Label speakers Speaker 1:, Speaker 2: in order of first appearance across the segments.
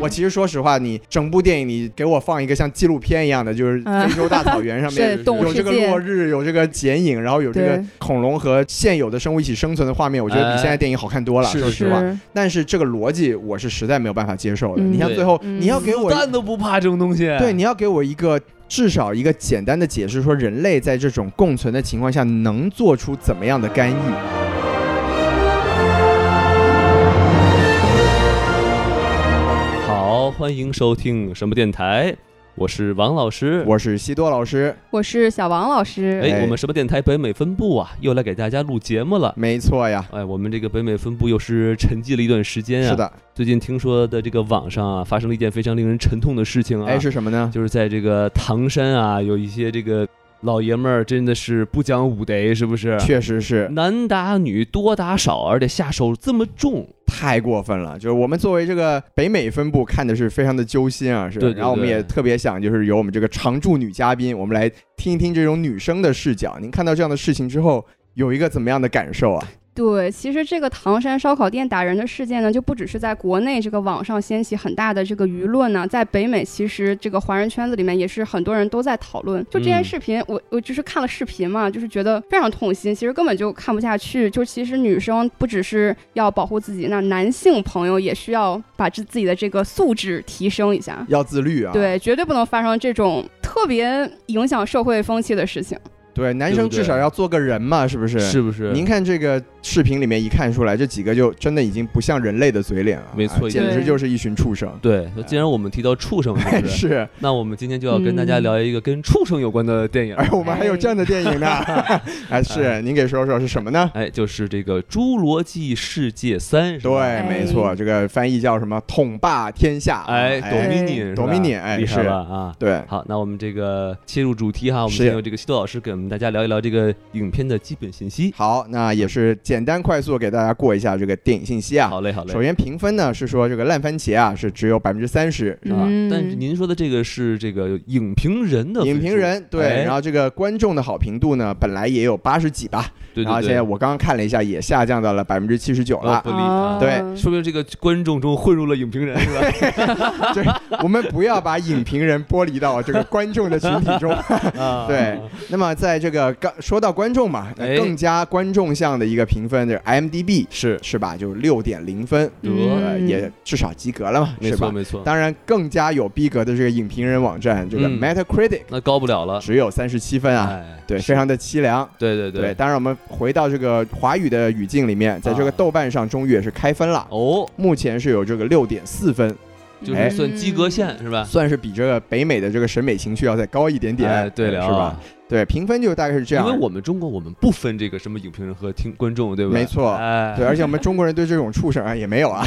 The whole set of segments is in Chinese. Speaker 1: 我其实说实话，你整部电影你给我放一个像纪录片一样的，就是
Speaker 2: 嗯
Speaker 1: 非洲大草原上 面
Speaker 2: 是动物
Speaker 1: 有这
Speaker 2: 世
Speaker 1: 个
Speaker 2: 界
Speaker 1: 落日，有这个剪影，然后有这个
Speaker 2: 对
Speaker 1: 恐龙和现有的生物一起生存的画面，我觉得比
Speaker 3: 哎
Speaker 1: 现在电影好看多了，
Speaker 3: 是
Speaker 1: 说实
Speaker 2: 是
Speaker 1: 话。但是这个逻辑我是实在没有办法接受的。
Speaker 2: 嗯
Speaker 1: 你像
Speaker 3: 对
Speaker 1: 最后，
Speaker 2: 嗯
Speaker 1: 你要给我
Speaker 3: 蛋都不怕这种东西。
Speaker 1: 对，你要给我一个至少一个简单的解释，说人类在这种共存的情况下能做出怎么样的干预？
Speaker 3: 好，欢迎收听什么电台，我是王老师。
Speaker 1: 我是西多老师，
Speaker 2: 我是小王老师。
Speaker 3: 哎，
Speaker 1: 哎
Speaker 3: 我们什么电台北美分部啊，又来给大家录节目了。
Speaker 1: 没错呀，
Speaker 3: 哎，我们这个北美分部又是沉寂了一段时
Speaker 2: 哎
Speaker 3: 间啊。
Speaker 1: 嗯是，的，
Speaker 3: 最近听说的这个网上啊，发生了一件非常令人沉痛的事情啊，
Speaker 1: 哎，是什么呢？
Speaker 3: 就是在这个唐山啊，有一些这个老爷们儿真的是不讲武德，是不是？
Speaker 1: 确实是
Speaker 3: 男打女，多打少，而且下手这么重，
Speaker 1: 太过分了，就是我们作为这个北美分部看的是非常的揪心啊，是。
Speaker 3: 对对
Speaker 1: 然后我们
Speaker 3: 对
Speaker 1: 也特别想，就是有我们这个常驻女嘉宾，我们来听一听这种女生的视角。您看到这样的事情之后，有一个怎么样的感受 啊？
Speaker 2: 对，其实这个唐山烧烤店打人的事件呢，就不只是在国内这个网上掀起很大的这个舆论呢，在北美其实这个华人圈子里面也是很多人都在讨论。就这
Speaker 3: 嗯
Speaker 2: 件视频，我我就是看了视频嘛，就是觉得非常痛心，其实根本就看不下去。就其实女生不只是要保护自己，那男性朋友也需要把自自己的这个素质提升一下。
Speaker 1: 要自律啊！
Speaker 2: 对，绝对不能发生这种特别影响社会风气的事情。
Speaker 1: 对，男
Speaker 3: 对
Speaker 1: 生
Speaker 3: 不对
Speaker 1: 至少要做个人嘛，是不是？
Speaker 3: 是不是？
Speaker 1: 您看这个视频里面一看出来，这几个就真的已经不像人类的嘴脸了，
Speaker 3: 没错
Speaker 1: 啊简直
Speaker 2: 对
Speaker 1: 就是一群畜生。
Speaker 3: 对，既然我们提到畜生，是 不是？
Speaker 1: 是，
Speaker 3: 那我们今天就要跟大家
Speaker 2: 嗯
Speaker 3: 聊一个跟畜生有关的电影。
Speaker 1: 而我们还有这样的电影呢，哎，是，您给说说是什么呢？
Speaker 3: 哎，就是这个《侏罗纪世界三》是
Speaker 1: 对
Speaker 3: 吧，
Speaker 1: 没错，这个翻译叫什么？统霸天下啊，
Speaker 3: 哎
Speaker 1: 哎，
Speaker 3: ，Dominion，是吧
Speaker 1: Dominion，哎
Speaker 3: 厉害
Speaker 1: 是
Speaker 3: 了啊！
Speaker 1: 对，
Speaker 3: 好，那我们这个切入主题哈，我们
Speaker 1: 是
Speaker 3: 先由这个西多老师给我们大家聊一聊这个影片的基本信息。
Speaker 1: 好，那也是简单快速给大家过一下这个电影信息啊。
Speaker 3: 好嘞，好嘞
Speaker 1: 首。先评分呢是说这个烂番茄啊是只有百分之三十，是吧？
Speaker 2: 嗯
Speaker 3: 但是您说的这个是这个影评人的
Speaker 1: 影评
Speaker 3: 分
Speaker 1: 人对，
Speaker 3: 哎
Speaker 1: 然后这个观众的好评度呢本来也有八十几吧，
Speaker 3: 数，对
Speaker 1: 然后
Speaker 3: 对
Speaker 1: 现在
Speaker 3: 对，
Speaker 1: 我刚刚看了一下，也下降到了百分之七十九
Speaker 3: 哦
Speaker 1: 了
Speaker 3: 不。理啊
Speaker 1: 对
Speaker 3: 说明这个观众中混入了影评 人是吧？
Speaker 1: 就是
Speaker 3: 哦
Speaker 1: 我们不要把影评人剥离到这个观众的群体中。
Speaker 3: 啊
Speaker 1: 对，那么在这个刚说到观众嘛，那
Speaker 3: 哎
Speaker 1: 更加观众向的一个评分，就是 IMDB
Speaker 3: 是
Speaker 1: 是吧？就六点零分，
Speaker 3: 得
Speaker 1: 呃，
Speaker 2: 嗯
Speaker 1: 也至少及格了嘛，
Speaker 3: 没
Speaker 1: 是
Speaker 3: 错
Speaker 1: 吧？
Speaker 3: 没错，
Speaker 1: 当然，更加有逼格的这个影评人网站，这个
Speaker 3: 嗯
Speaker 1: Metacritic
Speaker 3: 那高不了了。
Speaker 1: 只有三十七分啊，
Speaker 3: 哎，
Speaker 1: 对，非常的凄凉。
Speaker 3: 对对
Speaker 1: 对，，当然我们回到这个华语的语境里面，在这个
Speaker 3: 啊
Speaker 1: 豆瓣上终于也是开分了，
Speaker 3: 哦，
Speaker 1: 目前是有这个六点四分，
Speaker 3: 就是
Speaker 1: 哎
Speaker 3: 算及格线是吧？
Speaker 1: 算是比这个北美的这个审美情趣要再高一点点，
Speaker 3: 哎对了啊，
Speaker 1: 是吧？对，评分就大概是这样，
Speaker 3: 因为我们中国我们不分这个什么影评人和听观众，对吧？
Speaker 1: 没错
Speaker 3: 哎，
Speaker 1: 对，而且我们中国人对这种畜生啊也没有啊，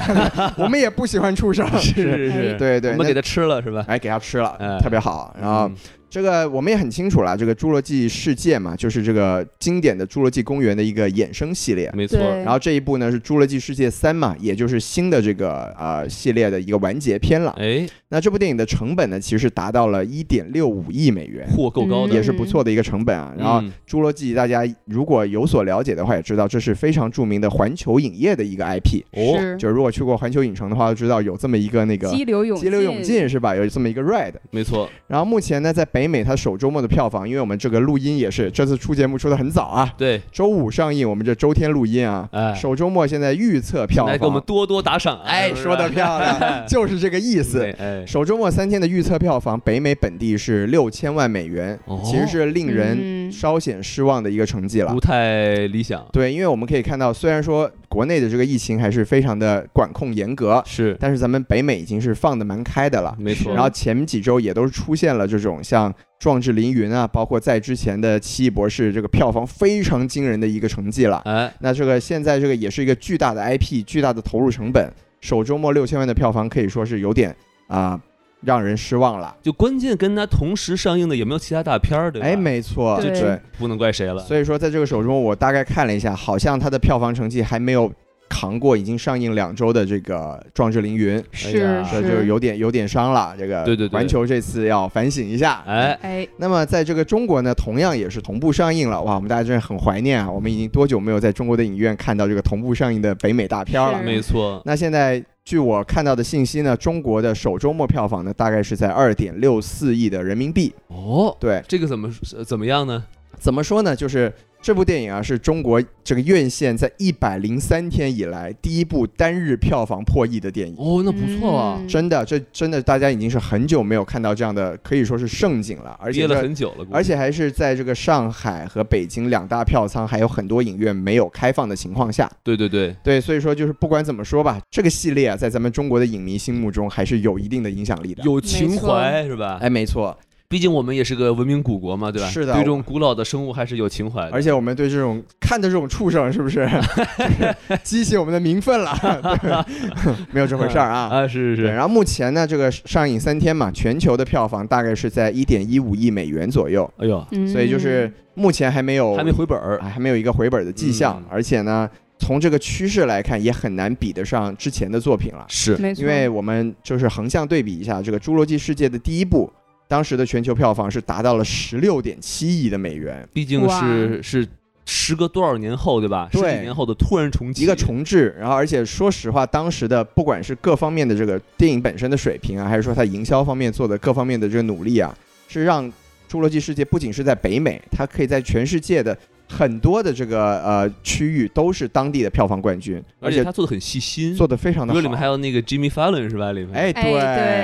Speaker 1: 我们也不喜欢畜生，
Speaker 3: 是是是，
Speaker 1: 哎对对，
Speaker 3: 我们给
Speaker 1: 他
Speaker 3: 他吃了是吧？
Speaker 1: 哎给他吃了，
Speaker 3: 哎
Speaker 1: 特别好。然后
Speaker 3: 嗯
Speaker 1: 这个我们也很清楚了，这个《侏罗纪世界》嘛，就是这个经典的《侏罗纪公园》的一个衍生系列。
Speaker 3: 没错，
Speaker 2: 对
Speaker 1: 然后这一部呢是《侏罗纪世界三》嘛，也就是新的这个呃系列的一个完结篇了。
Speaker 3: 哎，
Speaker 1: 那这部电影的成本呢，其实达到了一点六五亿美元，
Speaker 3: 货够高的
Speaker 1: 也，是不错的一个成本啊。然后
Speaker 3: 嗯
Speaker 1: 《侏罗纪》，大家如果有所了解的话，也知道这是非常著名的环球影业的一个 IP。
Speaker 3: 哦，
Speaker 2: 是
Speaker 1: 就是如果去过环球影城的话，就知道有这么一个那个
Speaker 2: 嗯激流勇
Speaker 1: 激流勇进是吧？有这么一个 ride。
Speaker 3: 没错，
Speaker 1: 然后目前呢，在北美它首周末的票房，因为我们这个录音也是这次出节目出的很早啊，
Speaker 3: 对，
Speaker 1: 周五上映，我们这周天录音啊，
Speaker 3: 哎，
Speaker 1: 首周末现在预测票
Speaker 3: 来给我们
Speaker 1: 房，
Speaker 3: 多多打赏啊，
Speaker 1: 哎，
Speaker 3: 是不是
Speaker 1: 说的漂亮，就是这个意
Speaker 3: 对
Speaker 1: 思。
Speaker 3: 哎，
Speaker 1: 首周末三天的预测票房，北美本地是六千万美元
Speaker 3: 哦，
Speaker 1: 其实是令人
Speaker 2: 嗯
Speaker 1: 稍显失望的一个成绩了
Speaker 3: 不。太理想，
Speaker 1: 对，因为我们可以看到，虽然说国内的这个疫情还是非常的管控严格，
Speaker 3: 是
Speaker 1: 但是咱们北美已经是放的蛮开的了。
Speaker 3: 没错，
Speaker 1: 然后前几周也都是出现了这种像《壮志凌云》啊，包括在之前的《奇异博士》这个票房非常惊人的一个成绩了。
Speaker 3: 哎，
Speaker 1: 那这个现在这个也是一个巨大的 IP，巨大的投入成本，首周末六千万的票房可以说是有点啊、让人失望了。
Speaker 3: 就关键跟他同时上映的也没有其他大片儿，对吧？
Speaker 1: 哎，没错，
Speaker 2: 对
Speaker 1: 对。
Speaker 3: 不能怪谁了，
Speaker 1: 所以说，在这个首周末，我大概看了一下，好像它的票房成绩还没有扛过已经上映两周的这个《壮志凌云》。
Speaker 3: 哎呀
Speaker 1: 这
Speaker 2: 是
Speaker 1: 就是有点有点伤了。这个
Speaker 3: 对对对
Speaker 1: 环球这次要反省一下。
Speaker 3: 哎，
Speaker 2: 哎，
Speaker 1: 那么在这个中国呢，同样也是同步上映了。哇，我们大家真的很怀念啊！我们已经多久没有在中国的影院看到这个同步上映的北美大片了
Speaker 2: 是？
Speaker 3: 没错，
Speaker 1: 那现在据我看到的信息呢，中国的首周末票房呢大概是在二点六四亿的人民币。
Speaker 3: 哦，
Speaker 1: 对，
Speaker 3: 这个怎么是怎么样呢？
Speaker 1: 怎么说呢？就是这部电影啊，是中国这个院线在一百零三天以来第一部单日票房破亿的电影。
Speaker 3: 哦，那不错啊，
Speaker 2: 嗯
Speaker 1: 真的，这真的大家已经是很久没有看到这样的，可以说是盛景了，而且
Speaker 3: 憋了
Speaker 1: 这
Speaker 3: 很久了，估计
Speaker 1: 而且还是在这个上海和北京两大票仓还有很多影院没有开放的情况下，
Speaker 3: 对对对，
Speaker 1: 对，所以说就是不管怎么说吧，这个系列啊，在咱们中国的影迷心目中还是有一定的影响力的。，
Speaker 3: 有情怀是吧？
Speaker 1: 哎，没错，
Speaker 3: 毕竟我们也是个文明古国嘛，对吧？
Speaker 1: 是的
Speaker 3: 对这种古老的生物还是有情怀的。
Speaker 1: 而且我们对这种看的这种畜生，是不是 就是激起我们的民愤了？ 对没有这回事儿啊。
Speaker 3: 啊， 是是
Speaker 1: 对，
Speaker 3: 是，
Speaker 1: 然后目前呢，这个上映三天嘛，全球的票房大概是在一点一五亿美元左右，
Speaker 3: 哎呦，
Speaker 2: 嗯
Speaker 1: 所以就是目前还没有
Speaker 3: 还没回本儿，
Speaker 1: 哦啊，还没有一个回本的迹象
Speaker 3: 嗯，
Speaker 1: 而且呢，从这个趋势来看，也很难比得上之前的作品了。
Speaker 3: 是
Speaker 2: 没错，
Speaker 1: 因为我们就是横向对比一下，这个《侏罗纪世界》的第一部，当时的全球票房是达到了十六点七亿的美元，
Speaker 3: 毕竟是是时隔多少年后，对吧？十
Speaker 1: 对
Speaker 3: 几年后的突然重启，
Speaker 1: 一个重置。然后，而且说实话，当时的不管是各方面的这个电影本身的水平啊，还是说它营销方面做的各方面的这个努力啊，是让《侏罗纪世界》不仅是在北美，它可以在全世界的很多的这个呃区域都是当地的票房冠军，而
Speaker 3: 嗯而且
Speaker 1: 且
Speaker 3: 他做的很细心，
Speaker 1: 做的非常的
Speaker 3: 歌里面还
Speaker 1: 好。
Speaker 3: 有那个 Jimmy Fallon 是吧？里面
Speaker 1: 哎，
Speaker 2: 哎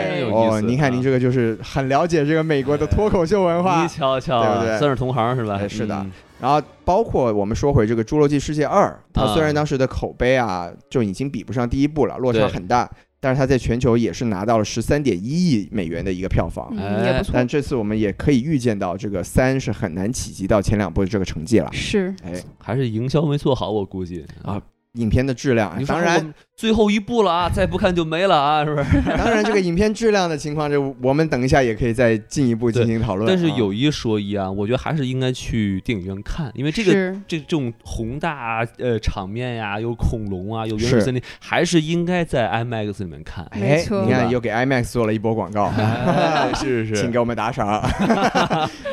Speaker 2: 对
Speaker 3: 有意
Speaker 1: 哦，
Speaker 3: 思
Speaker 1: 您看
Speaker 3: 啊
Speaker 1: 您这个就是很了解这个美国的脱口秀文化，
Speaker 3: 你瞧瞧啊，
Speaker 1: 对不对
Speaker 3: 算是同行是吧？
Speaker 1: 哎是的
Speaker 3: 嗯
Speaker 1: 然后包括我们说回这个《侏罗纪世界二》，它虽
Speaker 3: 啊
Speaker 1: 然当时的口碑啊就已经比不上第一部了，落差
Speaker 3: 对
Speaker 1: 很大，但是它在全球也是拿到了十三点一亿美元的一个票房。
Speaker 2: 嗯
Speaker 3: 哎
Speaker 2: 也不错
Speaker 1: 但，这次我们也可以预见到，这个三是很难企及到前两部的这个成绩了。
Speaker 2: 是
Speaker 1: 哎，
Speaker 3: 还是营销没做好，我估计
Speaker 1: 啊。影片的质量啊
Speaker 3: 你，说
Speaker 1: 当
Speaker 3: 我
Speaker 1: 然，
Speaker 3: 们最后一步了啊，再不看就没了啊，是不是？
Speaker 1: 当然这个影片质量的情况，这我们等一下也可以再进一步进行讨论啊。
Speaker 3: 但是有一说一啊，我觉得还是应该去电影院看，因为这个
Speaker 2: 是
Speaker 3: 这这种宏大呃场面呀、有恐龙啊，有原始
Speaker 1: 是
Speaker 3: 森林，还是应该在 IMAX 里 面看。
Speaker 2: 没
Speaker 1: 哎，
Speaker 2: 错
Speaker 1: 你看
Speaker 3: 吧
Speaker 1: 又给 IMAX 做了一波 广告。
Speaker 3: 哎是是
Speaker 1: 请给我们打赏。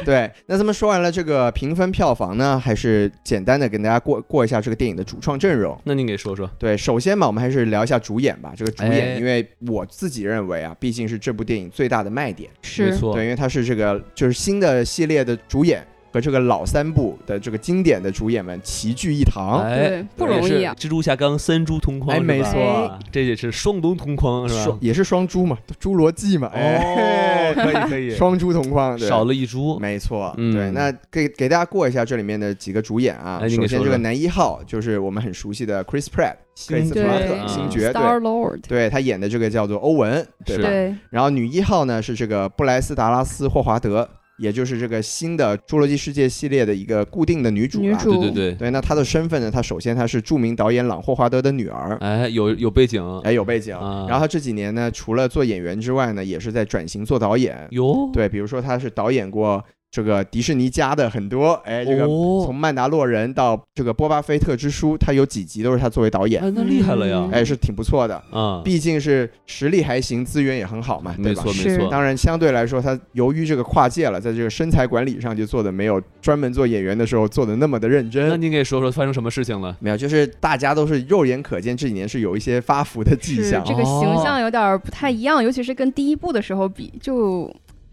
Speaker 1: 对，那咱们说完了这个评分票房呢，还是简单的跟大家过过一下这个电影的主创阵容。
Speaker 3: 那你给说说，
Speaker 1: 对，首先嘛，我们还是聊一下主演吧。这个主演，
Speaker 3: 哎
Speaker 1: 因为我自己认为啊，毕竟是这部电影最大的卖点。
Speaker 3: 没
Speaker 2: 是，
Speaker 3: 错
Speaker 1: 对，，因为他是这个就是新的系列的主演和这个老三部的这个经典的主演们齐聚一堂。
Speaker 3: 哎
Speaker 2: 对，，不容易啊
Speaker 3: 也，是蜘蛛侠刚三蛛同框，
Speaker 1: 哎
Speaker 3: 是吧
Speaker 1: 没
Speaker 2: 错，
Speaker 3: 这也是双龙同框是
Speaker 1: 双
Speaker 3: 吧？
Speaker 1: 也是双珠嘛，侏罗纪嘛，
Speaker 3: 哎哦，
Speaker 1: 哎，
Speaker 3: 可以可以，
Speaker 1: 双珠同框，对
Speaker 3: 少了一株，
Speaker 1: 没错，
Speaker 3: 嗯
Speaker 1: 对，那给给大家过一下这里面的几个主演啊。
Speaker 3: 哎您给
Speaker 1: 首
Speaker 3: 说
Speaker 1: 先，
Speaker 3: 说
Speaker 1: 这个男一号就是我们很熟悉的 Chris Pratt，克里斯普
Speaker 2: 对
Speaker 1: 拉特
Speaker 2: 嗯
Speaker 3: 啊
Speaker 1: 星爵，
Speaker 2: Star
Speaker 1: 对，
Speaker 2: Lord，
Speaker 1: 对他演的这个叫做欧文，对
Speaker 3: 是
Speaker 1: 吧？
Speaker 2: 对，
Speaker 1: 然后女一号呢是这个布莱斯达拉斯霍华德，也就是这个新的《侏罗纪世界》系列的一个固定的女主
Speaker 2: 女
Speaker 1: 啊。
Speaker 2: 主
Speaker 3: 对对对，
Speaker 1: 对，那她的身份呢？她首先她是著名导演朗霍华德的女儿，
Speaker 3: 哎，有有背景，
Speaker 1: 哎，有背景。
Speaker 3: 啊
Speaker 1: 然后她这几年呢，除了做演员之外呢，也是在转型做导演。
Speaker 3: 有，
Speaker 1: 对，比如说她是导演过这个迪士尼家的很多，哎，这个从《
Speaker 3: 哦，
Speaker 1: 曼达洛人》到这个《波巴菲特之书》，他有几集都是他作为导演，
Speaker 3: 哎，那厉害了呀
Speaker 2: 嗯，
Speaker 1: 哎，是挺不错的。
Speaker 3: 啊，
Speaker 1: 毕竟是实力还行，资源也很好嘛，对
Speaker 3: 没
Speaker 1: 吧
Speaker 3: 错？没
Speaker 2: 是
Speaker 3: 错，
Speaker 1: 当然，相对来说，他由于这个跨界了，在这个身材管理上就做的没有专门做演员的时候做的那么的认
Speaker 3: 那
Speaker 1: 真。
Speaker 3: 您给说说发生什么事情了？
Speaker 1: 没有，就是大家都是肉眼可见这几年是有一些发福的迹
Speaker 2: 是
Speaker 1: 象。
Speaker 2: 这个形
Speaker 3: 哦
Speaker 2: 象有点儿不太一样，尤其是跟第一部的时候比，就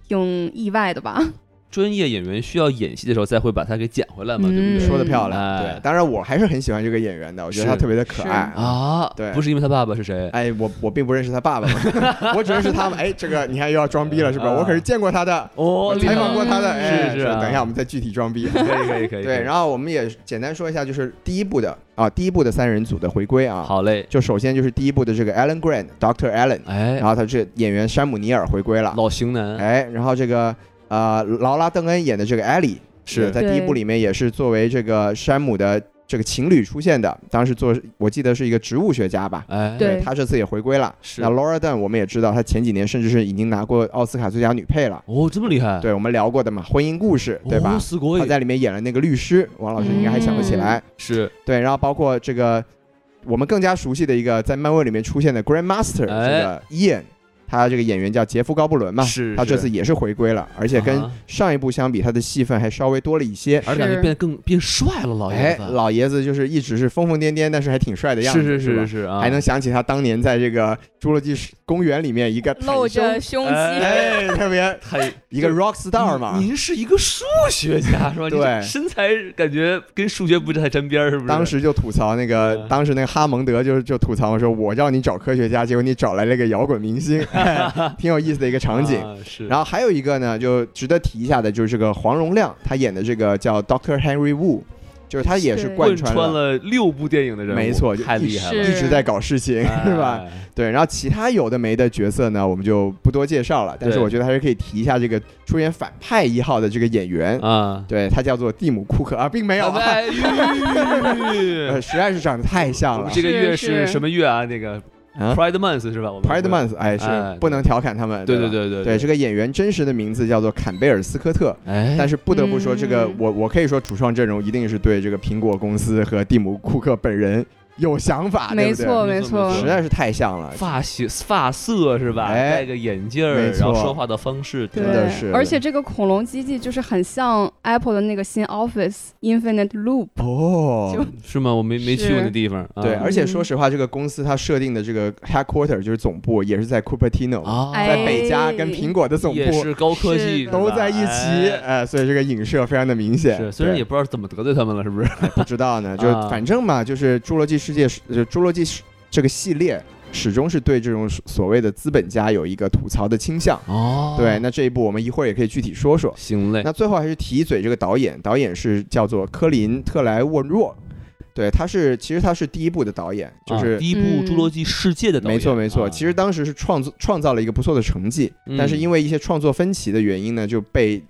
Speaker 2: 挺意外的 吧？
Speaker 3: 专业演员需要演戏的时候才会把它给捡回来嘛，
Speaker 2: 嗯
Speaker 3: 对不对？
Speaker 1: 啊说的漂亮，
Speaker 3: 哎
Speaker 1: 对，当然我还是很喜欢这个演员的，我觉得
Speaker 3: 是
Speaker 1: 他特别的可
Speaker 2: 是
Speaker 1: 爱
Speaker 3: 啊，
Speaker 1: 对
Speaker 3: 不是因为他爸爸是谁？
Speaker 1: 哎，我我并不认识他爸爸嘛， 我只认识他们。哎，这个你看又要装逼了是吧？
Speaker 3: 啊
Speaker 1: 我可是见过他的，
Speaker 3: 哦
Speaker 1: 我采访过他的。
Speaker 2: 嗯
Speaker 1: 哎，
Speaker 3: 是是啊
Speaker 1: 等一下我们再具体装 逼。
Speaker 3: 可以可以可以，
Speaker 1: 对，然后我们也简单说一下，就是第一部的啊，第一部的三人组的回归啊。，
Speaker 3: 好嘞，
Speaker 1: 就首先就是第一部的这个 Alan Grant，Dr. Alan，
Speaker 3: 哎
Speaker 1: 然，后他这演员山姆尼尔回归了。
Speaker 3: 老型男，
Speaker 1: 哎，然后这个呃劳拉邓恩演的这个 Ellie
Speaker 3: 是
Speaker 1: 在第一部里面也是作为这个山姆的这个情侣出现的，当时做我记得是一个植物学家吧。
Speaker 3: 哎，
Speaker 2: 对
Speaker 1: 他这次也回归了。
Speaker 3: 是
Speaker 1: 那 Laura Dern 我们也知道，她前几年甚至是已经拿过奥斯卡最佳女配了。
Speaker 3: 哦，这么厉害，
Speaker 1: 对，我们聊过的嘛，《婚姻故事》，对吧
Speaker 3: 哦，？死鬼
Speaker 1: 她在里面演了那个律师，王老师应该还想得起来。
Speaker 3: 是，
Speaker 1: 对，然后包括这个我们更加熟悉的一个在漫威里面出现的 Grandmaster，、
Speaker 3: 哎
Speaker 1: 这个 Ian。他这个演员叫杰夫·高布伦嘛，
Speaker 3: 是
Speaker 1: 他这
Speaker 3: 是
Speaker 1: 次也是回归了，而且跟
Speaker 3: 啊
Speaker 1: 上一部相比，他的戏份还稍微多了一些。
Speaker 3: 而感觉
Speaker 2: 是
Speaker 3: 变得更变帅了，老爷
Speaker 1: 哎
Speaker 3: 子，，
Speaker 1: 老爷子就是一直是疯疯癫癫，但是还挺帅的样子，
Speaker 3: 是是
Speaker 1: 吧
Speaker 3: 是是啊，
Speaker 1: 还能想起他当年在这个《侏罗纪公园》里面一个
Speaker 2: 露着
Speaker 1: 袒胸
Speaker 2: 胸肌，
Speaker 1: 哎，特别
Speaker 3: 他
Speaker 1: 一个 rock star
Speaker 3: 您
Speaker 1: 嘛。
Speaker 3: 您是一个数学家是吧？你这
Speaker 1: 对
Speaker 3: 身材感觉跟数学不太沾边儿，是不是？
Speaker 1: 当时就吐槽那个
Speaker 3: 嗯，
Speaker 1: 当时那个哈蒙德就就吐槽我说，我让你找科学家，结果你找来了一个摇滚明 星，哎挺有意思的一个场景。
Speaker 3: 啊是，
Speaker 1: 然
Speaker 3: 后
Speaker 1: 后还有一个呢，就值得提一下的，就是这个黄荣亮，他演的这个叫 Doctor Henry Wu，就是他也是
Speaker 2: 是
Speaker 1: 贯
Speaker 3: 穿
Speaker 1: 穿
Speaker 3: 了六部电影的人物，
Speaker 1: 没错，就
Speaker 3: 太
Speaker 1: 一
Speaker 3: 厉害
Speaker 1: 直
Speaker 3: 了，
Speaker 2: 是
Speaker 1: 一直在搞事情，是吧？
Speaker 3: 哎？
Speaker 1: 对，然后其他有的没的角色呢，我们就不多介绍了。但是
Speaker 3: 对
Speaker 1: 我觉得还是可以提一下这个出演反派一号的这个演员，
Speaker 3: 啊，
Speaker 1: 对他叫做蒂姆·库克啊，并没有、啊，
Speaker 3: 哎
Speaker 1: 呃，
Speaker 3: 呦
Speaker 1: 实在是长得太像
Speaker 3: 我
Speaker 1: 了
Speaker 3: 们。这个月
Speaker 2: 是
Speaker 3: 是
Speaker 2: 是
Speaker 3: 什么月啊？那个
Speaker 1: 啊
Speaker 3: Pride Month 是吧我们
Speaker 1: Pride Month，哎，是、
Speaker 3: 哎
Speaker 1: 不能调侃他们。
Speaker 3: 对
Speaker 1: 对
Speaker 3: 对
Speaker 1: 吧
Speaker 3: 对对
Speaker 1: 对这个演员真实的名字叫做坎贝尔·斯科特，
Speaker 3: 哎，
Speaker 1: 但是不得不说，
Speaker 2: 嗯
Speaker 1: 这个我我可以说主创阵容一定是对这个苹果公司和蒂姆·库克本人有想法，
Speaker 2: 没
Speaker 1: 对不
Speaker 2: 错
Speaker 3: 没
Speaker 2: 没
Speaker 3: 错
Speaker 2: 错
Speaker 1: 对？，实在是太像了，
Speaker 3: 发型发色是吧？
Speaker 1: 哎
Speaker 3: 戴个眼镜儿，
Speaker 1: 没
Speaker 3: 然后
Speaker 1: 错
Speaker 3: 说话的方式，
Speaker 1: 真
Speaker 2: 对，
Speaker 3: 吧
Speaker 1: 的是
Speaker 2: 而且这个恐龙基地就是很像 Apple 的那个新 Office Infinite Loop，
Speaker 1: 哦，
Speaker 2: 就是
Speaker 3: 吗？我没没去过
Speaker 2: 是
Speaker 3: 那地方，啊
Speaker 1: 对，而且
Speaker 2: 嗯
Speaker 1: 说实话，这个公司它设定的这个 headquarter 就是总部，也是在 Cupertino，、
Speaker 3: 啊，
Speaker 1: 在
Speaker 2: 哎
Speaker 1: 北加跟苹果的总
Speaker 3: 也
Speaker 1: 部
Speaker 3: 是高科
Speaker 2: 是
Speaker 3: 技
Speaker 2: 的
Speaker 1: 都在一起，
Speaker 3: 哎
Speaker 1: 哎，所以这个影射非常的明显。
Speaker 3: 是，虽然
Speaker 1: 对
Speaker 3: 也不知道怎么得罪他们了，是不是？
Speaker 1: 不知道呢，就
Speaker 3: 啊
Speaker 1: 反正嘛，就是《侏罗纪世界》就《侏罗纪世》这个系列始终是对这种所谓的资本家有一个吐槽的倾向。
Speaker 3: 哦
Speaker 1: 对，，那这一部我们一会儿也可以具体说说。
Speaker 3: 行嘞，
Speaker 1: 那最后还是提一嘴这个导演，导演是叫做科林特莱沃若，对，他是其实他是第一部的导演，就是
Speaker 3: 啊第一部《
Speaker 2: 嗯
Speaker 3: 侏罗纪世界》的导演，
Speaker 1: 没错没错，
Speaker 3: 啊
Speaker 1: 其实当时是创作创造了一个不错的成绩，
Speaker 3: 嗯
Speaker 1: 但是因为一些创作分歧的原因呢，就被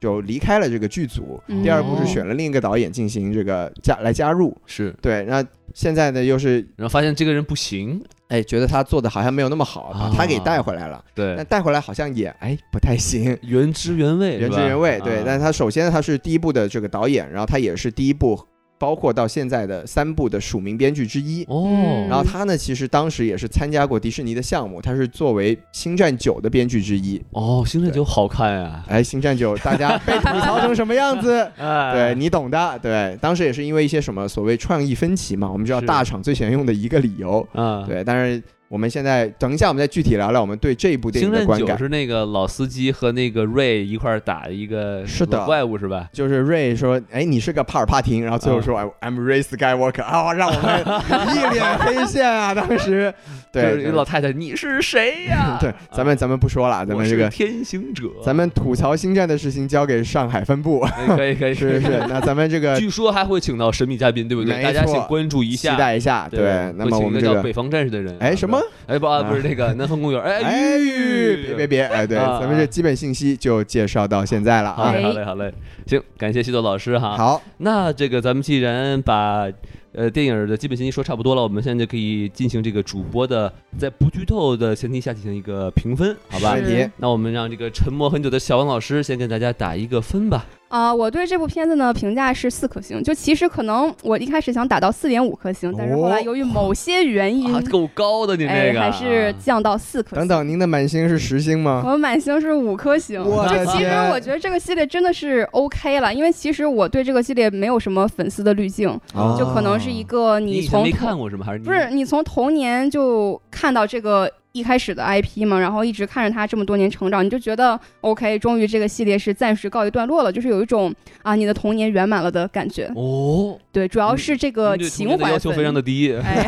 Speaker 1: 就离开了这个剧组。
Speaker 2: 嗯
Speaker 1: 第二部是选了另一个导演进行这个加来加入，
Speaker 3: 是，
Speaker 1: 对，那现在呢又是
Speaker 3: 然后发现这个人不行，
Speaker 1: 哎觉得他做的好像没有那么好，把
Speaker 3: 啊
Speaker 1: 他给带回来了，但
Speaker 3: 对，
Speaker 1: 带回来好像也哎不太行。
Speaker 3: 原汁原味，
Speaker 1: 原汁
Speaker 3: 是吧
Speaker 1: 原味，对，
Speaker 3: 啊
Speaker 1: 但他首先他是第一部的这个导演，然后他也是第一部，包括到现在的三部的署名编剧之一。
Speaker 3: 哦，
Speaker 2: 嗯
Speaker 1: 然后他呢，其实当时也是参加过迪士尼的项目，他是作为《星战九》的编剧之一。
Speaker 3: 哦，《星战九》好 看呀，？
Speaker 1: 哎，《星战九》大家被吐槽成什么样子
Speaker 3: 哎
Speaker 1: 对你懂的。对，当时也是因为一些什么所谓创意分歧嘛，我们知道
Speaker 3: 是
Speaker 1: 大厂最喜欢用的一个理由。
Speaker 3: 啊，
Speaker 1: 对，但是我们现在等一下，我们再具体聊聊我们对这一部电
Speaker 3: 星
Speaker 1: 影的
Speaker 3: 战
Speaker 1: 观
Speaker 3: 九》
Speaker 1: 感。
Speaker 3: 是那个老司机和那个瑞一块儿打一个
Speaker 1: 是的
Speaker 3: 老怪物是吧？
Speaker 1: 就是瑞说：“哎，你是个帕尔帕廷。”然后最
Speaker 3: 啊
Speaker 1: 后说：“哎、I'm Ray Skywalker。”啊，让我们 一脸黑线啊！当时，
Speaker 3: 就是一
Speaker 1: 对？
Speaker 3: 个老太太，你是谁呀
Speaker 1: 对，咱们咱们不说了，咱
Speaker 3: 我
Speaker 1: 们
Speaker 3: 是
Speaker 1: 这个
Speaker 3: 天行者，
Speaker 1: 咱们吐槽星战的事情交给上海分 部，
Speaker 3: 哎可以可 以，
Speaker 1: 是是是。那咱们这个
Speaker 3: 据说还会请到神秘嘉宾，对不对？
Speaker 1: 没
Speaker 3: 大家请
Speaker 1: 错
Speaker 3: 关注一
Speaker 1: 期
Speaker 3: 下。
Speaker 1: 待一下，
Speaker 3: 对，
Speaker 1: 那么
Speaker 3: 会请
Speaker 1: 我们
Speaker 3: 一
Speaker 1: 这
Speaker 3: 个叫
Speaker 1: 个
Speaker 3: 北方战士的人，
Speaker 1: 哎什么？
Speaker 3: 哎不啊，
Speaker 1: 啊
Speaker 3: 不是那个南方公园，哎
Speaker 1: 哎，
Speaker 3: 吁
Speaker 1: 别别别，哎对，
Speaker 3: 啊
Speaker 1: 咱们这基本信息就介绍到现在了
Speaker 3: 好
Speaker 1: 啊。
Speaker 3: 嘞，
Speaker 2: 哎
Speaker 3: 好嘞，好嘞，行，感谢西多老师哈。，
Speaker 1: 好，
Speaker 3: 那这个咱们既然把呃电影的基本信息说差不多了，我们现在就可以进行这个主播的在不剧透的前提下进行一个评分，好吧
Speaker 1: 没？问题
Speaker 2: 是。
Speaker 3: 那我们让这个沉默很久的小王老师先跟大家打一个分吧。
Speaker 2: 啊、我对这部片子呢评价是四颗星，就其实可能我一开始想打到四点五颗星，但是
Speaker 1: 哦
Speaker 2: 后来由于某些原因，
Speaker 3: 啊，够高的您
Speaker 2: 嗯哎
Speaker 3: 这，个
Speaker 2: 还
Speaker 3: 啊，
Speaker 2: 是降到四颗
Speaker 1: 等
Speaker 2: 星。
Speaker 1: 等，您的满星是十星吗？
Speaker 2: 我满星是五颗星，
Speaker 1: 我的
Speaker 2: 就其实
Speaker 1: 天
Speaker 2: 我觉得这个系列真的是 OK 了，因为其实我对这个系列没有什么粉丝的滤镜，
Speaker 1: 哦
Speaker 2: 就可能是一个你
Speaker 3: 你以前
Speaker 2: 从
Speaker 3: 没看过是吗？还是你
Speaker 2: 不是你从童年就看到这个一开始的 IP 嘛，然后一直看着它这么多年成长，你就觉得 OK，终于这个系列是暂时告一段落了，就是有一种啊你的童年圆满了的感觉。
Speaker 3: 哦，
Speaker 2: 对，主要是这个
Speaker 3: 您对童
Speaker 2: 情
Speaker 3: 年的
Speaker 2: 怀
Speaker 3: 要求非常的低，
Speaker 2: 分 哎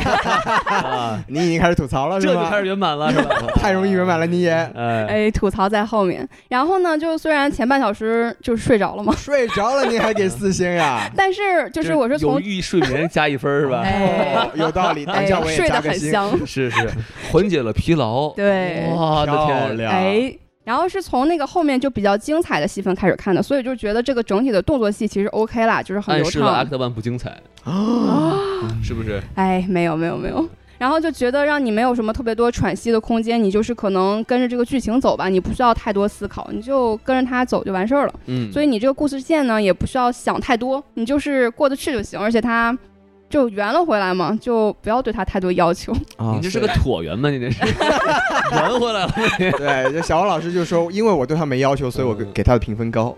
Speaker 3: 啊，
Speaker 1: 哦你已经开始吐槽了是
Speaker 3: 这就
Speaker 1: 吗？
Speaker 3: 开？始圆满了是吧
Speaker 1: 太容易圆满了，你也
Speaker 3: 哎，
Speaker 2: 哎，吐槽在后面。然后呢，就虽然前半小时就睡着了嘛，？
Speaker 1: 睡着了，您还给四星呀
Speaker 2: 但是就是我是
Speaker 3: 有
Speaker 2: 从
Speaker 3: 益睡眠加一分 儿是吧？
Speaker 2: 哎
Speaker 1: 哦 有道理，
Speaker 2: 哎
Speaker 1: 等下我也
Speaker 2: 睡
Speaker 1: 加
Speaker 2: 得
Speaker 1: 个
Speaker 2: 很
Speaker 1: 星。
Speaker 2: 香，
Speaker 3: 是是，缓解了疲劳。
Speaker 2: 对，
Speaker 3: 哇，我的
Speaker 1: 漂
Speaker 3: 天，
Speaker 1: 亮，
Speaker 2: 哎。然后是从那个后面就比较精彩的戏份开始看的，所以就觉得这个整体的动作戏其实 OK 啦，就是很
Speaker 3: 暗
Speaker 2: 流
Speaker 3: 示了阿
Speaker 2: 畅
Speaker 3: 克。特曼不精彩，
Speaker 1: 哦
Speaker 3: 是不是？
Speaker 2: 哎，没有没有没有。然后就觉得让你没有什么特别多喘息的空间，你就是可能跟着这个剧情走吧，你不需要太多思考，你就跟着它走就完事儿了。
Speaker 3: 嗯，
Speaker 2: 所以你这个故事线呢，也不需要想太多，你就是过得去就行。而且它就圆了回来嘛，就不要对他太多要 求。
Speaker 1: 啊
Speaker 3: 你这是个椭圆吗？你这是圆回来了。
Speaker 1: 对，就小王老师就说，因为我对他没要求，所以我给
Speaker 3: 嗯
Speaker 1: 给他的评分高。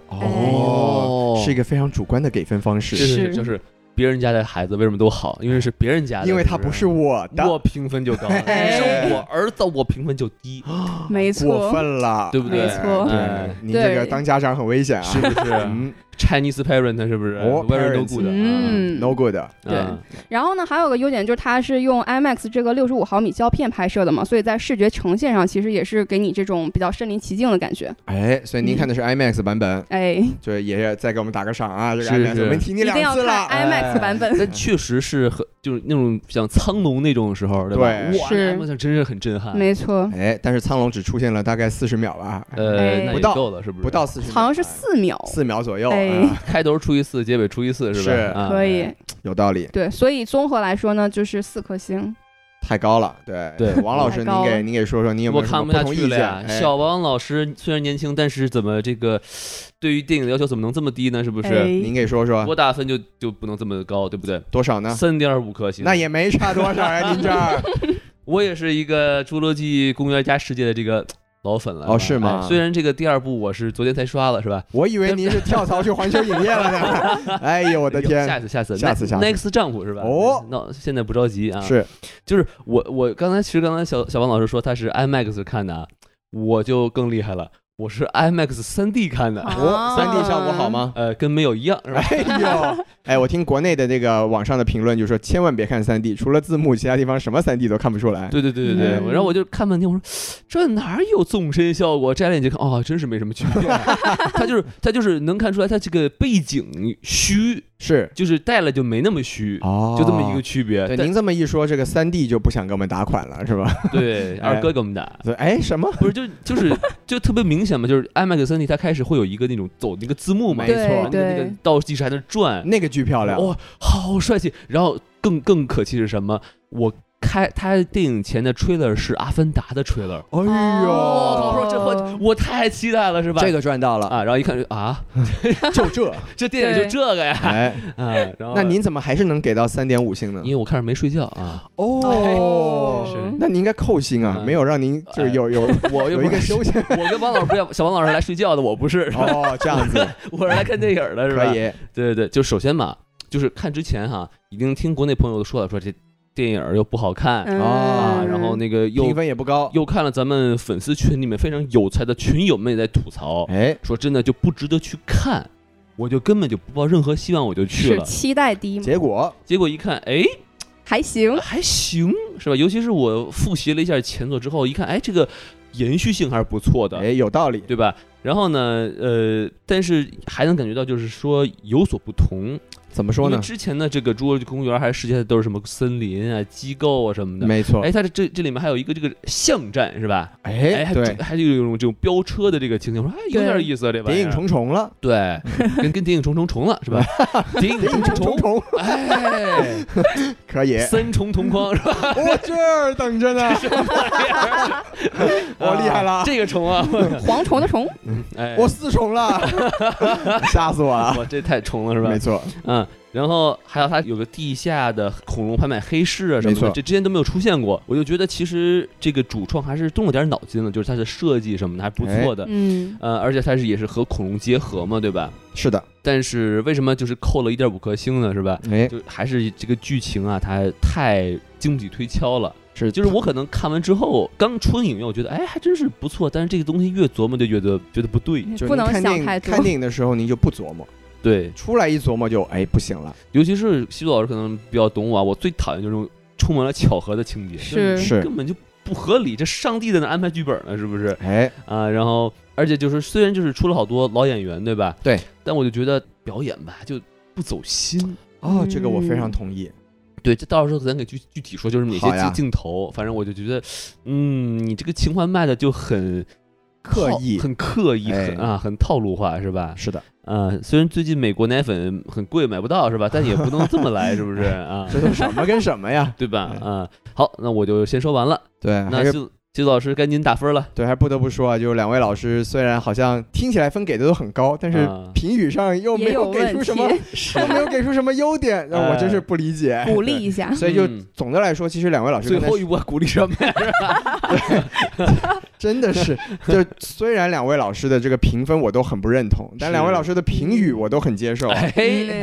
Speaker 3: 哦
Speaker 1: 是一个非常主观的给分方
Speaker 3: 是
Speaker 1: 式，
Speaker 3: 是
Speaker 2: 是
Speaker 3: 是，就是别人家的孩子为什么都好？因为是别人家的，
Speaker 1: 因为他不是
Speaker 3: 我，
Speaker 1: 我的，
Speaker 3: 我评分就高，
Speaker 2: 哎
Speaker 3: 是我儿子，我评分就低，
Speaker 2: 没
Speaker 1: 过
Speaker 2: 错，
Speaker 1: 分了，
Speaker 3: 对不对
Speaker 2: 没错
Speaker 1: 对
Speaker 3: 哎，
Speaker 1: 您这个
Speaker 2: 对
Speaker 1: 当家长很危险啊，
Speaker 3: 是不 是
Speaker 1: 嗯
Speaker 3: ？Chinese parent 是不是
Speaker 1: 哦
Speaker 3: ？Very no
Speaker 1: parents
Speaker 3: good。
Speaker 2: 嗯
Speaker 1: 啊，no good，
Speaker 2: 对
Speaker 3: 嗯
Speaker 2: 然后呢，还有个优点就是它是用 IMAX 这个六十五毫米胶片拍摄的嘛，所以在视觉呈现上其实也是给你这种比较身临其境的感觉。
Speaker 1: 哎，所以您看
Speaker 3: 嗯
Speaker 1: 的是 IMAX 版本，
Speaker 2: 哎，
Speaker 1: 就是爷爷再给我们打个赏啊，这个
Speaker 3: 是
Speaker 1: IMAX
Speaker 3: 是
Speaker 1: 我们提你
Speaker 2: 一定
Speaker 1: 两
Speaker 2: 要
Speaker 1: 次了，哎
Speaker 2: 看 IMAX 版本。
Speaker 3: 但确实是很就是那种像苍龙那种时候，吧？
Speaker 1: 对
Speaker 3: 哇，
Speaker 2: 是
Speaker 3: 那真是很震撼。
Speaker 2: 没错，
Speaker 1: 哎，但是苍龙只出现了大概四十秒吧，
Speaker 3: 呃，那
Speaker 2: 哎
Speaker 3: 也
Speaker 1: 不到
Speaker 3: 够了，是不是？
Speaker 1: 不到四十，
Speaker 2: 好像是四秒，
Speaker 1: 四秒左右，啊
Speaker 2: 哎
Speaker 3: 开头初一四，结尾初一四，
Speaker 1: 是
Speaker 3: 吧？啊
Speaker 2: 可以。
Speaker 1: 有道理，
Speaker 2: 对，所以综合来说呢，就是四颗星。
Speaker 1: 太高了，对
Speaker 3: 对
Speaker 1: 王老师，您
Speaker 2: 太高
Speaker 1: 给
Speaker 2: 了
Speaker 1: 您给说说，您有没
Speaker 3: 哎我
Speaker 1: 有什
Speaker 3: 看
Speaker 1: 么
Speaker 3: 不
Speaker 1: 不
Speaker 3: 下
Speaker 1: 同
Speaker 3: 去
Speaker 1: 意
Speaker 3: 了
Speaker 1: 见？
Speaker 3: 呀！
Speaker 1: 哎
Speaker 3: 小王老师虽然年轻，但是怎么这个对于电影的要求怎么能这么低呢？是不是？
Speaker 1: 您
Speaker 2: 哎，
Speaker 1: 给说说
Speaker 3: 我打分就就不能这么高，对不对？
Speaker 1: 多少呢？
Speaker 3: 三点五颗星，
Speaker 1: 那也没差多少呀，您这儿
Speaker 3: 我也是一个《侏罗纪公园》加世界的这个老粉了
Speaker 1: 哦是吗
Speaker 3: 哎虽然这个第二部我是昨天才刷了，是吧？
Speaker 1: 我以为您是跳槽去环球影业了 呢。哎呦，我的
Speaker 3: 下
Speaker 1: 天！
Speaker 3: 次下次
Speaker 1: 下次下次
Speaker 3: next 丈夫是吧？
Speaker 1: 哦，
Speaker 3: 那现在不着急啊。，
Speaker 1: 是
Speaker 3: 就是我我刚才其实刚才小小王老师说他是 IMAX 看的，啊，我就更厉害了，我是 IMAX 3D 看的，
Speaker 1: 哦，三 D
Speaker 2: 啊
Speaker 1: 效果好吗？
Speaker 3: 呃，跟没有一样是吧？
Speaker 1: 哎呦，哎，我听国内的这个网上的评论就说，千万别看三 D，除了字幕，其他地方什么三 D 都看不出来。
Speaker 3: 对对对对对，
Speaker 2: 嗯
Speaker 3: 我然后我就看半天，我说这哪有纵深效果？摘了眼镜看，哦，真是没什么区别。 他就是他就是能看出来，他这个背景虚，
Speaker 1: 是
Speaker 3: 就是戴了就没那么虚，
Speaker 1: 哦
Speaker 3: 就这么一个。区别。
Speaker 1: 对，
Speaker 3: 但
Speaker 1: 您这么一说，这个三 D 就不想给我们打款了，是吧？
Speaker 3: 对
Speaker 1: 哎
Speaker 3: 二哥给我们打。
Speaker 1: 所以哎，什么？
Speaker 3: 不是，就就是就特别明显嘛，就是 IMAX 3D 它开始会有一个那种走那个字幕嘛，
Speaker 1: 没
Speaker 2: 对
Speaker 1: 错
Speaker 3: 然后那个那
Speaker 2: 对
Speaker 3: 个倒计时还在那转，
Speaker 1: 那个剧漂亮，
Speaker 3: 哇、好帅气！然后更更可气是什么？我开他电影前的 trailer 是《阿凡达》的 trailer，
Speaker 1: 哎
Speaker 3: 我
Speaker 1: 呦
Speaker 2: 哦，
Speaker 3: 说这换我太期待了，是吧？
Speaker 1: 这个赚到了，
Speaker 3: 啊，然后一看啊，
Speaker 1: 就 这。
Speaker 3: 这电影就
Speaker 2: 对
Speaker 3: 这个呀，
Speaker 1: 哎，
Speaker 3: 啊，然后
Speaker 1: 那您怎么还是能给到三点五星呢
Speaker 3: 因？为我看着没睡觉啊，
Speaker 1: 哦，
Speaker 3: 是
Speaker 1: 那您应该扣星啊，
Speaker 3: 嗯哎
Speaker 1: 没有让您就是有有
Speaker 3: 我又
Speaker 1: 有
Speaker 3: 不
Speaker 1: 一个
Speaker 3: 是，
Speaker 1: 休息。
Speaker 3: 我跟王老师不一样，小王老师来睡觉的，我不是，
Speaker 1: 哦，这样子
Speaker 3: 我是来看电影 的，是吧？
Speaker 1: 可以。
Speaker 3: 对对对，就首先嘛，就是看之前哈，已经听国内朋友说了，说这电影儿又不好看、
Speaker 2: 嗯
Speaker 1: 啊
Speaker 3: 啊，然后那个
Speaker 1: 评
Speaker 3: 又
Speaker 1: 分也不高。
Speaker 3: 又看了咱们粉丝群里面非常有才的群友们也在吐槽，
Speaker 1: 哎，
Speaker 3: 说真的就不值得去看，我就根本就不抱任何希望我就去
Speaker 2: 是
Speaker 3: 了，
Speaker 2: 期待低吗？
Speaker 1: 结果
Speaker 3: 结果一看，哎，
Speaker 2: 还行，
Speaker 3: 还行是吧？尤其是我复习了一下前作之后，一看，哎，这个延续性还是不错的，
Speaker 1: 哎有道理，
Speaker 3: 对吧？然后呢，呃，但是还能感觉到就是说有所不同，
Speaker 1: 怎么说
Speaker 3: 因
Speaker 1: 呢
Speaker 3: 为？之前的这个侏罗纪公园还是世界都是什么森林啊、机构啊什么的。
Speaker 1: 没错
Speaker 3: 哎，，它这这这里面还有一个这个巷战是吧？哎，
Speaker 1: 哎
Speaker 3: 还
Speaker 1: 对，
Speaker 3: 还有一种这种飙车的这个情景，我说哎有点
Speaker 2: 对
Speaker 3: 意思啊，这玩
Speaker 1: 谍
Speaker 3: 意
Speaker 1: 影
Speaker 3: 儿
Speaker 1: 重重了，
Speaker 3: 对，跟跟谍影重重重了是吧？谍影
Speaker 1: 谍影
Speaker 3: 重
Speaker 1: 重
Speaker 3: 重，
Speaker 1: 重
Speaker 3: 哎，
Speaker 1: 可以，
Speaker 3: 三重同框是吧？
Speaker 1: 我这儿等着 呢，我厉害了
Speaker 3: 啊这个重啊！
Speaker 2: 蝗虫 的虫，
Speaker 3: 哎，
Speaker 1: 我四重 了，吓死我了，
Speaker 3: 我这太重了是吧
Speaker 1: 没？错，
Speaker 3: 嗯，然后还有它有个地下的恐龙拍卖黑市啊什
Speaker 1: 没
Speaker 3: 么
Speaker 1: 错
Speaker 3: 的，这之前都没有出现过。我就觉得其实这个主创还是动了点脑筋了，就是它的设计什么的还不错的。
Speaker 2: 嗯，
Speaker 3: 呃，而且它是也是和恐龙结合嘛，对吧？
Speaker 1: 是的，
Speaker 3: 但是为什么就是扣了一点五颗星呢？是吧？
Speaker 1: 哎，
Speaker 3: 就还是这个剧情啊，它太经不起推敲了。
Speaker 1: 是
Speaker 3: 就是我可能看完之后，刚出影院，我觉得哎还真是不错，但是这个东西越琢磨就觉得觉得不对。
Speaker 1: 就是
Speaker 2: 嗯
Speaker 1: 您
Speaker 2: 不能
Speaker 1: 看电
Speaker 2: 想
Speaker 1: 影
Speaker 2: 太多
Speaker 1: 看。电影的时候您就不琢磨，
Speaker 3: 对，
Speaker 1: 出来一琢磨就哎不行了，
Speaker 3: 尤其是西多老师可能比较懂我啊，我最讨厌就是这种充满了巧合的情节，就是
Speaker 2: 是
Speaker 1: 是，
Speaker 3: 根本就不合理。这上帝在那安排剧本呢，是不是？
Speaker 1: 哎，
Speaker 3: 啊，然后而且就是虽然就是出了好多老演员，对吧？
Speaker 1: 对，
Speaker 3: 但我就觉得表演吧就不走心。
Speaker 1: 哦，这个我非常
Speaker 2: 嗯
Speaker 1: 同意，
Speaker 3: 对，这到时候咱给具具体说，就是哪些
Speaker 1: 好呀
Speaker 3: 镜镜头，反正我就觉得，嗯，你这个情怀卖的就很
Speaker 1: 刻
Speaker 3: 套
Speaker 1: 意，
Speaker 3: 很刻意，
Speaker 1: 哎
Speaker 3: 很啊，很套路化，是吧？
Speaker 1: 是的，
Speaker 3: 啊，虽然最近美国奶粉很贵，买不到，是吧？但也不能这么来，是不是啊？
Speaker 1: 这都什么跟什么呀？
Speaker 3: 对吧？
Speaker 1: 哎
Speaker 3: 啊，好，那我就先说完了。
Speaker 1: 对，还
Speaker 3: 那
Speaker 1: 是
Speaker 3: 就季老师赶紧打分了。
Speaker 1: 对，还不得不说啊，就是两位老师虽然好像听起来分给的都很高，但是
Speaker 3: 啊
Speaker 1: 评语上又没
Speaker 2: 也有
Speaker 1: 给
Speaker 2: 问
Speaker 1: 出
Speaker 2: 题
Speaker 1: 什，么，
Speaker 3: 是
Speaker 1: 又 没有给出什么优点，让我真是不理解。。
Speaker 2: 鼓励一 下
Speaker 1: 所以就
Speaker 3: 哎嗯
Speaker 1: 总的来说，其实两位老师
Speaker 3: 最
Speaker 1: 刚才
Speaker 3: 后一波鼓励什么呀？
Speaker 1: 真的是，就虽然两位老师的这个评分我都很不认同，但
Speaker 3: 是
Speaker 1: 两位老师的评语我都很接受。
Speaker 3: 哎，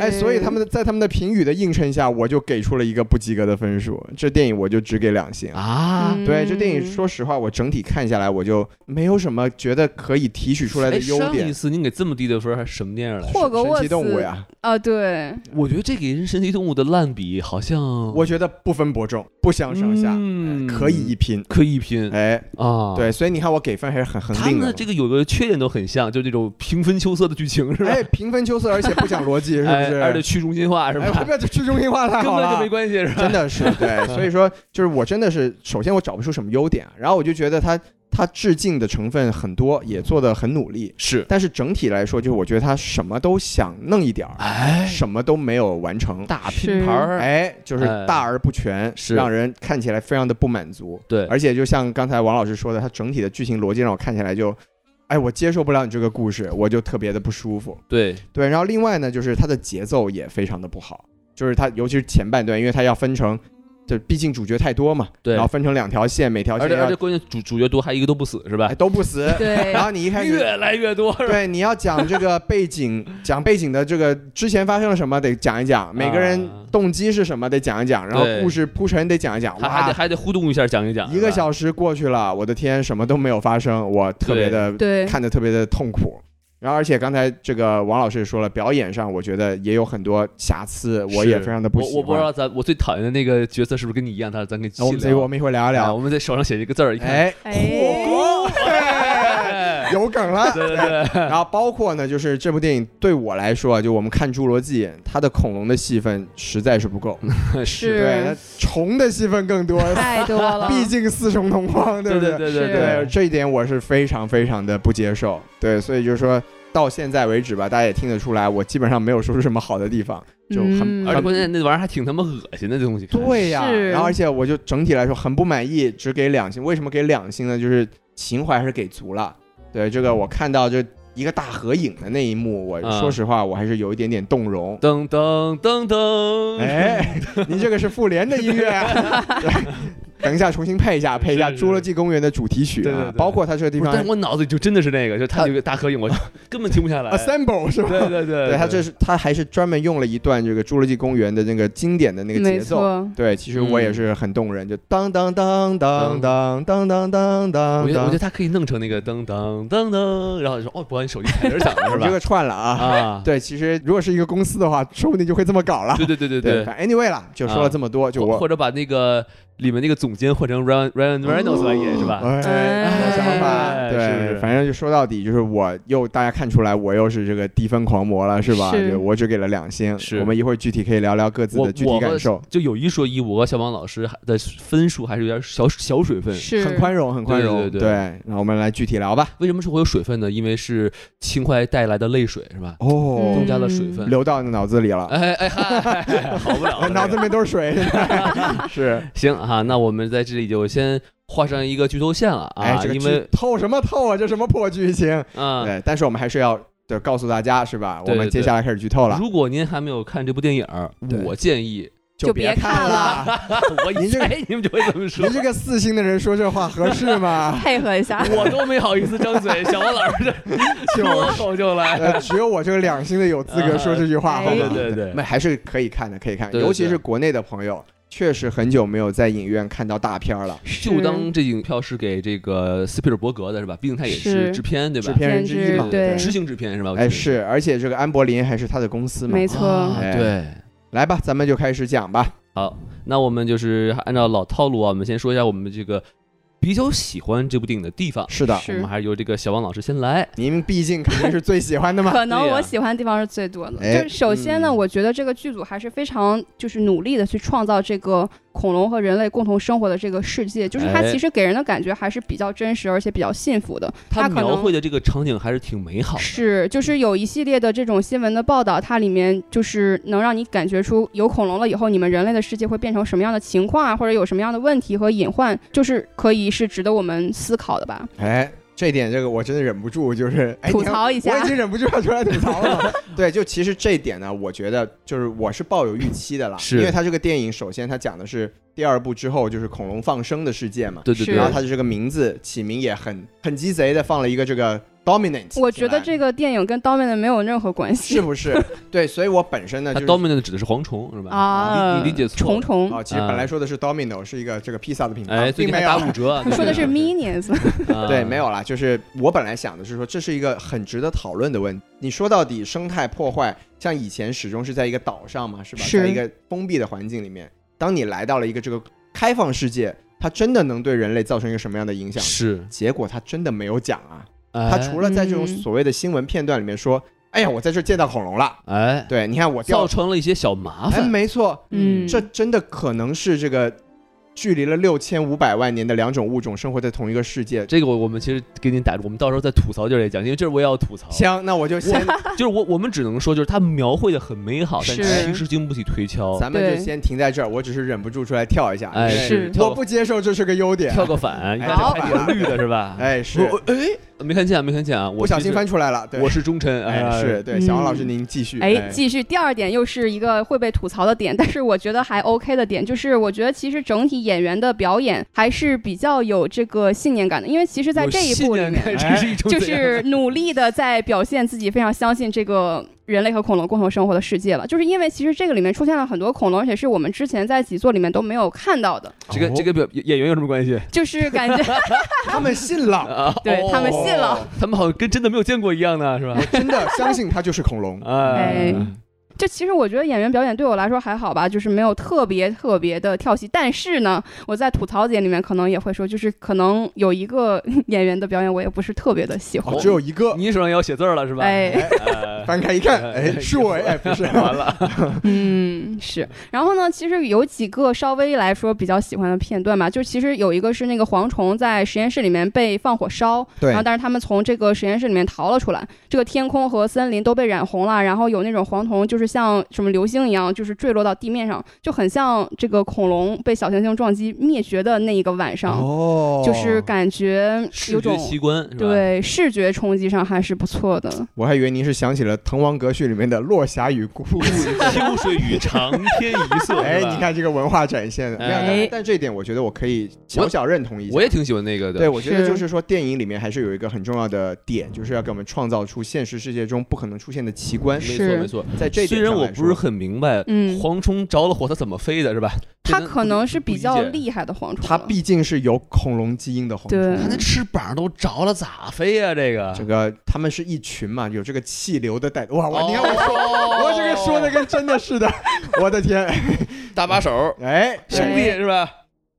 Speaker 1: 哎，所以他们的在他们的评语的映衬下，我就给出了一个不及格的分数。这电影我就只给两星。
Speaker 2: 嗯
Speaker 3: 啊，
Speaker 1: 对，这电影说实话，我整体看下来，我就没有什么觉得可以提取出来的
Speaker 3: 哎，
Speaker 1: 优
Speaker 3: 上一
Speaker 1: 点。
Speaker 3: 次您给这么低的分儿还是什么电影来着？
Speaker 2: 霍格
Speaker 1: 神
Speaker 2: 沃
Speaker 1: 奇动物
Speaker 2: 茨
Speaker 1: 呀，
Speaker 2: 啊，对，
Speaker 1: 呃
Speaker 3: 我觉得这给人神奇动物的烂笔好像
Speaker 1: 我觉得不分伯仲，不相上下，哎
Speaker 3: 嗯
Speaker 1: 可以一拼。
Speaker 3: 可以一拼
Speaker 1: 哎，
Speaker 3: 啊。，
Speaker 1: 对，所以你看我给分还是很很
Speaker 3: 他
Speaker 1: 吝的
Speaker 3: 们的
Speaker 1: 嘛。
Speaker 3: 这个有个缺点都很像，就那种平分秋色的剧情是吧？
Speaker 1: 哎，平分秋色，而且不讲 逻辑，是不
Speaker 3: 哎，
Speaker 1: 是？
Speaker 3: 而且去中心化是吧
Speaker 1: 哎，？ 我不要去中心化太
Speaker 3: 根
Speaker 1: 好
Speaker 3: 本就
Speaker 1: 了
Speaker 3: 没。关系是吧？
Speaker 1: 真的是对，所以说就是我真的是，首先我找不出什么优点啊，然后我就觉得他他致敬的成分很多，也做的很努力，
Speaker 3: 是，
Speaker 1: 但是整体来说，就是我觉得他什么都想弄一点儿，
Speaker 3: 哎，
Speaker 1: 什么都没有完成，
Speaker 3: 大
Speaker 2: 是
Speaker 3: 拼盘儿，
Speaker 1: 哎，就是大而不全，
Speaker 3: 是
Speaker 1: 让人看起来非常的不满足，
Speaker 3: 对，
Speaker 1: 而且就像刚才王老师说的，他整体的剧情逻辑让我看起来就，哎，我接受不了你这个故事，我就特别的不舒服。
Speaker 3: 对，
Speaker 1: 对，然后另外呢，就是它的节奏也非常的不好，就是它尤其是前半段，因为它要分成，就毕竟主角太多嘛，
Speaker 3: 对
Speaker 1: 然后分成两条线，每条
Speaker 3: 而
Speaker 1: 线
Speaker 3: 且而且
Speaker 1: 要
Speaker 3: 关键主主角多还一个都不死是吧
Speaker 1: 哎？都不 死，
Speaker 2: 对
Speaker 1: 然后你一开始。
Speaker 3: 越来越多 是吧？
Speaker 1: 对，你要讲这个背景， 讲背景的这个之前发生了什么，得讲一讲；每个人
Speaker 3: 啊
Speaker 1: 动机是什么，得讲一讲；然后
Speaker 3: 对
Speaker 1: 故事铺陈得讲一讲。
Speaker 3: 他还得
Speaker 1: 哇，
Speaker 3: 还得互动一下，讲一讲
Speaker 1: 一个
Speaker 3: 是吧
Speaker 1: 小时过去了，我的天，什么都没有发生，我特别的
Speaker 2: 对，
Speaker 1: 看得特别的痛苦。然后，而且刚才这个王老师也说了，表演上我觉得也有很多瑕疵，我也
Speaker 3: 是
Speaker 1: 非常的不
Speaker 3: 我
Speaker 1: 喜
Speaker 3: 我不知
Speaker 1: 欢。
Speaker 3: 道咱我最讨厌的那个角色是不是跟你一样，他咱给
Speaker 1: 那我们所以哦我们一会儿聊一
Speaker 3: 哎
Speaker 1: 聊
Speaker 3: 我。们在手上写一个字儿，一看，
Speaker 1: 哎，火锅哎
Speaker 3: 哎
Speaker 1: 有梗了。
Speaker 3: 对对对，
Speaker 1: 然后包括呢，就是这部电影对我来说啊，就我们看《侏罗纪》，它的恐龙的戏份实在是不 够，
Speaker 2: 是
Speaker 1: 对，它虫的戏份更多，
Speaker 2: 太多了，
Speaker 1: 毕竟四重同框，
Speaker 3: 对
Speaker 1: 不
Speaker 3: 对对对
Speaker 2: 是
Speaker 1: 对，这一点我是非常非常的不接受。对，所以就是说到现在为止吧，大家也听得出来，我基本上没有说出什么好的地方，就很、
Speaker 2: 嗯
Speaker 3: 而且
Speaker 1: 很
Speaker 3: 关键那玩意儿还挺他妈恶心的，这东西。
Speaker 1: 对呀、
Speaker 2: 是
Speaker 1: 然后而且我就整体来说很不满意，只给两星。为什么给两星呢？就是情怀还是给足了。对，这个我看到就一个大合影的那一幕，我、
Speaker 3: 嗯
Speaker 1: 说实话，我还是有一点点动容。
Speaker 3: 噔噔噔噔，
Speaker 1: 哎，您这个是复联的音乐啊！对等一下，重新配一下，配一下《
Speaker 3: 是是
Speaker 1: 侏罗纪公园》的主题曲啊，
Speaker 3: 对对对
Speaker 1: 包括它这个地
Speaker 3: 不是，
Speaker 1: 方
Speaker 3: 但是我脑子里就真的是那个，就他有个大合影，我根本停不下来。
Speaker 1: assemble 是吧？
Speaker 3: 对对对
Speaker 1: 啊对，
Speaker 3: 对
Speaker 1: 他这是他还是专门用了一段这个《侏罗纪公园》的那个经典的那个
Speaker 2: 没
Speaker 1: 节奏。
Speaker 2: 错，
Speaker 1: 对，其实
Speaker 3: 嗯
Speaker 1: 我也是很动人，就当当当当当当当当
Speaker 3: 我
Speaker 1: 当
Speaker 3: 觉得我觉得
Speaker 1: 当，
Speaker 3: 他可以弄成那个噔噔噔噔，然后就说哦，不好意思，手机踩着响了是
Speaker 1: 你这
Speaker 3: 吧？
Speaker 1: 个串了啊！
Speaker 3: 啊，
Speaker 1: 对，其实如果是一个公司的话，说不定就会这么搞了。
Speaker 3: 对对对对对，
Speaker 1: 反正 anyway 啦，就说了这么多，就
Speaker 3: 或
Speaker 1: 我哦
Speaker 3: 或者把那个里面那个总监换成 Ryan Ryan Reynolds 来演是吧？
Speaker 1: 哎，我的想法
Speaker 3: 哎是
Speaker 1: 对，
Speaker 3: 是
Speaker 1: 反正就说到底，就是我又大家看出来，我又是这个低分狂魔了，是吧？
Speaker 2: 是
Speaker 1: 就我只给了两星，
Speaker 3: 是
Speaker 1: 我们一会儿具体可以聊聊各自
Speaker 3: 我
Speaker 1: 的具体
Speaker 3: 我
Speaker 1: 感
Speaker 3: 和
Speaker 1: 受，
Speaker 3: 就有一说一，我和小王老师还的分数还是有点小小水分。
Speaker 2: 是
Speaker 1: 很宽容，很宽
Speaker 3: 对对
Speaker 1: 容，
Speaker 3: 对对
Speaker 1: 对。那我们来具体聊吧。
Speaker 3: 为什么是会有水分呢？因为是情怀带来的泪水是吧？
Speaker 2: 嗯
Speaker 1: 哦
Speaker 3: 增，加了水分。
Speaker 1: 流到你脑子里了，。
Speaker 3: 嗯哎哎嗨， 好不了了
Speaker 1: 脑子里
Speaker 3: 这个
Speaker 1: 面都是 水， 现在是。
Speaker 3: 行哈，那我们在这里就先画上一个剧透线了
Speaker 1: 哎
Speaker 3: 啊，，
Speaker 1: 这个
Speaker 3: 因
Speaker 1: 剧
Speaker 3: 为
Speaker 1: 透什么透啊？这什么破剧情？
Speaker 3: 啊，
Speaker 1: 对，但是我们还是要就告诉大家是吧？
Speaker 3: 对
Speaker 1: 我们接下来开始剧透了，
Speaker 3: 如果您还没有看这部电影儿
Speaker 1: 对，
Speaker 3: 我建议，
Speaker 2: 就
Speaker 1: 别
Speaker 2: 别
Speaker 1: 看
Speaker 2: 看
Speaker 1: 了。
Speaker 3: 我一
Speaker 1: 您这个
Speaker 3: 猜你们就会这么说
Speaker 1: 您。这个四星的人说这话合适 吗？
Speaker 2: 配合一下，
Speaker 1: 嗯
Speaker 3: 我都没好意思张嘴，小王老师
Speaker 1: 就
Speaker 3: 这脱口就来。
Speaker 1: 呃，只有我这个两星的有资格说这句话，
Speaker 2: 啊
Speaker 1: 好吗？
Speaker 3: 嗯对对对对
Speaker 1: 那还是可以看的，可以看，
Speaker 3: 对对对
Speaker 1: 尤其是国内的朋友，确实很久没有在影院看到大片了。
Speaker 2: 嗯
Speaker 3: 就当这影票是给这个斯皮尔伯格的是吧？毕竟他也是
Speaker 2: 是
Speaker 3: 制片对吧
Speaker 1: 制？片人之一嘛，
Speaker 2: 片
Speaker 3: 对
Speaker 2: 对
Speaker 3: 执行制片是吧？我记
Speaker 1: 哎
Speaker 3: 得
Speaker 1: 是，而且这个安柏林还是他的公司嘛
Speaker 2: 没，错
Speaker 3: 啊
Speaker 1: 哎
Speaker 3: 对。
Speaker 1: 来吧，咱们就开始讲吧。
Speaker 3: 好，那我们就是按照老套路啊，我们先说一下我们这个比较喜欢这部电影的地方。
Speaker 1: 是的，
Speaker 2: 是
Speaker 3: 我们还是由这个小王老师先来。
Speaker 1: 您毕竟肯定是最喜欢的嘛。
Speaker 2: 可能
Speaker 3: 对呀
Speaker 2: 我喜欢的地方是最多的。
Speaker 1: 哎
Speaker 2: 就是首先呢，
Speaker 3: 嗯
Speaker 2: 我觉得这个剧组还是非常就是努力的去创造这个恐龙和人类共同生活的这个世界，就是它
Speaker 3: 哎
Speaker 2: 其实给人的感觉还是比较真实，而且比较幸福的。
Speaker 3: 他
Speaker 2: 它可
Speaker 3: 描
Speaker 2: 能
Speaker 3: 绘的这个场景还是挺美好的。
Speaker 2: 是，就是有一系列的这种新闻的报道，它里面就是能让你感觉出有恐龙了以后，你们人类的世界会变成什么样的情况啊，或者有什么样的问题和隐患，就是可以是值得我们思考的吧。
Speaker 1: 哎，这点这个我真的忍不住，就是、哎、
Speaker 2: 吐
Speaker 1: 你看
Speaker 2: 槽一下
Speaker 1: 我已经忍不住要出来吐槽 了。对，就其实这一点呢，我觉得就是我是抱有预期的啦，
Speaker 3: 是
Speaker 1: 因为它这个电影首先它讲的是第二部之后就是恐龙放生的事件嘛，
Speaker 3: 对对
Speaker 2: 是
Speaker 3: 对，
Speaker 1: 然后它的这个名字起名也很很鸡贼的放了一个这个 dominant，
Speaker 2: 我觉得
Speaker 1: 进
Speaker 2: 这个电影跟 Dominant 没有任何关
Speaker 1: 来是
Speaker 2: 系
Speaker 1: 不是？对，所以我本身呢
Speaker 3: 它
Speaker 1: 就是。
Speaker 3: dominant 指的是蝗虫是吧？
Speaker 2: 啊。
Speaker 3: 你你理解错
Speaker 2: 虫
Speaker 3: 了。啊
Speaker 2: 虫，
Speaker 1: 哦，其实本来说的是 Domino 是一个这个披萨的品牌，
Speaker 3: 哎，最
Speaker 1: 并
Speaker 3: 近还
Speaker 1: 没
Speaker 3: 打
Speaker 1: 有
Speaker 3: 五折啊，
Speaker 2: 说的是
Speaker 3: 对
Speaker 2: Minions，
Speaker 3: 啊
Speaker 1: 对，没有啦，就是我本来想的是说，这是一个很值得讨论的问题。你说到底生态破坏，像以前始终是在一个岛上嘛，是吧？
Speaker 2: 是
Speaker 1: 在一个封闭的环境里面，当你来到了一个这个开放世界，它真的能对人类造成一个什么样的影响？
Speaker 3: 是，哎
Speaker 1: 结果它真的没有讲啊，
Speaker 3: 他
Speaker 1: 它除了在这种
Speaker 2: 嗯
Speaker 1: 所谓的新闻片段里面说，哎呀，我在这儿见到恐龙了。
Speaker 3: 哎
Speaker 1: 对，你看我掉
Speaker 3: 造，成了一些小麻
Speaker 1: 哎，
Speaker 3: 烦，
Speaker 1: 没错，
Speaker 2: 嗯，
Speaker 1: 这真的可能是这个距离了六千五百万年的两种物种生活在同一个世界。
Speaker 3: 这个我我们其实给你打住，我们到时候再吐槽就是也讲，因为这我也要吐槽，
Speaker 1: 行，那我就先，
Speaker 3: 就是我我们只能说就是它描绘的很美好，但
Speaker 2: 是
Speaker 3: 其实经不起推敲，
Speaker 1: 咱们就
Speaker 2: 对
Speaker 1: 先停在这儿。我只是忍不住出来跳一下，
Speaker 3: 哦哎
Speaker 1: 因为
Speaker 2: 是
Speaker 3: 跳
Speaker 1: 我
Speaker 3: 个
Speaker 1: 不接受这是个优点。
Speaker 3: 跳个反，你看
Speaker 1: 哎好
Speaker 3: 这还挺绿的是吧？
Speaker 1: 哎，是
Speaker 3: 我，哎，没看见啊没看见啊，我
Speaker 1: 不小
Speaker 3: 其
Speaker 1: 心
Speaker 3: 实
Speaker 1: 翻出来了。对
Speaker 3: 我，是忠臣，
Speaker 1: 哎，
Speaker 3: 啊
Speaker 1: 是对。
Speaker 2: 嗯
Speaker 1: 小王老师，您继续。
Speaker 2: 哎，继续第二点，又是一个会被吐槽的点，但是我觉得还 OK 的点，就是我觉得其实整体演员的表演还是比较有这个信念感的，因为其实，在
Speaker 3: 有
Speaker 2: 这一
Speaker 3: 信
Speaker 2: 部里
Speaker 3: 念
Speaker 2: 面，
Speaker 3: 感
Speaker 1: 哎
Speaker 3: 这是一种
Speaker 2: 就
Speaker 3: 怎样
Speaker 2: 是努力的在表现自己非常相信这个人类和恐龙共同生活的世界了，就是因为其实这个里面出现了很多恐龙，而且是我们之前在几座里面都没有看到的，
Speaker 3: 这
Speaker 1: 哦
Speaker 3: 个这个表演员有什么关系
Speaker 2: 就是感 觉
Speaker 1: 他们信了，
Speaker 3: 啊？
Speaker 2: 对他们
Speaker 3: 哦
Speaker 2: 信了，
Speaker 3: 他们好像跟真的没有见过一样呢，是吧？
Speaker 1: 真的相信他就是恐龙。 嗯
Speaker 3: 哎
Speaker 2: 哎，就其实我觉得演员表演对我来说还好吧，就是没有特别特别的跳戏。但是呢，我在吐槽节里面可能也会说，就是可能有一个 演员的表演我也不是特别的喜欢。
Speaker 1: 哦，只有一个。
Speaker 3: 你手上也要写字儿了是吧？
Speaker 2: 哎，
Speaker 3: 呃
Speaker 1: 翻开一看，
Speaker 3: 哎
Speaker 1: 哎，是我，哎，不是。
Speaker 3: 完了，
Speaker 2: 嗯，是。然后呢，其实有几个稍微来说比较喜欢的片段吧，就其实有一个是那个蝗虫在实验室里面被放火烧，
Speaker 1: 对
Speaker 2: 然后但是他们从这个实验室里面逃了出来，这个天空和森林都被染红了，然后有那种蝗虫就是像什么流星一样，就是坠落到地面上，就很像这个恐龙被小行星撞击灭绝的那一个晚上，
Speaker 1: 哦
Speaker 2: 就是感觉有
Speaker 3: 视觉
Speaker 2: 种。
Speaker 3: 奇观是吧？
Speaker 2: 对视觉冲击上还是不错的，
Speaker 1: 我还以为您是想起了《滕王阁序》里面的落霞与孤鹜。
Speaker 3: 秋水与长天一色。
Speaker 1: 哎，
Speaker 3: 是吧
Speaker 1: 你，看这个文化展现的，
Speaker 3: 哎
Speaker 1: 没有但
Speaker 2: 哎
Speaker 1: 但这一点我觉得我可以小小认同一下。
Speaker 3: 我也挺喜欢那个的。
Speaker 1: 对，我觉得
Speaker 2: 是
Speaker 1: 就是说，电影里面还是有一个很重要的点，就是要给我们创造出现实世界中不可能出现的奇观。
Speaker 3: 没
Speaker 2: 是
Speaker 3: 错没错。
Speaker 1: 在这一
Speaker 3: 虽
Speaker 1: 点
Speaker 3: 然
Speaker 1: 上
Speaker 3: 我
Speaker 1: 来
Speaker 3: 不是
Speaker 1: 说，
Speaker 3: 很明白，
Speaker 2: 嗯
Speaker 3: 蝗虫着了火它怎么飞的，是吧？
Speaker 2: 它
Speaker 3: 真的
Speaker 2: 可能是
Speaker 3: 不
Speaker 2: 比较
Speaker 3: 理解，
Speaker 2: 厉害的蝗虫了。
Speaker 1: 它毕竟是有恐龙基因的蝗
Speaker 2: 对
Speaker 1: 虫，
Speaker 3: 它那翅膀都着了，咋飞呀？这个
Speaker 1: 这个他们是一群嘛，有这个气流的带。哇，我
Speaker 3: 哦
Speaker 1: 你看我说，我这个说的跟真的似 的，我的天，
Speaker 3: 搭把手，
Speaker 1: 哎，
Speaker 2: 对
Speaker 3: 兄弟是吧？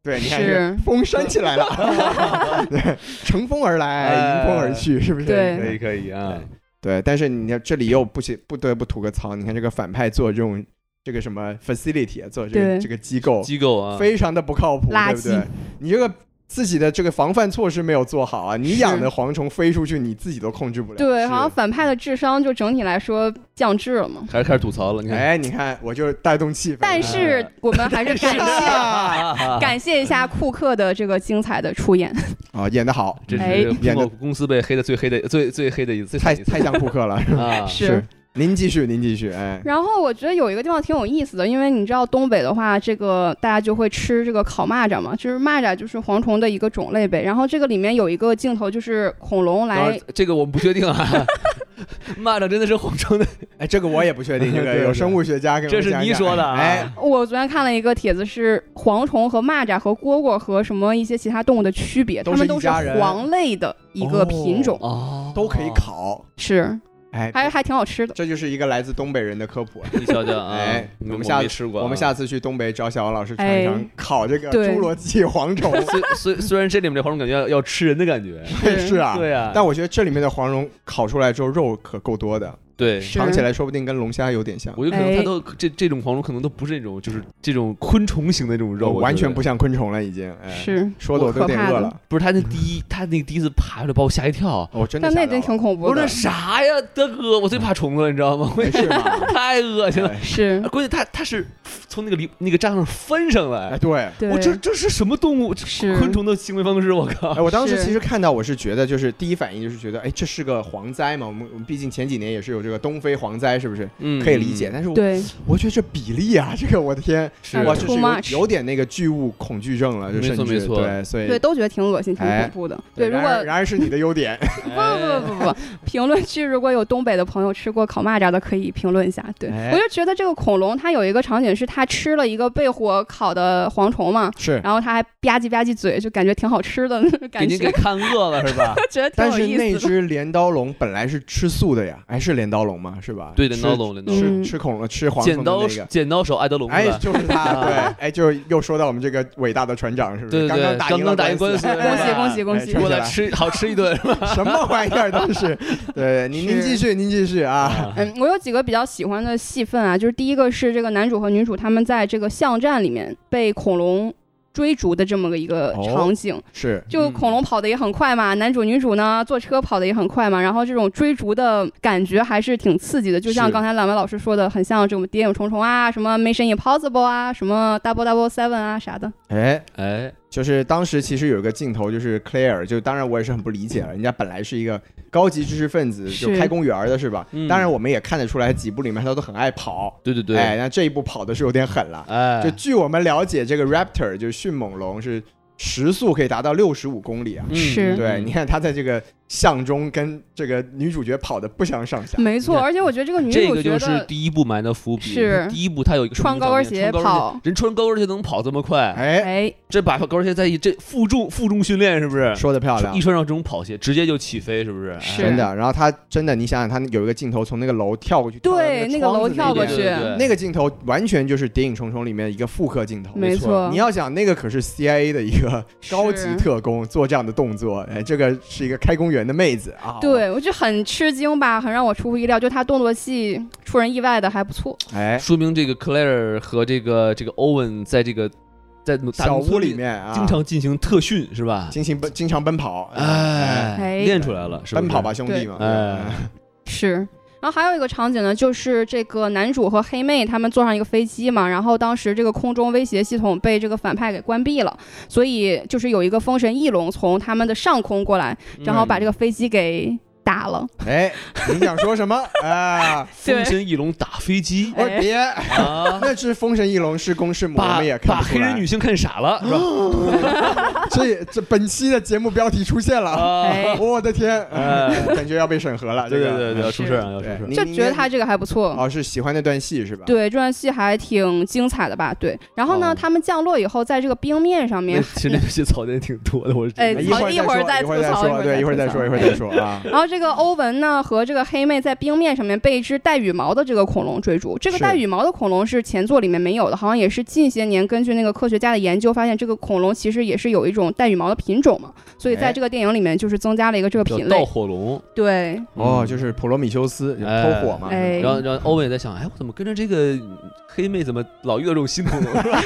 Speaker 1: 对，你看这
Speaker 2: 是
Speaker 1: 风扇起来了， 对，乘风而来，
Speaker 3: 哎
Speaker 1: 迎风而去，是不是？
Speaker 2: 对
Speaker 3: 可以可以啊，
Speaker 1: 对，但是你看这里又不行，不得不吐个槽，你看这个反派做这种这个什么 facility 啊做这个
Speaker 2: 对
Speaker 1: 这个机构，
Speaker 3: 机构啊，
Speaker 1: 非常的不靠谱，
Speaker 2: 垃
Speaker 1: 对不对
Speaker 2: 圾？
Speaker 1: 你这个自己的这个防范措施没有做好啊，你
Speaker 2: 是
Speaker 1: 养的蝗虫飞出去，你自己都控制不了。
Speaker 2: 对，
Speaker 3: 是
Speaker 2: 好像反派的智商就整体来说降至了嘛。
Speaker 3: 开始开始吐槽了，你看。
Speaker 1: 哎，你看，我就是带动气氛。
Speaker 2: 但是我们还是 感谢
Speaker 3: 哎
Speaker 1: 啊，
Speaker 2: 感谢一下库克的这个精彩的出演。
Speaker 1: 啊，演得好，
Speaker 3: 这是
Speaker 2: 哎
Speaker 3: 苹果公司被黑的最黑的最最黑的一次，
Speaker 1: 太
Speaker 3: 最惨
Speaker 1: 太像库克了。
Speaker 3: 的一次啊！
Speaker 2: 是
Speaker 1: 您继续，您继续，哎，
Speaker 2: 然后我觉得有一个地方挺有意思的，因为你知道东北的话，这个大家就会吃这个烤蚂蚱嘛，就是蚂蚱就是蝗虫的一个种类呗。然后这个里面有一个镜头就是恐龙
Speaker 3: 等会
Speaker 2: 来
Speaker 3: 儿，这个我们不确定啊。 蚂蚱真的是蝗虫的，
Speaker 1: 哎，这个我也不确 定，这
Speaker 3: 对
Speaker 1: 个
Speaker 3: 对
Speaker 1: 有生物学家跟我
Speaker 3: 这
Speaker 1: 们
Speaker 3: 是
Speaker 1: 讲
Speaker 3: 你
Speaker 1: 讲
Speaker 3: 说的啊
Speaker 1: 哎，
Speaker 2: 我昨天看了一个帖子，是蝗虫和蚂蚱和蝈蝈和什么一些其他动物的区别，
Speaker 1: 都
Speaker 2: 它
Speaker 1: 是
Speaker 2: 们
Speaker 1: 一
Speaker 2: 都是
Speaker 1: 家人
Speaker 2: 黄类的一个品种，
Speaker 3: 哦
Speaker 1: 都可以。烤，
Speaker 2: 是
Speaker 1: 哎，
Speaker 2: 还还挺好吃的。
Speaker 1: 这就是一个来自东北人的科普啊。
Speaker 3: 你瞧瞧啊，
Speaker 1: 哎我
Speaker 3: 嗯
Speaker 1: 们
Speaker 3: 我
Speaker 1: 下
Speaker 3: 没吃过啊，
Speaker 1: 我们下次去东北找小王老师尝一
Speaker 2: 哎
Speaker 1: 尝烤这个
Speaker 2: 对
Speaker 1: 侏罗纪蝗 虫，
Speaker 3: 虽虽虽然这里面这蝗虫感觉要要吃人的感觉，
Speaker 1: 是啊，
Speaker 3: 对啊，
Speaker 1: 但我觉得这里面的黄蓉烤出来之后肉可够多的，
Speaker 3: 对，
Speaker 2: 是
Speaker 1: 尝起来说不定跟龙虾有点像，
Speaker 3: 我觉得可能它
Speaker 2: 哎
Speaker 3: 都这这种黄龙可能都不是那种就是这种昆虫型的那种肉，我觉
Speaker 1: 完
Speaker 3: 得
Speaker 1: 全不像昆虫了，已经。哎、
Speaker 2: 是，
Speaker 1: 说的我都有点饿
Speaker 2: 我可怕
Speaker 1: 了。
Speaker 3: 不是他那第一他那个第一次爬出来把我吓一跳，
Speaker 1: 哦，真的
Speaker 2: 但
Speaker 1: 吓
Speaker 2: 那
Speaker 1: 到
Speaker 2: 真
Speaker 1: 了
Speaker 2: 挺恐
Speaker 3: 我
Speaker 2: 怖
Speaker 3: 说
Speaker 2: 的
Speaker 3: 这，啥呀，大哥，我最怕虫子了，你知道吗？我
Speaker 1: 哎 是吗？
Speaker 3: 太恶心了。
Speaker 1: 哎
Speaker 2: 是
Speaker 3: 啊，关键他他是从那个篱那个栅栏上翻上来
Speaker 1: 哎，，对。
Speaker 2: 对，
Speaker 3: 我这这是什么动物？这
Speaker 2: 是
Speaker 3: 昆虫的行为方式，我靠！
Speaker 1: 哎，我当时
Speaker 2: 是
Speaker 1: 其实看到，我是觉得，就是第一反应就是觉得，哎，这是个蝗灾嘛。我们我们毕竟前几年也是有这个东非蝗灾，是不是
Speaker 3: 嗯
Speaker 1: 可以理解？。但是我
Speaker 2: 对，
Speaker 1: 我觉得这比例啊，这个我的天，
Speaker 3: 是
Speaker 1: 我
Speaker 2: 哇
Speaker 1: 这是
Speaker 2: Too
Speaker 1: 有
Speaker 2: much
Speaker 1: 有点那个巨物恐惧症了，就
Speaker 3: 没
Speaker 1: 甚
Speaker 3: 错
Speaker 1: 至
Speaker 3: 没错
Speaker 1: 对，所以
Speaker 2: 对，都觉得挺恶心、挺
Speaker 1: 哎
Speaker 2: 恐怖的。对，如
Speaker 1: 然
Speaker 2: 果
Speaker 1: 而然而是你的优 点，
Speaker 2: 不
Speaker 3: 哎
Speaker 2: 不不不不，
Speaker 1: 哎
Speaker 2: 评论区如果有东北的朋友吃过烤蚂蚱的，可以评论一下。对，
Speaker 1: 哎
Speaker 2: 我就觉得这个恐龙它有一个场景是它吃了一个被火烤的蝗虫嘛，
Speaker 1: 是。
Speaker 2: 然后它还吧唧吧唧嘴，就感觉挺好吃的
Speaker 3: 给
Speaker 2: 感
Speaker 3: 您
Speaker 2: 觉
Speaker 3: 给，看饿了是吧？
Speaker 2: 觉得挺
Speaker 1: 但
Speaker 2: 有
Speaker 1: 是那
Speaker 2: 意思的。
Speaker 1: 只镰刀龙本来是吃素的呀，哎，是镰刀龙吗？是吧？
Speaker 3: 对，镰刀
Speaker 1: 吃
Speaker 3: 龙，镰刀龙，
Speaker 1: 吃
Speaker 2: 嗯
Speaker 1: 吃恐龙吃蝗
Speaker 3: 剪
Speaker 1: 虫的
Speaker 3: 刀
Speaker 1: 那个，
Speaker 3: 剪刀手爱德龙
Speaker 1: 哎，
Speaker 3: 吧？
Speaker 1: 就是他，
Speaker 3: 啊
Speaker 1: 对，哎，就又说到我们这个伟大的船长，是不
Speaker 3: 对
Speaker 1: 是？
Speaker 3: 对对，
Speaker 1: 打赢
Speaker 3: 刚刚
Speaker 1: 了
Speaker 3: 打赢
Speaker 1: 官
Speaker 3: 官
Speaker 1: 司，
Speaker 3: 司，
Speaker 2: 恭喜恭喜恭
Speaker 1: 哎
Speaker 2: 喜
Speaker 1: 撑
Speaker 3: 过
Speaker 1: 起
Speaker 3: 来
Speaker 1: 来
Speaker 3: 吃好吃 一顿。
Speaker 1: 什么玩意儿都是，对， 您您
Speaker 2: 是
Speaker 1: 继续，您继续啊，
Speaker 3: 啊
Speaker 2: 嗯，我有几个比较喜欢的戏份啊，就是第一个是这个男主和女主他们在这个巷战里面被恐龙追逐的这么个一个
Speaker 1: 哦
Speaker 2: 场景，
Speaker 1: 是
Speaker 2: 就
Speaker 3: 嗯
Speaker 2: 恐龙跑得也很快嘛，男主女主呢坐车跑得也很快嘛，然后这种追逐的感觉还是挺刺激的，就是像刚才蓝莓老师说的，很像这种《谍影重重》啊，什么《Mission Impossible》啊，什么《Double Double Seven》啊啥的。
Speaker 1: 哎，
Speaker 3: 哎，
Speaker 1: 就是当时其实有一个镜头，就是 Claire，就当然我也是很不理解 了，人家本来是一个高级知识分子，
Speaker 2: 是
Speaker 1: 就开公园儿的是吧？
Speaker 3: 嗯
Speaker 1: 当然我们也看得出来，几部里面他都很爱跑，
Speaker 3: 对对对，
Speaker 1: 哎，那这一步跑的是有点狠了。
Speaker 2: 啊
Speaker 3: 哎，
Speaker 1: 就据我们了解，这个 Raptor 就是迅猛龙是时速可以达到六十五公里啊。
Speaker 3: 嗯
Speaker 2: 是
Speaker 1: 对，你看他在这个巷中跟这个女主角跑的不相上下。
Speaker 2: 没错，
Speaker 3: 你看
Speaker 2: 而且我觉得这个女
Speaker 3: 这
Speaker 2: 主
Speaker 3: 个
Speaker 2: 觉
Speaker 3: 就是
Speaker 2: 得
Speaker 3: 第一部埋的伏笔。
Speaker 2: 是
Speaker 3: 第一部，他有一个什么
Speaker 2: 穿高跟鞋
Speaker 3: 场景穿高跟
Speaker 2: 跑
Speaker 3: 人穿高跟鞋能跑这么快，
Speaker 1: 哎，
Speaker 2: 哎，
Speaker 3: 这把高跟鞋在一这负重负重训练是不是？
Speaker 1: 说的漂亮
Speaker 3: 一，穿上这种跑鞋，直接就起飞，是不是？
Speaker 2: 是
Speaker 3: 哎
Speaker 1: 真的。然后他真的，你想想，他有一个镜头从那个楼跳过去，跳到
Speaker 2: 对，那个
Speaker 1: 窗
Speaker 2: 楼
Speaker 1: 子
Speaker 2: 跳过
Speaker 1: 边
Speaker 3: 对
Speaker 2: 去，
Speaker 3: 对
Speaker 1: 那个镜头完全就是《谍影重重》里面一个复刻镜头，
Speaker 2: 没错
Speaker 1: 你要想那个可是 CIA 的一个
Speaker 2: 是
Speaker 1: 高级特工做这样的动作，哎，这个是一个开公园的妹子啊，，
Speaker 2: 对我就很吃惊吧，很让我出乎意料，就她动作戏出人意外的还不错。
Speaker 1: 哎，
Speaker 3: 说明这个 Claire 和这个这个 Owen 在这个在大农村
Speaker 1: 小屋里面啊，
Speaker 3: 经常进行特训，是吧？
Speaker 1: 经常奔经常奔跑，哎，
Speaker 3: 哎，
Speaker 2: 哎
Speaker 3: 练出来了，是不
Speaker 1: 奔
Speaker 3: 是
Speaker 1: 跑吧，兄弟嘛，
Speaker 3: 对
Speaker 1: 哎，
Speaker 2: 是。然后还有一个场景呢，就是这个男主和黑妹他们坐上一个飞机嘛，然后当时这个空中威胁系统被这个反派给关闭了，所以就是有一个风神翼龙从他们的上空过来，正好把这
Speaker 3: 个
Speaker 2: 个飞机给打了。
Speaker 1: 哎，你想说什么 啊？
Speaker 3: 风神翼龙打 飞机
Speaker 1: 我
Speaker 2: 哎
Speaker 1: 别，
Speaker 3: 啊，
Speaker 1: 那是风神翼龙是公是母，我
Speaker 3: 把
Speaker 1: 们也看
Speaker 3: 把
Speaker 1: 不出
Speaker 3: 黑人
Speaker 1: 来
Speaker 3: 女。性看傻了，是吧？
Speaker 1: 这这本期的节目标题出现了，
Speaker 3: 啊，
Speaker 2: 哎
Speaker 1: 我的天，哎
Speaker 3: 哎
Speaker 1: 感觉要被审核了，
Speaker 3: 对
Speaker 1: 这
Speaker 3: 对
Speaker 1: 个哎
Speaker 3: 对对，要出事儿啊，要出
Speaker 1: 对
Speaker 3: 事儿。
Speaker 1: 你
Speaker 2: 就
Speaker 1: 你
Speaker 2: 觉得
Speaker 1: 你
Speaker 2: 他这个还不错。
Speaker 1: 哦，是喜欢那段戏是吧？，
Speaker 2: 嗯对，这段戏还挺精彩的吧？对，然后呢，
Speaker 3: 哦
Speaker 2: 他们降落以后，在这个冰面上面
Speaker 3: 那，其实那些槽点挺多的，我是
Speaker 2: 哎
Speaker 1: 一
Speaker 2: 好
Speaker 1: 会儿
Speaker 2: 一会儿
Speaker 1: 再
Speaker 2: 再
Speaker 1: 说，一会儿再
Speaker 2: 吐槽
Speaker 1: 说，对，一
Speaker 2: 一
Speaker 1: 会
Speaker 2: 会
Speaker 1: 儿
Speaker 2: 儿
Speaker 1: 再
Speaker 2: 再
Speaker 1: 说，一
Speaker 2: 吐
Speaker 1: 会
Speaker 2: 槽
Speaker 1: 儿再说啊。
Speaker 2: 然后这个欧文呢和这个黑妹在冰面上面被一只带羽毛的这个恐龙追逐。这个
Speaker 1: 是
Speaker 2: 带羽毛的恐龙是前作里面没有的，好像也是近些年根据那个科学家的研究发现，这个恐龙其实也是有一种带羽毛的品种嘛。所以
Speaker 1: 哎
Speaker 2: 在这个电影里面就是增加了一个这个
Speaker 3: 叫
Speaker 2: 品
Speaker 3: 盗
Speaker 2: 类。
Speaker 3: 火龙，
Speaker 2: 对，
Speaker 1: 哦，
Speaker 3: 嗯
Speaker 1: 就是普罗米修斯就
Speaker 3: 哎
Speaker 1: 偷火嘛，
Speaker 2: 哎
Speaker 3: 然后，然后欧文也在想，哎，我怎么跟着这个黑妹，怎么老遇到这种新恐龙，是吧？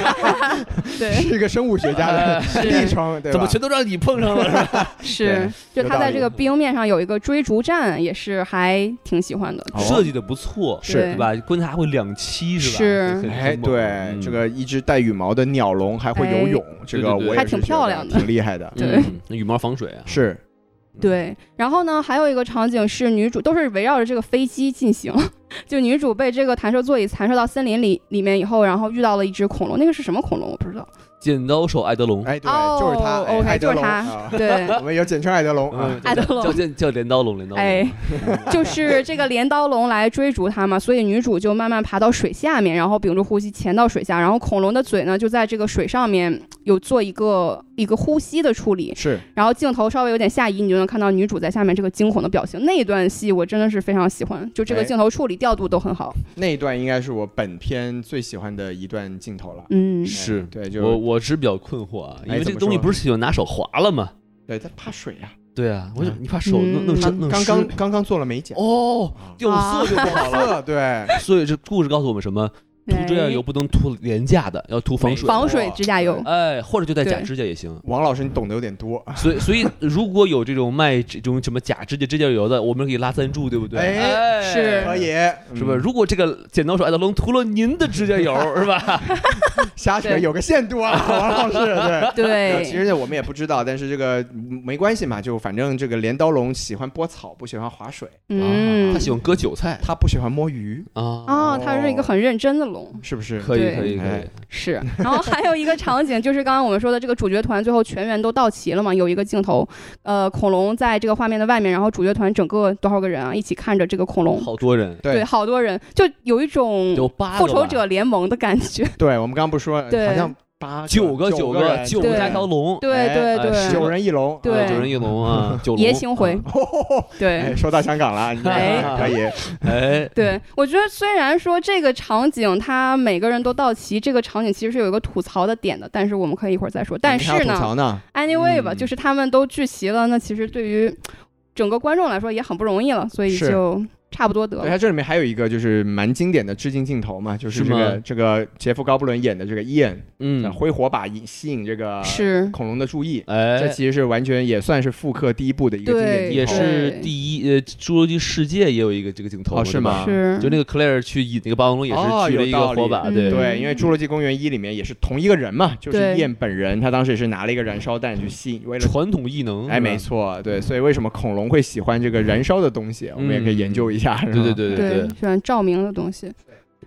Speaker 2: 对，
Speaker 1: 是一个生物学家
Speaker 2: 哎
Speaker 1: 的昵称，对
Speaker 3: 哎怎么
Speaker 1: 吧？
Speaker 3: 全都让你碰上了？是 吧
Speaker 2: 是，
Speaker 1: 对
Speaker 2: 就
Speaker 1: 有
Speaker 2: 他
Speaker 1: 道
Speaker 2: 在
Speaker 1: 理
Speaker 2: 这个冰面上有一个追逐战，也是还挺喜欢的。
Speaker 1: 哦
Speaker 3: 设计的不错，
Speaker 1: 是
Speaker 3: 对吧？关键还会两栖，是吧？
Speaker 2: 哎是
Speaker 3: 很嗯
Speaker 1: 哎，对，这，个一只带羽毛的鸟笼还会游泳，这个
Speaker 3: 对对对
Speaker 1: 我也
Speaker 2: 哎还
Speaker 1: 是
Speaker 2: 挺
Speaker 1: 觉得
Speaker 2: 漂亮的
Speaker 1: 挺厉害的。
Speaker 3: 很猛
Speaker 2: 对
Speaker 3: 嗯那羽毛防水啊，
Speaker 1: 是，
Speaker 2: 对，然后呢，还有一个场景是女主都是围绕着这个飞机进行， 就女主被这个弹射座椅弹射到森林里里面以后，然后遇到了一只恐龙，那个是什么恐龙我不知道。
Speaker 3: 剪刀手爱德龙，
Speaker 1: 哎，对，
Speaker 2: 哦
Speaker 1: 就是他，哎
Speaker 2: OK，
Speaker 1: 爱德
Speaker 2: 就是
Speaker 1: 龙
Speaker 2: 他
Speaker 1: 啊，
Speaker 2: 对，
Speaker 1: 我们有简称爱德龙啊
Speaker 3: 嗯，
Speaker 2: 爱德龙
Speaker 3: 叫叫叫镰刀龙，镰刀龙，
Speaker 2: 哎，就是这个镰刀龙来追逐他嘛，所以女主就慢慢爬到水下面，然后屏住呼吸潜到水下，然后恐龙的嘴呢就在这个水上面有做一个一个呼吸的处理，
Speaker 1: 是
Speaker 2: 然后镜头稍微有点下移，你就能看到女主在下面这个惊恐的表情。那一段戏我真的是非常喜欢，就这
Speaker 1: 哎
Speaker 2: 个镜头处理调度都很好。
Speaker 1: 那一段应该是我本片最喜欢的一段镜头了。
Speaker 2: 嗯，
Speaker 3: 是
Speaker 1: 哎对，
Speaker 3: 我
Speaker 1: 就
Speaker 3: 我是比较困惑啊，因
Speaker 1: 哎
Speaker 3: 为
Speaker 1: 怎
Speaker 3: 这
Speaker 1: 么
Speaker 3: 个东西
Speaker 1: 说
Speaker 3: 不是喜欢拿手划了吗？
Speaker 1: 对他怕水呀，
Speaker 3: 对啊，我就
Speaker 1: 嗯
Speaker 3: 你把手弄弄
Speaker 2: 嗯
Speaker 3: 湿，弄
Speaker 1: 刚
Speaker 3: 湿
Speaker 1: 刚刚刚做了美甲，
Speaker 3: 哦，掉色
Speaker 2: 啊
Speaker 3: 就不好了。
Speaker 1: 色对，
Speaker 3: 所以这故事告诉我们什么？涂指甲油不能涂廉价的，要涂防水的。
Speaker 2: 防水指甲油，
Speaker 3: 哎，或者就带假
Speaker 2: 对
Speaker 3: 指甲也 行。
Speaker 1: 王老师你懂得有点多，
Speaker 3: 所以，所以如果有这种卖这种什么假指甲、指甲油的，我们可以拉赞助，对不对？
Speaker 1: 哎
Speaker 2: 是
Speaker 1: 可以
Speaker 3: 是吧？？如果这个剪刀手爱德龙涂了您的指甲油，是吧？
Speaker 1: 瞎扯
Speaker 2: 对
Speaker 1: 有个限度啊， 王老师对。呃
Speaker 2: 哎对，
Speaker 1: 其实我们也不知道，但是这个嗯没关系嘛，就反正这个镰刀龙喜欢拨草，不喜欢划水，
Speaker 2: 嗯
Speaker 3: 啊他，喜欢割韭菜
Speaker 1: 它不喜欢摸鱼，
Speaker 3: 啊，
Speaker 2: 哦，它是一个很认真的 龙，
Speaker 1: 是不是？
Speaker 3: 可以，
Speaker 2: 对
Speaker 3: 可以，可以
Speaker 1: 哎。
Speaker 2: 是。然后还有一个场景就是刚刚我们说的这个主角团最后全员都到齐了嘛，有一个镜头，呃，恐龙在这个画面的外面，然后主角团整个多少个人啊，一起看着这个恐龙，
Speaker 3: 好多人，
Speaker 2: 对，
Speaker 1: 对
Speaker 2: 好多人，就有一种
Speaker 3: 有八个
Speaker 2: 嗯复
Speaker 3: 吧
Speaker 2: 仇者联盟的感 觉，
Speaker 1: 对，我们刚刚不是说
Speaker 2: 对
Speaker 1: 好像八个
Speaker 3: 九
Speaker 1: 个
Speaker 3: 个
Speaker 1: 九
Speaker 3: 九个
Speaker 1: 人
Speaker 3: 九
Speaker 2: 对
Speaker 3: 个加条龙，
Speaker 2: 对
Speaker 1: 哎
Speaker 2: 对
Speaker 3: 哎
Speaker 2: 对，
Speaker 3: 是
Speaker 1: 九人一龙，
Speaker 2: 对
Speaker 1: 啊
Speaker 3: 九人一龙啊，九龙
Speaker 2: 爷青回，
Speaker 1: 哎，
Speaker 2: 对。
Speaker 1: 说到香港了，你
Speaker 3: 哎
Speaker 1: 可以，
Speaker 3: 哎，
Speaker 2: 对，我觉得虽然说这个场景他每个人都到齐，这个场景其实是有一个吐槽的点的，但是我们可以一会儿再说。但
Speaker 1: 还
Speaker 2: 是
Speaker 1: 要
Speaker 2: 呢
Speaker 1: 吐，槽呢，
Speaker 2: anyway 吧，
Speaker 3: 嗯
Speaker 2: 就是他们都聚齐了，那其实对于整个观众来说也很不容易了，所以
Speaker 1: 是
Speaker 2: 就差不多得
Speaker 1: 对，
Speaker 2: 了。
Speaker 1: 它这里面还有一个就是蛮经典的致敬镜头嘛，就是
Speaker 3: 是
Speaker 1: 这个
Speaker 3: 吗
Speaker 1: 这个杰夫·高布伦演的这个伊恩，
Speaker 3: 嗯，
Speaker 1: 挥火把引吸引这个
Speaker 2: 是，
Speaker 1: 恐龙的注意，这
Speaker 3: 哎，
Speaker 1: 其实是完全也算是复刻第一部的一个经典
Speaker 2: 对
Speaker 1: 镜
Speaker 3: 也
Speaker 1: 头，
Speaker 3: 是第一，呃，《侏罗纪世界》也有一个这个镜头，
Speaker 1: 哦是吗
Speaker 3: 对吧
Speaker 2: 是，
Speaker 3: 啊就那个 Claire 去引那个霸王龙，也是
Speaker 1: 哦
Speaker 3: 举了
Speaker 1: 有
Speaker 3: 一
Speaker 1: 道
Speaker 3: 个
Speaker 1: 理
Speaker 3: 火把，
Speaker 2: 嗯
Speaker 3: 对，
Speaker 1: 对，因为《侏罗纪公园一》里面也是同一个人嘛，就是
Speaker 2: 对
Speaker 1: 燕本人，他当时也是拿了一个燃烧弹去吸引，为了。
Speaker 3: 传统异能，
Speaker 1: 哎，没
Speaker 3: 错，
Speaker 1: 错，对，所以为什么恐龙会喜欢这个燃烧的东西，我们也可以研究一下。是吧
Speaker 3: 对对，对
Speaker 2: 对
Speaker 3: 对，，
Speaker 2: 喜欢照明的东西。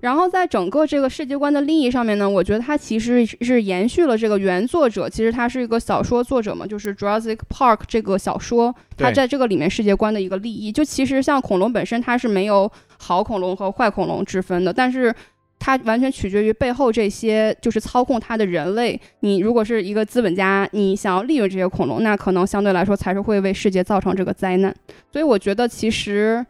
Speaker 2: 然后在整个这个世界观的利益上面呢，我觉得它其实是延续了这个原作者，其实他是一个小说作者嘛，就是《Jurassic Park》这个小说，它
Speaker 1: 对
Speaker 2: 在这个里面世界观的一个利益。就其实像恐龙本身，它是没有好恐龙和坏恐龙之分的，但是它完全取决于背后这些就是操控它的人类。你如果是一个资本家，你想要利用这些恐龙，那可能相对来说才是会为世界造成这个灾难。所以我觉得其实。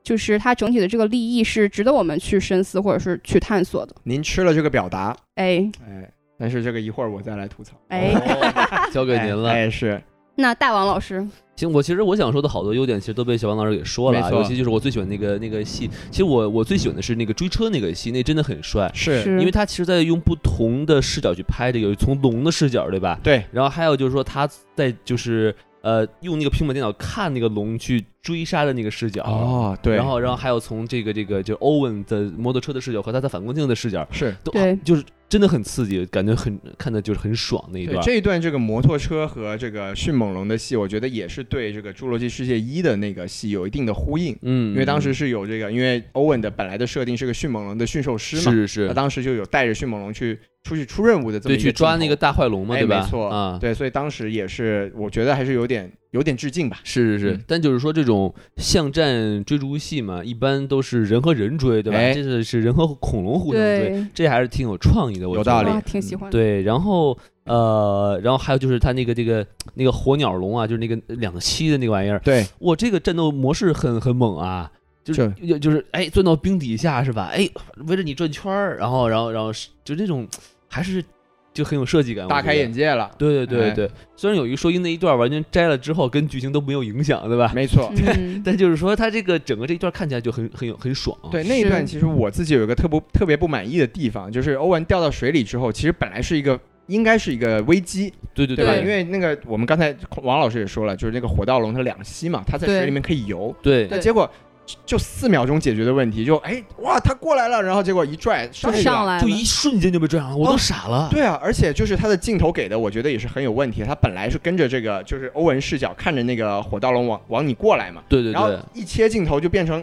Speaker 2: 就是它整体的这个利益是值得我们去深思或者是去探索的。
Speaker 1: 您吃了这个表达，
Speaker 2: 哎
Speaker 1: 哎，但是这个一会儿我再来吐槽。
Speaker 2: 哎，
Speaker 3: 哦交给您了。
Speaker 1: 哎，是
Speaker 2: 那大王老师，
Speaker 3: 行，我其实我想说的好多优点，其实都被小王老师给说了啊，
Speaker 1: 没错
Speaker 3: 尤其就是我最喜欢那个那个戏，其实我我最喜欢的是那个追车那个戏，那真的很帅，
Speaker 1: 是，
Speaker 3: 因为他其实在用不同的视角去拍这个，从龙的视角，对吧？
Speaker 1: 对，
Speaker 3: 然后还有就是说他在就是呃用那个平板电脑看那个龙去追杀的那个视角。
Speaker 1: 哦，对，
Speaker 3: 然后，然后还有从这个这个就是 Owen 的摩托车的视角和他在反光镜的视角，
Speaker 1: 是
Speaker 3: 都啊
Speaker 2: 对
Speaker 3: 就是真的很刺激，感觉很看的就是很爽那一
Speaker 1: 对
Speaker 3: 段。
Speaker 1: 这一段这个摩托车和这个迅猛龙的戏，我觉得也是对这个《侏罗纪世界一》的那个戏有一定的呼应，
Speaker 3: 嗯，
Speaker 1: 因为当时是有这个，因为欧文的本来的设定是个迅猛龙的驯兽师嘛，
Speaker 3: 嗯是
Speaker 1: 他
Speaker 3: 是，
Speaker 1: 当时就有带着迅猛龙去出去出任务的这么
Speaker 3: 对，
Speaker 1: 一个
Speaker 3: 去抓
Speaker 1: 镜头
Speaker 3: 那个大坏龙嘛，
Speaker 1: 哎
Speaker 3: 对吧？
Speaker 1: 没错
Speaker 3: 啊，
Speaker 1: 对，所以当时也是我觉得还是有点有点致敬吧。
Speaker 3: 是是是
Speaker 1: 嗯，
Speaker 3: 但就是说这种巷战追逐戏嘛，一般都是人和人追，对吧？
Speaker 1: 哎
Speaker 3: 这是是人和恐龙互相追，
Speaker 2: 对，
Speaker 3: 这还是挺有创意的，我
Speaker 1: 有
Speaker 3: 觉
Speaker 1: 道
Speaker 3: 得
Speaker 1: 理
Speaker 2: 哇，挺喜欢的。
Speaker 3: 对，然后呃，然后还有就是他那个这个那个火鸟龙啊，就是那个两栖的那个玩意儿，
Speaker 1: 对，
Speaker 3: 哇，这个战斗模式很很猛啊。就是
Speaker 1: 是
Speaker 3: 就就是哎，钻到冰底下是吧？哎，围着你转圈儿，然后然后然后是就这种，还是就很有设计感。我
Speaker 1: 大
Speaker 3: 觉
Speaker 1: 开
Speaker 3: 得
Speaker 1: 眼界 了，
Speaker 3: 对对对
Speaker 1: 哎
Speaker 3: 对，虽然有一说一那一段完全摘了之后跟剧情都没有影响，对吧？
Speaker 1: 没错。
Speaker 2: 嗯，
Speaker 3: 但就是说他这个整个这一段看起来就很很有很爽。
Speaker 1: 对那一
Speaker 2: 是
Speaker 1: 段，其实我自己有一个特不特别不满意的地方，就是欧文掉到水里之后，其实本来是一个应该是一个危机，
Speaker 3: 对对
Speaker 1: 对吧？
Speaker 2: 对
Speaker 1: 因为那个我们刚才王老师也说了，就是那个火盗龙它两栖嘛，它在水
Speaker 2: 对
Speaker 1: 里面可以游，
Speaker 3: 对
Speaker 1: 但结果就就四秒钟解决的问题，就哎哇，它过来了，然后结果一拽
Speaker 2: 就
Speaker 1: 上去
Speaker 2: 上
Speaker 1: 了。
Speaker 2: 来
Speaker 3: 就
Speaker 2: 了，
Speaker 3: 一瞬间就被拽上了，我都
Speaker 1: 哦
Speaker 3: 傻了。
Speaker 1: 对啊，而且就是它的镜头给的，我觉得也是很有问题。它本来是跟着这个，就是欧文视角看着那个火盗龙往往你过来嘛，
Speaker 3: 对对
Speaker 1: 然后
Speaker 3: 对，
Speaker 1: 一切镜头就变成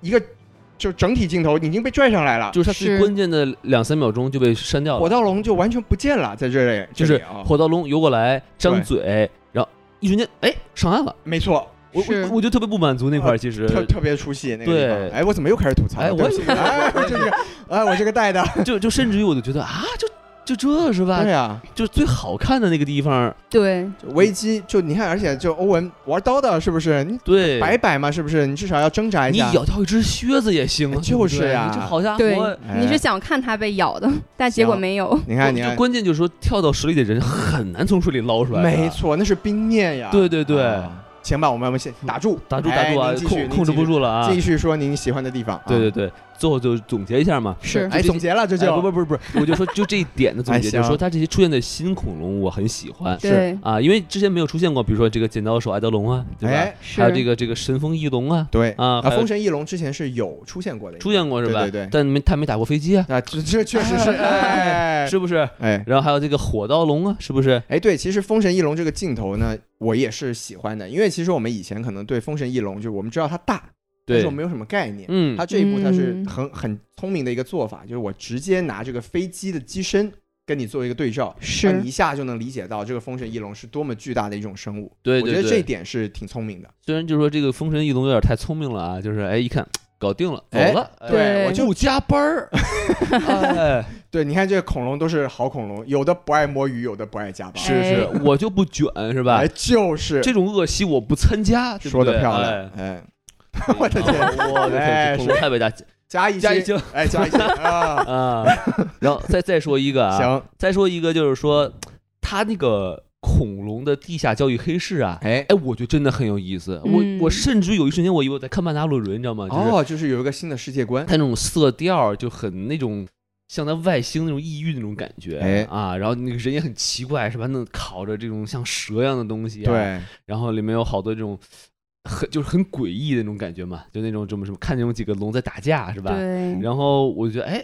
Speaker 1: 一个，就整体镜头已经被拽上来了，
Speaker 3: 就是他最
Speaker 2: 是
Speaker 3: 关键的两三秒钟就被删掉
Speaker 1: 火
Speaker 3: 了，
Speaker 1: 盗龙就完全不见了，在这里
Speaker 3: 就
Speaker 1: 这
Speaker 3: 是
Speaker 1: 里啊，
Speaker 3: 火盗龙游过来张
Speaker 1: 对
Speaker 3: 嘴，然后一瞬间哎上岸了，
Speaker 1: 没错，
Speaker 3: 我
Speaker 2: 是
Speaker 3: 我我就特别不满足那块儿，其实
Speaker 1: 呃特特别出戏那个地
Speaker 3: 呃对
Speaker 1: 方。哎，啊我怎么又开始吐槽了？
Speaker 3: 哎
Speaker 1: 对不起哎，我这个，哎，我这个带的，
Speaker 3: 就就甚至于我就觉得啊，就就这是吧
Speaker 1: 对？啊，
Speaker 3: 就最好看的那个地方，
Speaker 2: 对，
Speaker 1: 就危机就你看，而且就欧文玩刀的，是不是？你
Speaker 3: 对，
Speaker 1: 摆摆嘛，是不是？你至少要挣扎一
Speaker 3: 你
Speaker 1: 下。
Speaker 3: 咬掉一只靴子也行啊，
Speaker 1: 就是
Speaker 3: 对不对
Speaker 1: 啊
Speaker 3: 你这好家
Speaker 2: 对
Speaker 3: 伙。
Speaker 1: 哎
Speaker 2: 你是想看他被咬的，但结果
Speaker 1: 行
Speaker 2: 没有。
Speaker 1: 你看，你
Speaker 3: 就
Speaker 1: 看，
Speaker 3: 关键就是说，跳到水里的人很难从水里捞出来的。
Speaker 1: 没错，那是冰面呀。
Speaker 3: 对对对
Speaker 1: 啊行吧，我们我们先打住，
Speaker 3: 打住打住啊
Speaker 1: 哎您，继续
Speaker 3: 控控制不，住了啊
Speaker 1: 您继续。继续说您喜欢的地方。啊
Speaker 3: 对对，对，最后就总结一下嘛，
Speaker 2: 是
Speaker 1: 哎，总结了，这
Speaker 3: 哎
Speaker 1: 就
Speaker 3: 不不不不，我就说就这一点的总
Speaker 1: 哎
Speaker 3: 结，就是
Speaker 1: 行
Speaker 3: 说它这些出现的新恐龙我很喜欢
Speaker 1: 是
Speaker 2: 对，
Speaker 3: 啊，因为之前没有出现过，比如说这个剪刀手爱德龙啊，对吧？
Speaker 1: 哎，
Speaker 2: 是
Speaker 3: 还有这个这个神风翼龙啊，
Speaker 1: 对
Speaker 3: 啊还有
Speaker 1: 封神翼龙之前是有出现过的，
Speaker 3: 出现过是吧？
Speaker 1: 对对对
Speaker 3: 但没他没打过飞机啊，
Speaker 1: 啊，这这确实 是，哎，
Speaker 3: 是不是？
Speaker 1: 哎。
Speaker 3: 然后还有这个火刀龙啊，是不是？
Speaker 1: 哎，对，其实《封神翼龙》这个镜头呢，我也是喜欢的，因为其实我们以前可能对《封神翼龙》就是我们知道它大，但
Speaker 3: 对
Speaker 1: 是我，没有什么概念。
Speaker 3: 嗯
Speaker 1: 它，这一步它是
Speaker 2: 嗯
Speaker 1: 很很聪明的一个做法，就是我直接拿这个飞机的机身跟你做一个对照，那
Speaker 2: 是
Speaker 1: 你一下就能理解到这个《封神翼龙》是多么巨大的一种生物。
Speaker 3: 对
Speaker 1: 我
Speaker 3: 对
Speaker 1: 觉得这一
Speaker 3: 对。
Speaker 1: 点是挺聪明的。
Speaker 3: 虽然就是说这个封神翼龙有点太聪明了啊，就是哎一看搞定了，走
Speaker 1: 哎
Speaker 3: 了，哎
Speaker 2: 对
Speaker 1: 我就
Speaker 3: 不加班儿，哎，
Speaker 1: 对，你看这恐龙都是好恐龙，有的不爱摸鱼，有的不爱加班，
Speaker 3: 是是，我就不卷是吧
Speaker 1: 哎，？就是
Speaker 3: 这种恶习我不参加，对不
Speaker 1: 说的
Speaker 3: 对
Speaker 1: 漂亮，，哎，
Speaker 3: 哎
Speaker 1: 我的天
Speaker 3: 啊我的
Speaker 1: 哎
Speaker 3: 天，这恐龙太伟大
Speaker 1: 加一
Speaker 3: 加一
Speaker 1: 星
Speaker 3: 星，
Speaker 1: 哎，加 一星啊，
Speaker 3: 啊！然后再再说一个啊，
Speaker 1: 行，
Speaker 3: 再说一个就是说，他那个恐龙的地下交易黑市啊，
Speaker 1: 哎。
Speaker 3: 哎，我觉得真的很有意思。
Speaker 2: 嗯
Speaker 3: 我我甚至有一瞬间，我以为我在看曼达洛人，你知道吗？呃就是
Speaker 1: 哦，就是有一个新的世界观，
Speaker 3: 他那种色调就很那种。像在外星那种异域那种感觉、
Speaker 1: 哎
Speaker 3: 啊，然后那个人也很奇怪，是吧？那烤着这种像蛇一样的东西、啊，
Speaker 1: 对，
Speaker 3: 然后里面有好多这种很就是很诡异的那种感觉嘛，就那种这么什么看那种几个龙在打架是吧？
Speaker 2: 对，
Speaker 3: 然后我就觉得哎，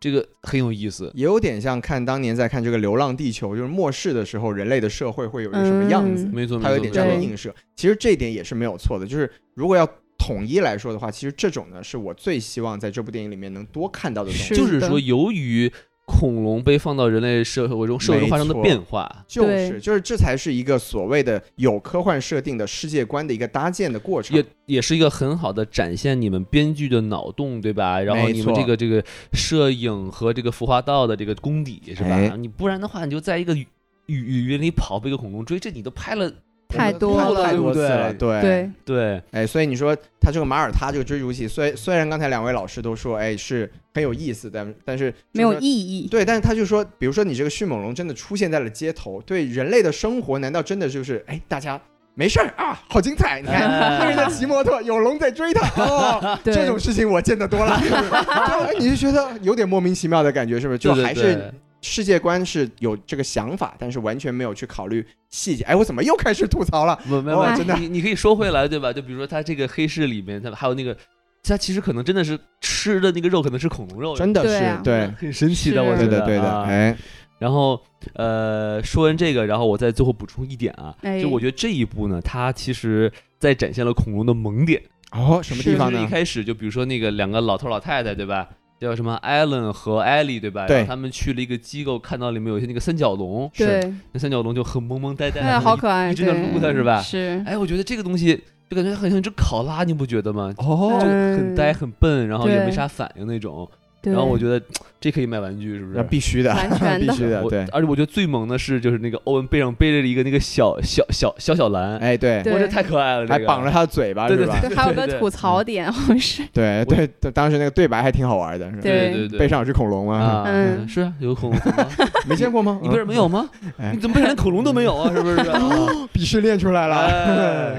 Speaker 3: 这个很有意思。
Speaker 1: 也有点像看当年在看这个《流浪地球》，就是末世的时候，人类的社会会有一个什么样子，
Speaker 2: 嗯
Speaker 3: 没错，没
Speaker 1: 它
Speaker 3: 错，
Speaker 1: 有点这样的映射。其实这一点也是没有错的，就是如果要统一来说的话，其实这种呢是我最希望在这部电影里面能多看到的东西，
Speaker 2: 是
Speaker 3: 就是
Speaker 2: 的
Speaker 3: 说，由于恐龙被放到人类社会中，社会中发生的
Speaker 1: 没错
Speaker 3: 变化，
Speaker 1: 就是就是这才是一个所谓的有科幻设定的世界观的一个搭建的过程
Speaker 3: 也。也是一个很好的展现你们编剧的脑洞，对吧？然后
Speaker 1: 没
Speaker 3: 你们
Speaker 1: 错
Speaker 3: 这个这个摄影和这个服化道的这个功底，是吧？
Speaker 1: 哎
Speaker 3: 你不然的话，你就在一个雨雨云里跑，被一个恐龙追，这你都拍了，
Speaker 2: 太多
Speaker 1: 看
Speaker 2: 了
Speaker 1: 太多次
Speaker 3: 对不对
Speaker 1: 了，对
Speaker 2: 对，
Speaker 3: 对，
Speaker 1: 哎，所以你说他这个马耳他这个追逐戏，虽虽然刚才两位老师都说，哎，是很有意思，但但是就是
Speaker 2: 没有意义。
Speaker 1: 对，但是他就说，比如说你这个迅猛龙真的出现在了街头，对人类的生活，难道真的就是哎，大家没事儿啊，好精彩？ 你 看，
Speaker 3: 哎
Speaker 1: 那人在骑摩托，有龙在追他，哦，
Speaker 2: 对
Speaker 1: 这种事情我见得 多了， 就是就你就觉得有点莫名其妙的感觉，是不是？就
Speaker 3: 对对
Speaker 1: 还
Speaker 3: 对
Speaker 1: 是世界观是有这个想法，但是完全没有去考虑细节。哎，我怎么又开始吐槽了？
Speaker 3: 不，没
Speaker 1: 哦
Speaker 3: 有，
Speaker 1: 真的
Speaker 3: 你你可以说回来，对吧？就比如说他这个黑市里面，他还有那个，他其实可能真的是吃的那个肉，可能是恐龙肉，
Speaker 1: 真的
Speaker 2: 对
Speaker 1: 是
Speaker 2: 啊
Speaker 1: 对。
Speaker 3: 很神奇哦嗯的，
Speaker 2: 是
Speaker 3: 我觉
Speaker 1: 对
Speaker 3: 得。
Speaker 1: 的，对的，
Speaker 3: 啊
Speaker 1: 哎，
Speaker 3: 然后呃，说完这个，然后我再最后补充一点啊，
Speaker 2: 哎
Speaker 3: 就我觉得这一部呢，它其实在展现了恐龙的萌点，
Speaker 1: 哦，什么地方
Speaker 3: 就是一
Speaker 1: 呢？
Speaker 3: 开始就比如说那个两个老头老太太，对吧？叫什么艾伦和艾莉，对吧？
Speaker 1: 对
Speaker 3: 然后他们去了一个机构，看到里面有一些那个三角龙，
Speaker 2: 对，
Speaker 3: 那三角龙就很萌萌呆呆，
Speaker 2: 哎，好可爱，
Speaker 3: 一直在
Speaker 2: 对
Speaker 3: 撸它是吧
Speaker 2: 是，
Speaker 3: 哎，我觉得这个东西就感觉很像一只考拉，你不觉得吗？
Speaker 1: 哦
Speaker 3: 就
Speaker 2: 嗯
Speaker 3: 很呆很笨，然后也
Speaker 2: 对
Speaker 3: 没啥反应那种。
Speaker 2: 对
Speaker 3: 然后我觉得这可以卖玩具，是
Speaker 1: 那
Speaker 3: 不是？
Speaker 1: 呃必须 的，
Speaker 2: 完全的
Speaker 1: 必须的，
Speaker 3: 我
Speaker 1: 对，
Speaker 3: 而且我觉得最萌的是，就是那个欧文背上背着一个那个小小小小小蓝，
Speaker 1: 哎，对，
Speaker 2: 对
Speaker 3: 我觉得太可爱了，
Speaker 1: 还
Speaker 3: 这个
Speaker 1: 绑着他的嘴巴，
Speaker 3: 对
Speaker 1: 是
Speaker 3: 对
Speaker 1: 吧？
Speaker 2: 对，还有个
Speaker 3: 对对嗯
Speaker 2: 吐槽点，好像是
Speaker 1: 对对对，当时那个对白还挺好玩的，是吧
Speaker 2: 对
Speaker 3: 对对对，
Speaker 1: 背上有只恐龙吗？
Speaker 3: 啊，
Speaker 2: 嗯
Speaker 3: 是啊，有恐龙，怎么了
Speaker 1: 没见过吗？
Speaker 3: 你背上没有吗
Speaker 1: 哎？
Speaker 3: 你怎么背上连恐龙都没有 啊？是不是啊？
Speaker 1: 嗯鄙视链出来了
Speaker 3: 哎，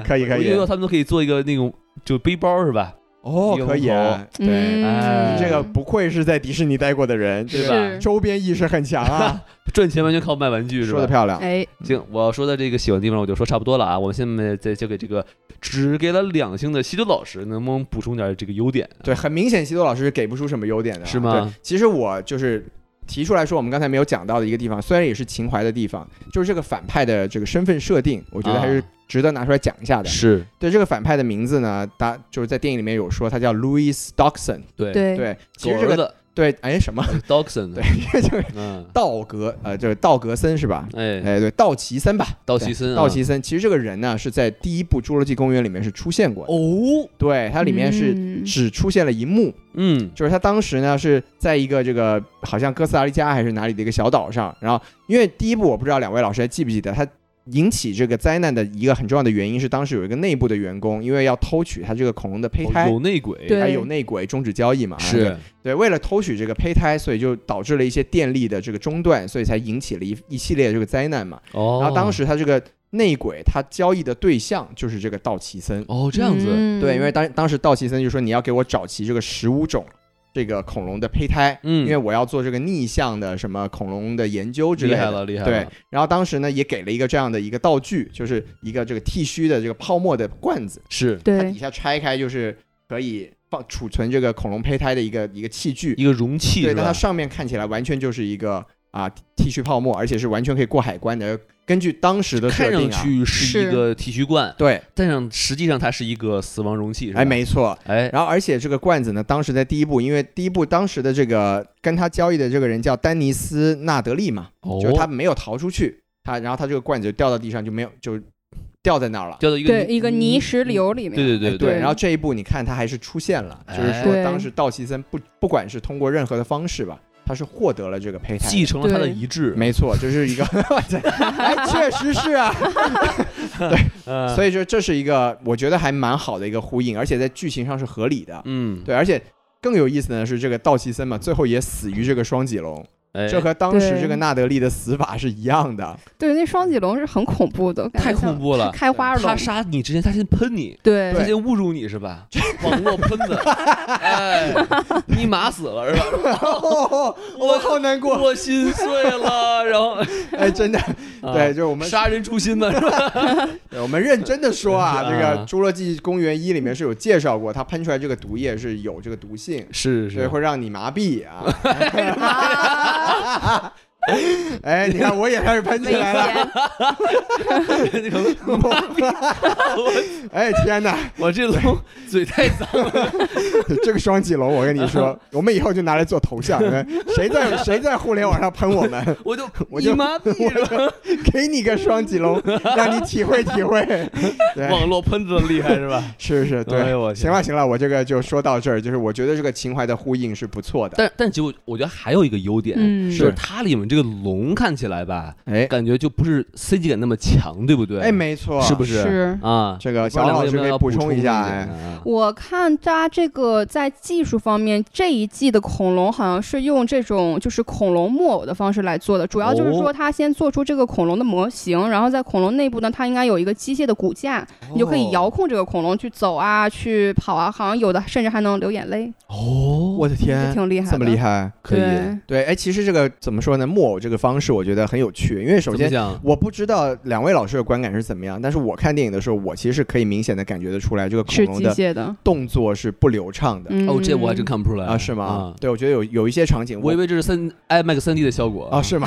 Speaker 1: 可以可
Speaker 3: 我觉
Speaker 1: 以
Speaker 3: 得，他们都可以做一个那种就背包是吧？
Speaker 1: 哦，可以啊，对，
Speaker 3: 哎
Speaker 2: 嗯，
Speaker 1: 你这个不愧是在迪士尼待过的人，
Speaker 3: 对
Speaker 1: 对吧？
Speaker 3: 吧
Speaker 2: 是，
Speaker 1: 周边意识很强啊，
Speaker 3: 赚钱完全靠卖玩 具是吧？
Speaker 1: 说的漂亮，
Speaker 2: 哎，
Speaker 3: 行，我说的这个喜欢的地方我就说差不多了啊。我们下面再交给这个只给了两星的西多老师，能不能补充点这个优点？
Speaker 1: 对，很明显，西多老师是给不出什么优点的啊，
Speaker 3: 是吗
Speaker 1: 对？其实我就是。提出来说，我们刚才没有讲到的一个地方，虽然也是情怀的地方，就是这个反派的这个身份设定，我觉得还是
Speaker 3: 啊
Speaker 1: 值得拿出来讲一下的。
Speaker 3: 是，
Speaker 1: 对这个反派的名字呢，大就是在电影里面有说，他叫 Louis Dawson。
Speaker 3: 对，
Speaker 2: 对
Speaker 1: 对，其
Speaker 3: 狗
Speaker 1: 实这
Speaker 3: 儿
Speaker 1: 个
Speaker 3: 子
Speaker 1: 对，哎什么？
Speaker 3: Dogson，
Speaker 1: 对，这就是
Speaker 3: 嗯，
Speaker 1: 道格，呃，就是道格森是吧？
Speaker 3: 哎，
Speaker 1: 哎，对，道奇森吧，
Speaker 3: 道奇森啊，
Speaker 1: 道奇森。其实这个人呢，是在第一部《侏罗纪公园》里面是出现过的。
Speaker 3: 哦，
Speaker 1: 对，它里面是
Speaker 2: 嗯
Speaker 1: 只出现了一幕，
Speaker 3: 嗯，
Speaker 1: 就是他当时呢是在一个这个好像哥斯达黎加还是哪里的一个小岛上，然后因为第一部我不知道两位老师还记不记得，他引起这个灾难的一个很重要的原因是当时有一个内部的员工，因为要偷取他这个恐龙的胚胎。
Speaker 3: 哦有内鬼，
Speaker 2: 对
Speaker 1: 还哦有内鬼终止交易嘛？对
Speaker 3: 是，
Speaker 1: 对，为了偷取这个胚胎，所以就导致了一些电力的这个中断，所以才引起了一一系列这个灾难嘛。
Speaker 3: 哦，
Speaker 1: 然后当时他这个内鬼，他交易的对象就是这个道奇森。
Speaker 3: 哦这样子，
Speaker 2: 嗯
Speaker 1: 对，因为当当时道奇森就说你要给我找齐这个十五种这个恐龙的胚胎，
Speaker 3: 嗯，
Speaker 1: 因为我要做这个逆向的什么恐龙的研究之
Speaker 3: 厉
Speaker 1: 类
Speaker 3: 害
Speaker 1: 的。
Speaker 3: 了，厉害
Speaker 1: 对
Speaker 3: 了，，
Speaker 1: 然后当时呢也给了一个这样的一个道具，就是一个这个剃须的这个泡沫的罐子，
Speaker 3: 是
Speaker 1: 它
Speaker 2: 对
Speaker 1: 底下拆开就是可以放储存这个恐龙胚胎的一个一个器具。
Speaker 3: 一个容器，
Speaker 1: 对，
Speaker 3: 是
Speaker 1: 但它
Speaker 3: 吧？
Speaker 1: 上面看起来完全就是一个啊剃须泡沫，而且是完全可以过海关的。根据当时的设
Speaker 3: 看上
Speaker 1: 定啊，
Speaker 3: 去是一
Speaker 2: 是
Speaker 3: 个剃须罐，
Speaker 1: 对，
Speaker 3: 但上实际上它是一个死亡容器，是吧
Speaker 1: 哎，，没错。
Speaker 3: 哎，
Speaker 1: 然后，而且这个罐子呢，当时在第一部，因为第一部当时的这个跟他交易的这个人叫丹尼斯·纳德利嘛，
Speaker 3: 哦
Speaker 1: 就是他没有逃出去，他然后他这个罐子就掉到地上，就没有就掉在那儿了。
Speaker 3: 掉到一个嗯
Speaker 2: 对一个泥石流里面，
Speaker 3: 对对
Speaker 1: 哎
Speaker 3: 对
Speaker 1: 对，
Speaker 2: 对
Speaker 1: 然后这一步你看他还是出现了，就是说
Speaker 2: 哎
Speaker 1: 当时道奇森不不管是通过任何的方式吧，他是获得了这个胚胎的。
Speaker 3: 继承了他的
Speaker 2: 对
Speaker 3: 遗志，
Speaker 1: 没错，这是一 个， 哎，确实是啊，
Speaker 3: 呃，
Speaker 1: 所以说这是一个我觉得还蛮好的一个呼应，而且在剧情上是合理的。
Speaker 3: 嗯，
Speaker 1: 对，而且更有意思的是，这个道奇森嘛，最后也死于这个双脊龙，
Speaker 3: 哎，
Speaker 1: 这和当时
Speaker 2: 对
Speaker 1: 这个纳德利的死法是一样的。
Speaker 2: 对那双脊龙是很恐怖的，感觉
Speaker 3: 太
Speaker 2: 像
Speaker 3: 恐怖了
Speaker 2: 哎是开花
Speaker 3: 他
Speaker 2: 龙，
Speaker 3: 杀你之前，他先喷你，
Speaker 2: 对
Speaker 3: 他先侮辱你是吧？网络喷 子，哎，你马死了是吧？
Speaker 1: 哦，我好难 过，
Speaker 3: 我心碎了，然后
Speaker 1: 哎，真的，
Speaker 3: 啊
Speaker 1: 对，就是我
Speaker 3: 我
Speaker 1: 们，
Speaker 3: 杀人诛心 嘛，是吧？
Speaker 1: 对我们认真的说啊， 这
Speaker 3: 啊
Speaker 1: 个《侏罗纪公园一》里面是有介绍过，它喷出来这个毒液是有这个毒性，
Speaker 3: 是啊
Speaker 1: 所以
Speaker 3: 是，
Speaker 1: 会让你麻痹 啊。哎，你看我也开始喷起
Speaker 2: 没
Speaker 1: 来了，
Speaker 2: 钱，
Speaker 3: 可能
Speaker 1: 哎，天哪！
Speaker 3: 我这龙嘴太脏，
Speaker 1: 这个双脊龙，我跟你 说，我们以后就拿来做头像。谁在谁在互联网上喷我们，
Speaker 3: 我就
Speaker 1: 我就
Speaker 3: 你妈逼
Speaker 1: 我
Speaker 3: 是吧？
Speaker 1: 给你个双脊龙，让你体会体会。对，
Speaker 3: 网络喷子厉害是吧？
Speaker 1: 是是，
Speaker 3: 哎
Speaker 1: 哎 对
Speaker 3: 呦。我天
Speaker 1: 行了行了，我这个就说到这儿，就是我觉得这个情怀的呼应是不错的。
Speaker 3: 但但结果我觉得还有一个优点，
Speaker 2: 嗯
Speaker 3: 就是它里面这个龙看起来吧，
Speaker 1: 哎
Speaker 3: 感觉就不是 CG 感那么强，对不对？
Speaker 1: 哎，没错，
Speaker 3: 是不是
Speaker 2: 是。
Speaker 3: 啊，
Speaker 1: 这个
Speaker 3: 不知道
Speaker 1: 小
Speaker 3: 两
Speaker 1: 老
Speaker 3: 位有
Speaker 1: 师
Speaker 3: 没有
Speaker 1: 可以
Speaker 3: 要
Speaker 1: 补
Speaker 3: 补
Speaker 1: 充
Speaker 3: 充
Speaker 1: 一下
Speaker 3: 点
Speaker 1: 哎。
Speaker 3: 啊
Speaker 2: 我看它这个在技术方面，这一季的恐龙好像是用这种就是恐龙木偶的方式来做的，主要就是
Speaker 3: 哦
Speaker 2: 说它先做出这个恐龙的模型，然后在恐龙内部呢，它应该有一个机械的骨架，你就可
Speaker 3: 哦
Speaker 2: 以遥控这个恐龙去走啊、去跑啊，好像有的甚至还能流眼泪，
Speaker 3: 哦，
Speaker 1: 我的
Speaker 2: 也
Speaker 1: 天，
Speaker 2: 挺厉害的。
Speaker 1: 这么厉害！
Speaker 3: 可以
Speaker 2: 对
Speaker 1: 对，哎，其实这个怎么说呢？木偶这个方式，我觉得很有趣，因为首
Speaker 3: 怎
Speaker 1: 先
Speaker 3: 么讲？
Speaker 1: 我不知道两位老师的观感是怎么样，但是我看电影的时候，我其实是可以明显的感觉得出来，这个恐
Speaker 2: 是
Speaker 1: 龙
Speaker 2: 机
Speaker 1: 的
Speaker 2: 械的。
Speaker 1: 动作是不流畅的、
Speaker 2: 嗯
Speaker 3: 哦，这我还真看不出来
Speaker 1: 啊，是
Speaker 3: 嗯
Speaker 1: 吗？？对，我觉得有有一些场景，
Speaker 3: 我以为这是三 IMAX 三 D 的效果
Speaker 1: 啊是 吗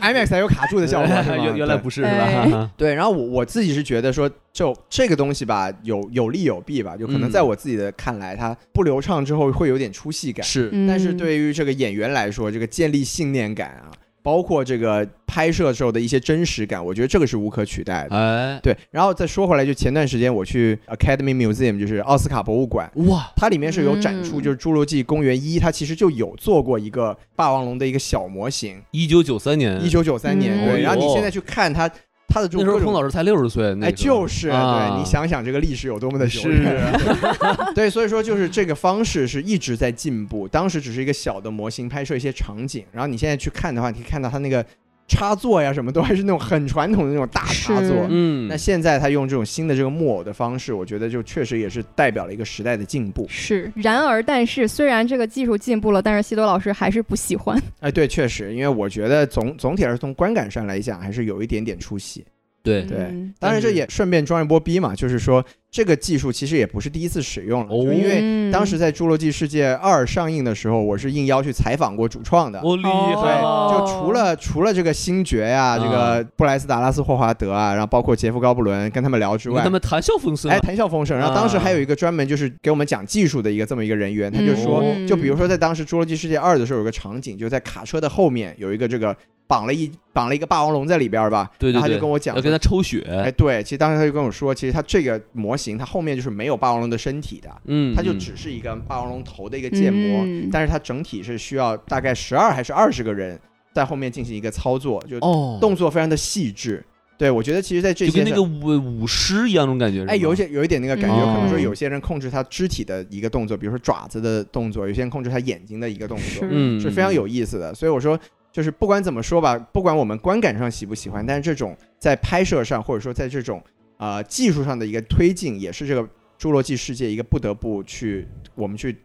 Speaker 1: ？IMAX 还有卡住的效果，是吗
Speaker 3: 嗯哎原原来
Speaker 1: 对
Speaker 3: 不是是
Speaker 2: 哎
Speaker 3: 吧？
Speaker 1: 对。然后我我自己是觉得说，就这个东西吧，有有利有弊吧，就可能
Speaker 3: 嗯
Speaker 1: 在我自己的看来，它不流畅之后会有点出戏感，
Speaker 3: 是，
Speaker 2: 嗯
Speaker 1: 但是 对于这个演员来说，这个建立信念感啊，包括这个拍摄时候的一些真实感，我觉得这个是无可取代的。
Speaker 3: 哎，
Speaker 1: 对，然后再说回来，就前段时间我去 Academy Museum，就是奥斯卡博物馆，
Speaker 3: 哇，
Speaker 1: 它里面是有展出，
Speaker 2: 嗯
Speaker 1: 就是《侏罗纪公园一》，它其实就有做过一个霸王龙的一个小模型，
Speaker 3: 一九九三年，
Speaker 1: 一九九三年。
Speaker 2: 嗯
Speaker 1: 对，
Speaker 3: 哦
Speaker 1: 然后你
Speaker 3: 哟
Speaker 1: 现在去看它，它的这种
Speaker 3: 那时候
Speaker 1: 各
Speaker 3: 孔
Speaker 1: 种。
Speaker 3: 老师才六十岁，那
Speaker 1: 哎，
Speaker 3: 个时候
Speaker 1: 就是
Speaker 3: 啊
Speaker 1: 对，你想想这个历史有多么的久
Speaker 3: 是
Speaker 1: 远， 对，所以说就是这个方式是一直在进步。当时只是一个小的模型拍摄一些场景，然后你现在去看的话，你可以看到它那个插座呀什么都还是那种很传统的那种大插
Speaker 2: 是
Speaker 1: 座，
Speaker 3: 嗯，
Speaker 1: 那现在他用这种新的这个木偶的方式，我觉得就确实也是代表了一个时代的进步。
Speaker 2: 是，然而但是，虽然这个技术进步了，但是西多老师还是不喜欢。
Speaker 1: 哎，对，确实，因为我觉得总总体来说从观感上来讲，还是有一点点出戏。
Speaker 3: 对，
Speaker 1: 对
Speaker 4: 嗯
Speaker 1: 当然，这
Speaker 3: 但是
Speaker 1: 也顺便装一波逼嘛，就是说这个技术其实也不是第一次使用了，
Speaker 3: 哦
Speaker 1: 就因为
Speaker 4: 嗯
Speaker 1: 当时在《侏罗纪世界二》上映的时候，我是应邀去采访过主创的。
Speaker 3: 我厉害
Speaker 4: 哦
Speaker 1: 对，就除了除了这个星爵呀、
Speaker 3: 啊
Speaker 1: 这个布莱斯达拉斯霍华德啊，然后包括杰夫高布伦跟他们聊之
Speaker 3: 你跟
Speaker 1: 外
Speaker 3: 他，们啊谈笑风生啊
Speaker 1: 哎，，谈笑风生。然后当时还有一个专门就是给我们讲技术的一个这么一个人员，他就说，
Speaker 3: 哦
Speaker 4: 嗯
Speaker 1: 就比如说在当时《侏罗纪世界二》的时候，有个场景，就在卡车的后面有一个这个绑了一绑了一个霸王龙在里边儿吧，
Speaker 3: 对对
Speaker 1: 然后他
Speaker 3: 对
Speaker 1: 就跟我讲
Speaker 3: 要
Speaker 1: 说
Speaker 3: 跟他抽血，
Speaker 1: 哎，对，其实当时他就跟我说，其实他这个模型，它后面就是没有霸王龙的身体的，
Speaker 3: 嗯，
Speaker 1: 它就
Speaker 3: 嗯
Speaker 1: 只是一个霸王龙头的一个建模，
Speaker 4: 嗯
Speaker 1: 但是它整体是需要大概十二还是二十个人在后面进行一个操作，就
Speaker 3: 哦，
Speaker 1: 动作非常的细致。对我觉得其实在这
Speaker 3: 就
Speaker 1: 些
Speaker 3: 跟那个
Speaker 1: 上。
Speaker 3: 舞舞狮一样那种感觉，是
Speaker 1: 哎，有一
Speaker 3: 吗
Speaker 1: 些有一点那个感觉，
Speaker 4: 嗯
Speaker 1: 可能说有些人控制他肢体的一个动作，比如说爪子的动作，有些人控制他眼睛的一个动作，
Speaker 4: 是
Speaker 3: 嗯
Speaker 1: 是非常有意思的。所以我说，就是不管怎么说吧，不管我们观感上喜不喜欢，但是这种在拍摄上或者说在这种呃技术上的一个推进，也是这个《侏罗纪世界》一个不得不去我们去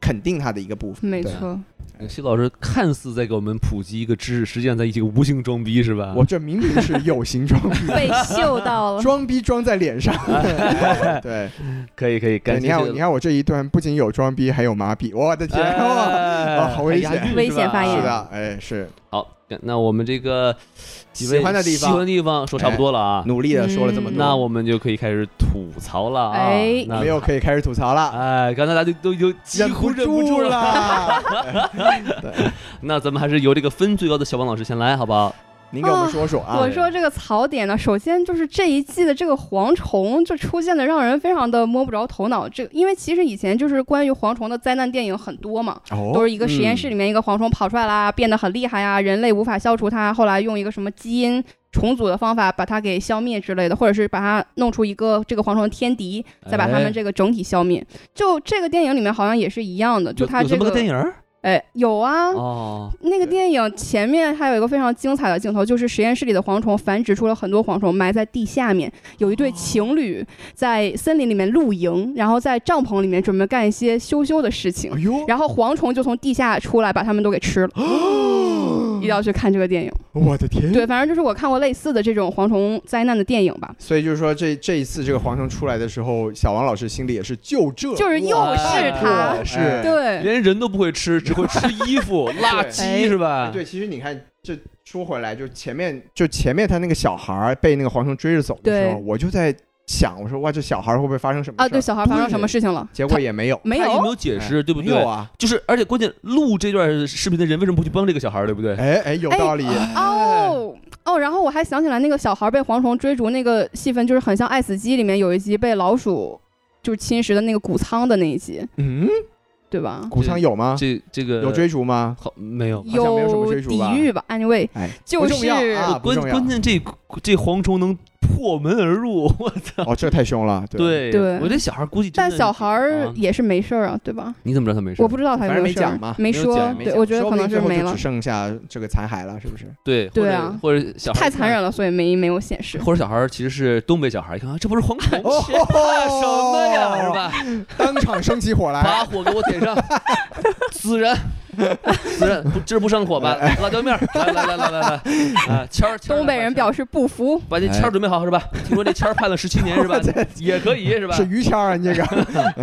Speaker 1: 肯定它的一个部分。
Speaker 4: 没
Speaker 1: 对
Speaker 4: 错，
Speaker 3: 谢哎老师看似在给我们普及一个知识，实际上在一起无形装逼是吧？
Speaker 1: 我这明明是有形装逼，
Speaker 4: 被嗅到了。
Speaker 1: 装逼装在脸 上。对，
Speaker 3: 可以可
Speaker 1: 对
Speaker 3: 以，感
Speaker 1: 你
Speaker 3: 谢
Speaker 1: 看我你看我这一段不仅有装逼，还有麻痹，我 的天！哇
Speaker 3: 啊
Speaker 1: 啊好危险
Speaker 4: 危险发言
Speaker 1: 是的，哎，是
Speaker 3: 好，那我们这个啊几位
Speaker 1: 喜欢的地方哎
Speaker 3: 喜欢的地方说差不多了啊，
Speaker 1: 努力的说了这么
Speaker 4: 嗯
Speaker 1: 多，
Speaker 3: 那我们就可以开始吐槽了啊。
Speaker 4: 哎
Speaker 3: 那
Speaker 1: 没有可以开始吐槽了，
Speaker 3: 哎，刚才大家都有几乎忍不住。
Speaker 1: 了。
Speaker 3: 那咱们还是由这个分最高的小王老师先来，好不好？
Speaker 1: 您给我们说说啊，
Speaker 2: 我说这个槽点呢，首先就是这一季的这个蝗虫就出现的让人非常的摸不着头脑。这因为其实以前就是关于蝗虫的灾难电影很多嘛，啊
Speaker 1: 哦，
Speaker 2: 都是一个实验
Speaker 3: 嗯
Speaker 2: 室里面一个蝗虫跑出来啦，变得很厉害呀，人类无法消除它，后来用一个什么基因重组的方法把它给消灭之类的，或者是把它弄出一个这个蝗虫的天敌，再把它
Speaker 3: 哎
Speaker 2: 们这个整体消灭。就这个电影里面好像也是一样的，就
Speaker 3: 有
Speaker 2: 它
Speaker 3: 有这
Speaker 2: 这
Speaker 3: 么个电影儿
Speaker 2: 哎有啊，
Speaker 3: 哦，
Speaker 2: 那个
Speaker 1: 对
Speaker 2: 电影前面还有一个非常精彩的镜头，就是实验室里的蝗虫繁殖出了很多蝗虫，埋在地下面。有一
Speaker 3: 哦
Speaker 2: 对情侣在森林里面露营，然后在帐篷里面准备干一些羞羞的事情
Speaker 1: 哎，呦，
Speaker 2: 然后蝗虫就从地下出来，把他们都给吃 了。一定要去看这个电影。
Speaker 1: 我的天！
Speaker 2: 对，反正就是我看过类似的这种蝗虫灾难的电影吧。
Speaker 1: 所以就是说这这一次这个蝗虫出来的时候，小王老师心里也是就这，
Speaker 2: 就是又是他
Speaker 1: 哇是
Speaker 3: 哎
Speaker 2: 对，
Speaker 3: 连人都不会吃，只会吃衣 服、辣鸡是吧？
Speaker 1: 对，其实你看这说回来，就前面就前面他那个小孩儿被那个蝗虫追着走的时候，
Speaker 2: 对
Speaker 1: 我就在想，我说哇，这小孩儿会不会发生什么事儿
Speaker 2: 啊，对，小孩发生什么事情了？
Speaker 1: 结果也没有，
Speaker 2: 没
Speaker 3: 他也没
Speaker 2: 有，
Speaker 3: 有解释，对不
Speaker 1: 没
Speaker 3: 对？
Speaker 1: 有啊，
Speaker 3: 就是，而且关键录这段视频的人为什么不去帮这个小孩儿，对不对？
Speaker 1: 哎哎，有
Speaker 2: 哎
Speaker 1: 道理，
Speaker 2: 哦 哦，然后我还想起来那个小孩被蝗虫追逐那个戏份，就是很像《爱死机》里面有一集被老鼠就是侵蚀的那个谷仓的那一集，
Speaker 1: 嗯，
Speaker 2: 对吧？
Speaker 1: 谷仓有吗？
Speaker 3: 这呃这个
Speaker 1: 有追逐吗？
Speaker 3: 好没有？
Speaker 1: 像没有什么追逐
Speaker 2: 抵
Speaker 1: 吧
Speaker 2: 御吧，anyway，
Speaker 1: 哎，
Speaker 2: 就
Speaker 1: 不重要
Speaker 2: 是
Speaker 1: 啊不
Speaker 3: 关
Speaker 1: 重要
Speaker 3: 关键这这蝗虫能破门而入，我操！
Speaker 1: 哦，这太凶了，对，
Speaker 3: 对
Speaker 2: 对
Speaker 3: 我这小孩估计真
Speaker 2: 但
Speaker 3: 的
Speaker 2: 小孩儿
Speaker 3: 啊
Speaker 2: 也是没事儿啊，对吧？
Speaker 3: 你怎么知道他没事
Speaker 2: 我？不知道他有
Speaker 1: 反正
Speaker 2: 没
Speaker 1: 没
Speaker 2: 有事儿
Speaker 1: 讲嘛，
Speaker 2: 没
Speaker 3: 没有
Speaker 2: 说
Speaker 3: 讲，
Speaker 1: 没
Speaker 2: 对，
Speaker 1: 讲
Speaker 2: 我觉得
Speaker 1: 说
Speaker 2: 可
Speaker 1: 不定
Speaker 2: 能
Speaker 1: 最
Speaker 2: 是
Speaker 1: 后
Speaker 2: 没
Speaker 1: 就
Speaker 2: 了
Speaker 1: 只，剩下这个残骸了，是 不是？
Speaker 3: 对
Speaker 2: 对啊
Speaker 3: 或者或者小孩
Speaker 2: 太残忍了，所以没没有显示。
Speaker 3: 或者小孩儿其实是东北小孩儿，一看啊，这不是蝗虫
Speaker 1: 哦
Speaker 3: 是
Speaker 2: 啊
Speaker 3: 吧什么呀，是吧？
Speaker 1: 当场生起火来，
Speaker 3: 把火给我点上，死人，死人，不今儿不上火吧？辣椒面儿，来来来来来来，啊，签儿，签儿
Speaker 2: 东北人表
Speaker 3: 示
Speaker 2: 示不服，
Speaker 3: 把这签儿准备好是吧？听说这签儿判了十七年是吧？也可以是吧
Speaker 1: 是？于谦儿啊，你这个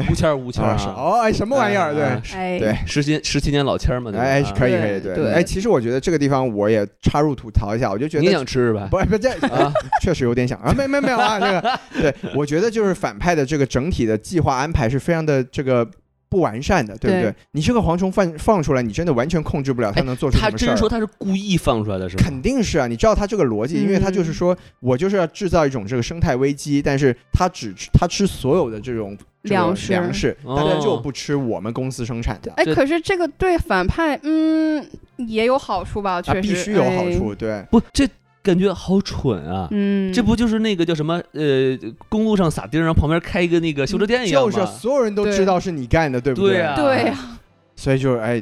Speaker 3: 无签儿无签儿
Speaker 1: 啊，是
Speaker 3: 啊，
Speaker 1: 哦，哎，什么玩意儿？对。
Speaker 2: 哎，
Speaker 1: 对
Speaker 3: 十七十七年老签儿嘛，对吧
Speaker 1: 哎，
Speaker 3: 啊
Speaker 1: 可以可以，
Speaker 2: 对
Speaker 1: 对，
Speaker 2: 对
Speaker 1: 哎，其实我觉得这个地方我也插入吐槽一下，我就觉
Speaker 3: 你
Speaker 1: 得
Speaker 3: 想吃是吧？
Speaker 1: 不哎不这
Speaker 3: 啊，
Speaker 1: 确实有点想啊，没没没有啊，这 个对，我觉得就是反派的这个整体的计划安排是非常的这个不完善的，对不
Speaker 2: 对哎
Speaker 1: 对？你这个蝗虫放放出来，你真的完全控 制不了它能做出
Speaker 3: 他
Speaker 1: 什么事
Speaker 3: 真
Speaker 1: 儿。
Speaker 3: 说他是故意放出来的是吧？
Speaker 1: 肯定是啊，你知道他这个逻辑，因为他就是
Speaker 2: 嗯
Speaker 1: 说我就是要制造一种这个生态危机，但是他只吃他吃所有的这种这个
Speaker 2: 粮食
Speaker 1: 粮食，
Speaker 3: 哦
Speaker 1: 但他就不吃我们公司生产的，
Speaker 2: 哎，
Speaker 3: 这
Speaker 2: 可是这个对反派，嗯，也有好处吧？确
Speaker 1: 他
Speaker 2: 实，
Speaker 1: 必须有好
Speaker 2: 哎。
Speaker 1: 处，对。
Speaker 3: 不，这感觉好蠢啊！
Speaker 2: 嗯，
Speaker 3: 这不就是那个叫什么呃，公路上撒钉儿，然后旁边开一个那个修车店一样
Speaker 1: 就
Speaker 3: 吗？
Speaker 1: 是所有人都知道是你干的，对不
Speaker 3: 对啊，
Speaker 2: 对呀、
Speaker 1: 所以就是哎，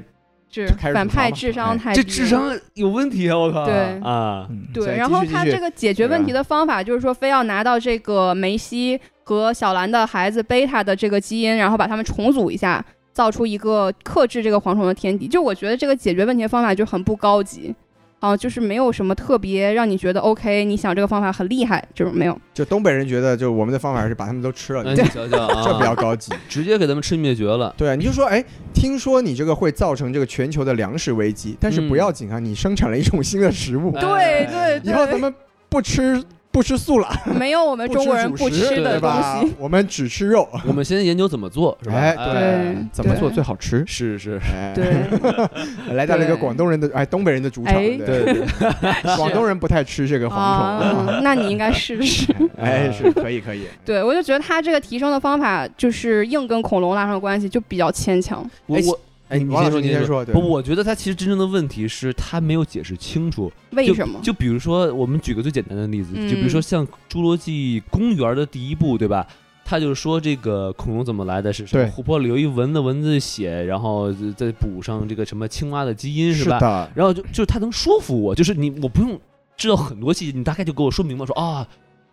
Speaker 2: 是
Speaker 1: 就开始
Speaker 2: 反派
Speaker 1: 吐槽嘛哎
Speaker 2: 智商太低
Speaker 3: 这
Speaker 2: 了
Speaker 3: 智商有问题啊！我靠，
Speaker 2: 对
Speaker 3: 啊，
Speaker 1: 嗯所
Speaker 2: 对。
Speaker 1: 以
Speaker 2: 然后
Speaker 1: 继续
Speaker 2: 他
Speaker 1: 继续
Speaker 2: 这个解决问题的方法就是说，非要拿到这个梅西和小兰的孩子贝塔的这个基因，然后把它们重组一下，造出一个克制这个蝗虫的天敌。就我觉得这个解决问题的方法就很不高级。啊、就是没有什么特别让你觉得 OK，你想这个方法很厉害，这种没有。
Speaker 1: 就东北人觉得，就我们的方法是把他们都吃了，
Speaker 3: 那
Speaker 1: 你
Speaker 3: 哎你瞧瞧
Speaker 1: 这比较
Speaker 3: 啊，
Speaker 1: 高级。
Speaker 3: 直接给他们吃灭 绝了。
Speaker 1: 对啊，你就说，哎，听说你这个会造成这个全球的粮食危机，但是
Speaker 2: 嗯
Speaker 1: 不要紧啊，你生产了一种新的食物，
Speaker 2: 对对
Speaker 1: 哎以后咱们不吃不吃素了，
Speaker 2: 没有我们呃中国人
Speaker 1: 不
Speaker 2: 不
Speaker 1: 吃主食
Speaker 2: 吃的
Speaker 3: 对
Speaker 1: 对
Speaker 2: 东
Speaker 1: 吧
Speaker 2: 西。？
Speaker 1: 我们只吃肉，
Speaker 3: 我们先研究怎么做，是吧？
Speaker 1: 哎，
Speaker 2: 对
Speaker 1: 怎么做
Speaker 2: 对
Speaker 1: 最好 吃？
Speaker 3: 是是，
Speaker 1: 哎，
Speaker 2: 对，
Speaker 1: 来到了一个
Speaker 2: 对
Speaker 1: 广东人的哎东北人的主场，
Speaker 2: 哎
Speaker 1: 对，
Speaker 3: 对，
Speaker 1: 广东人不太吃这个蝗虫，
Speaker 2: 啊，那你应该试试。
Speaker 1: 哎，是可以可以，
Speaker 2: 对，我就觉得他这个提升的方法，就是硬跟恐龙拉上关系，就比较牵强。
Speaker 3: 我我
Speaker 1: 哎，
Speaker 3: 你
Speaker 1: 王老
Speaker 3: 先
Speaker 1: 师
Speaker 3: 说，
Speaker 1: 您先说，对
Speaker 3: 不，，我觉得他其实真正的问题是他没有解释清楚，
Speaker 2: 为
Speaker 3: 就
Speaker 2: 什么？
Speaker 3: 就比如说，我们举个最简单的例子，
Speaker 2: 嗯
Speaker 3: 就比如说像《侏罗纪公园》的第一部，对吧？他就是说这个恐龙怎么来的，是什么
Speaker 1: 对
Speaker 3: 琥珀里有一蚊子蚊子血，然后再补上这个什么青蛙的基因，
Speaker 1: 是
Speaker 3: 吧？
Speaker 1: 的，
Speaker 3: 然后就就是他能说服我，就是你我不用知道很多细节，你大概就给我说明白，说啊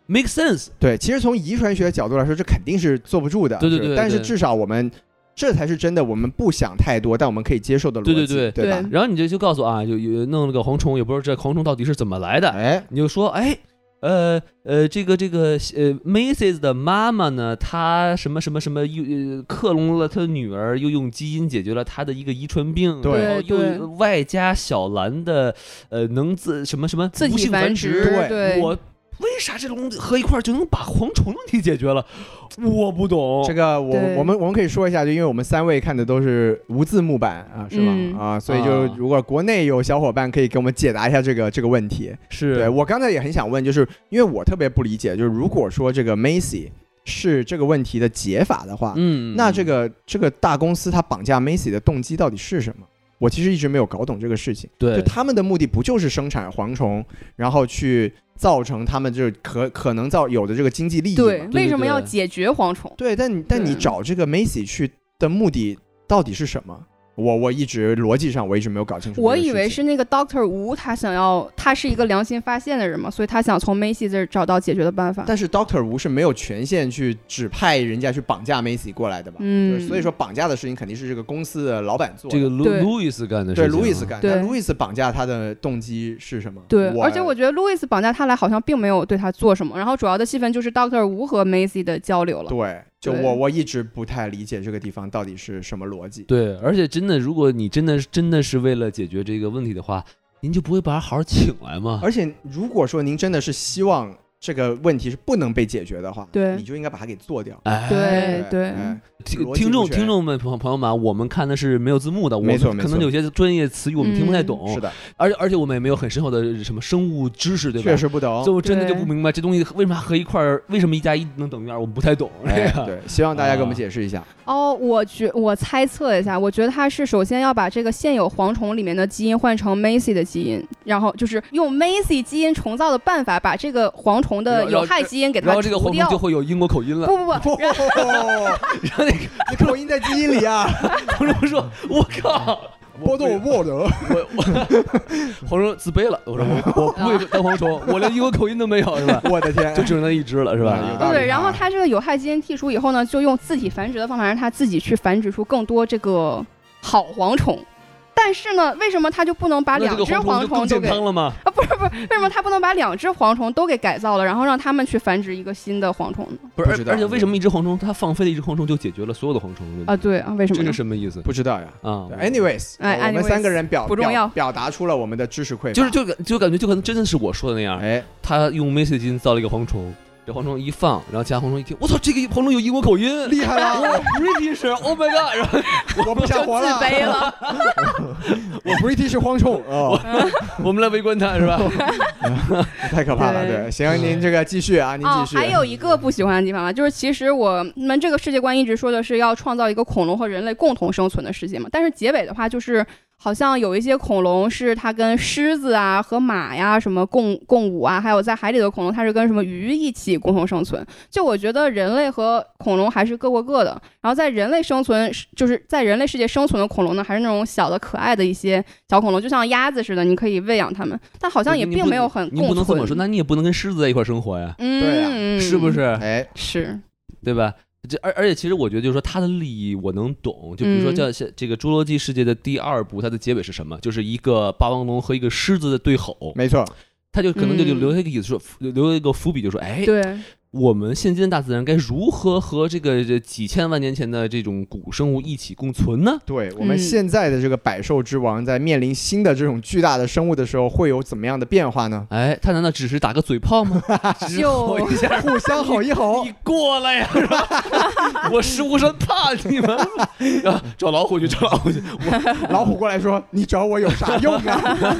Speaker 3: ，make sense，
Speaker 1: 对，其实从遗传学角度来说，这肯定是做不住的。
Speaker 3: 对对
Speaker 1: 是
Speaker 3: 对
Speaker 1: 但是
Speaker 3: 对
Speaker 1: 至少我们这才是真的，我们不想太多，但我们可以接受的逻辑，
Speaker 3: 对对
Speaker 1: 对
Speaker 3: 对
Speaker 1: 吧？
Speaker 3: 然后你就就告诉我啊，有有弄了个蝗虫，也不知道这蝗虫到底是怎么来的，
Speaker 1: 哎，
Speaker 3: 你就说，哎，呃呃，这个这个呃，Macy's 的妈妈呢，她什么什么什么又呃克隆了她女儿，又用基因解决了她的一个遗传病，
Speaker 1: 对
Speaker 3: 然后
Speaker 2: 对
Speaker 3: 又外加小兰的呃能自什么什么
Speaker 2: 自
Speaker 3: 无
Speaker 2: 己
Speaker 3: 性繁
Speaker 2: 殖，
Speaker 1: 对
Speaker 2: 对，
Speaker 3: 我。为啥这东西合一块儿就能把蝗虫问题解决了？我不懂。
Speaker 1: 这个我
Speaker 2: 对
Speaker 1: 我们我们可以说一下，就因为我们三位看的都是无字幕版啊，是吗？
Speaker 2: 嗯
Speaker 1: 啊，所以就
Speaker 3: 啊
Speaker 1: 如果国内有小伙伴可以给我们解答一下这个这个问题。
Speaker 3: 是
Speaker 1: 对我刚才也很想问，就是因为我特别不理解，就是如果说这个 Macy 是这个问题的解法的话，
Speaker 3: 嗯，
Speaker 1: 那这个这个大公司它绑架 Macy 的动机到底是什么？我其实一直没有搞懂这个事情。就
Speaker 3: 对
Speaker 1: 他们的目的不就是生产蝗虫，然后去造成他们就是可可能造有的这个经济利益嘛
Speaker 2: 对，为什么
Speaker 3: 对
Speaker 2: 要
Speaker 3: 对
Speaker 2: 解决蝗虫？
Speaker 1: 对，但你但你
Speaker 2: 对
Speaker 1: 找这个 Macy 去的目的到底是什么？我我一直逻辑上我一直没有搞清楚这个
Speaker 2: 我
Speaker 1: 事情。
Speaker 2: 以为是那个 Doctor 吴，他想要，他是一个良心发现的人嘛，所以他想从 Macy 这儿找到解决的办法。
Speaker 1: 啊但是 Doctor 吴是没有权限去指派人家去绑架 Macy 过来的吧？
Speaker 2: 嗯
Speaker 1: 就是所以说绑架的事情肯定是这个公司的老板做的。
Speaker 3: 这个路
Speaker 2: 对
Speaker 3: 路易斯干的事
Speaker 1: 对
Speaker 3: 情啊，
Speaker 1: 路易斯干，
Speaker 2: 对
Speaker 1: 但路易斯绑架他的动机是什么？
Speaker 2: 对，而且我觉得 Louis 绑架他来好像并没有对他做什么，然后主要的戏份就是 Doctor 吴和 Macy 的交流了。
Speaker 1: 对，就
Speaker 2: 对
Speaker 1: 我我一直不太理解这个地方到底是什么逻辑。
Speaker 3: 对，而且真的，如果你真的是真的是为了解决这个问题的话，您就不会把他好好请来吗？
Speaker 1: 而且，如果说您真的是希望这个问题是不能被解决的话，
Speaker 2: 对
Speaker 1: 你就应该把它给做掉。
Speaker 3: 哎，
Speaker 2: 对对
Speaker 1: 哎
Speaker 3: 听
Speaker 1: 逻辑
Speaker 3: 听
Speaker 1: 不
Speaker 3: 众
Speaker 1: 全
Speaker 3: 听众们朋朋友们啊，我们看的是没有字幕的，我
Speaker 1: 没
Speaker 3: 们
Speaker 1: 错没
Speaker 3: 可能
Speaker 1: 错
Speaker 3: 有些专业词语我们听不太
Speaker 2: 嗯
Speaker 3: 懂，
Speaker 1: 是的，
Speaker 3: 而且而且我们也没有很深厚的什么生物知识，对吧？
Speaker 1: 确实不懂。
Speaker 3: 所以我真的就
Speaker 2: 对
Speaker 3: 不明白这东西为什么合一块儿，为什么一加一能等于二，我们不太懂。
Speaker 1: 哎
Speaker 3: 这个，
Speaker 1: 对，希望大家给我们
Speaker 3: 啊
Speaker 1: 解释一下。
Speaker 2: 哦，我觉我猜测一下，我觉得他是首先要把这个现有蝗虫里面的基因换成 Macy 的基因，然后就是用 Macy 基因重造的办法把这个蝗虫
Speaker 3: 然
Speaker 2: 的
Speaker 3: 后
Speaker 2: 有害基因给
Speaker 3: 然
Speaker 2: 它
Speaker 3: 后这个
Speaker 2: 除
Speaker 3: 黄虫
Speaker 2: 掉。
Speaker 3: 就会有英国口音了。
Speaker 2: 不不不，
Speaker 1: 哦， 你口音在基因里 啊！
Speaker 3: 黄虫说：“我靠，
Speaker 1: 波动波动，
Speaker 3: 我我 黄虫自卑了。” 我说：“我我不
Speaker 2: 啊
Speaker 3: 会当蝗虫，我连英国口音都没有，是吧？”
Speaker 1: 我的 天！
Speaker 3: 就只有那一只了，是吧？
Speaker 1: 啊有道理
Speaker 2: 对，然后它这个有害基因剔除以后呢，就用自体繁殖的方法让它自己去繁殖出更多这个好蝗虫。但是呢，为什么它就不能把
Speaker 3: 那
Speaker 2: 两
Speaker 3: 这个
Speaker 2: 只
Speaker 3: 蝗
Speaker 2: 蝗
Speaker 3: 就更
Speaker 2: 虫都
Speaker 3: 健
Speaker 2: 给
Speaker 3: 康
Speaker 2: 啊？
Speaker 3: 了吗？
Speaker 2: 不是不是，为什么它不能把两只蝗虫都给改造了，然后让它们去繁殖一个新的蝗虫呢？
Speaker 3: 不是，
Speaker 1: 不知道
Speaker 3: 而而且为什么一只蝗虫它放飞了一只蝗虫就解决了所有的蝗虫的问题
Speaker 2: 啊，？对啊，为什么
Speaker 3: 这
Speaker 2: 呢
Speaker 3: 是？什么意思
Speaker 1: 不知道呀。
Speaker 3: 啊
Speaker 1: 对 Anyways，呃
Speaker 2: 哎
Speaker 1: 我们
Speaker 2: anyways，
Speaker 1: 三个人表
Speaker 2: 不重要
Speaker 1: 表表达出了我们的知识匮乏。
Speaker 3: 就是就感就感觉就可能真的是我说的那样，
Speaker 1: 哎，
Speaker 3: 他用 Macy 基因造了一个蝗虫，这蝗虫一放，然后其他蝗虫一听，我操，这个蝗虫有英国口音，
Speaker 1: 厉害 了，
Speaker 3: British，Oh my god，然后
Speaker 1: 我不想活
Speaker 2: 自
Speaker 1: 了，
Speaker 2: 卑 了，
Speaker 1: 我 British 蝗虫哦。
Speaker 2: 嗯
Speaker 3: 我们来围观他，是吧？
Speaker 1: 太可怕了，
Speaker 2: 对
Speaker 1: 对，行，您这个继续啊，您
Speaker 2: 哦
Speaker 1: 继，续。
Speaker 2: 还有一个不喜欢的地方啊，就是其实我们这个世界观一直说的是要创造一个恐龙和人类共同生存的世界嘛，但是结尾的话就是好像有一些恐龙是它跟狮子啊和马呀什么共共舞啊，还有在海里的恐龙它是跟什么鱼一起共同生存。就我觉得人类和恐龙还是各过各的，然后在人类生存就是在人类世界生存的恐龙呢，还是那种小的可爱的一些小恐龙，就像鸭子似的，你可以喂养它们，但好像也
Speaker 3: 你不
Speaker 2: 并没有很
Speaker 3: 你不能
Speaker 2: 共
Speaker 3: 这
Speaker 2: 存
Speaker 3: 么说，。那你也不能跟狮子在一块生活呀，
Speaker 1: 对啊
Speaker 2: 嗯，
Speaker 3: 是不
Speaker 2: 是？
Speaker 3: 是？
Speaker 1: 哎，
Speaker 2: 是，
Speaker 3: 对吧？这而而且其实我觉得就是说他的利益我能懂，就比如说
Speaker 2: 嗯
Speaker 3: 叫像这个《侏罗纪世界》的第二部，它的结尾是什么？就是一个霸王龙和一个狮子的对吼，
Speaker 1: 没错，
Speaker 3: 他就可能就
Speaker 2: 嗯
Speaker 3: 留下一个意思说，留下一个伏笔，就说哎，
Speaker 2: 对，
Speaker 3: 我们现今的大自然该如何和这个这几千万年前的这种古生物一起共存呢？
Speaker 1: 对我们
Speaker 2: 嗯
Speaker 1: 现在的这个百兽之王，在面临新的这种巨大的生物的时候，会有怎么样的变化 呢？
Speaker 3: 哎，他难道只是打个嘴炮吗？只是吼一下，
Speaker 1: 互相吼一吼
Speaker 3: 你，过来呀！是吧 我石无神怕你们 啊！找老虎去，找老虎去。我
Speaker 1: 老虎过来说：“你找我有 啥用啊？”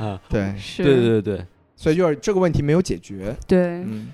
Speaker 3: 啊，
Speaker 1: 对，
Speaker 2: 是，
Speaker 3: 对对对，
Speaker 1: 所以就是这个问题没有解决。
Speaker 2: 对
Speaker 1: 嗯，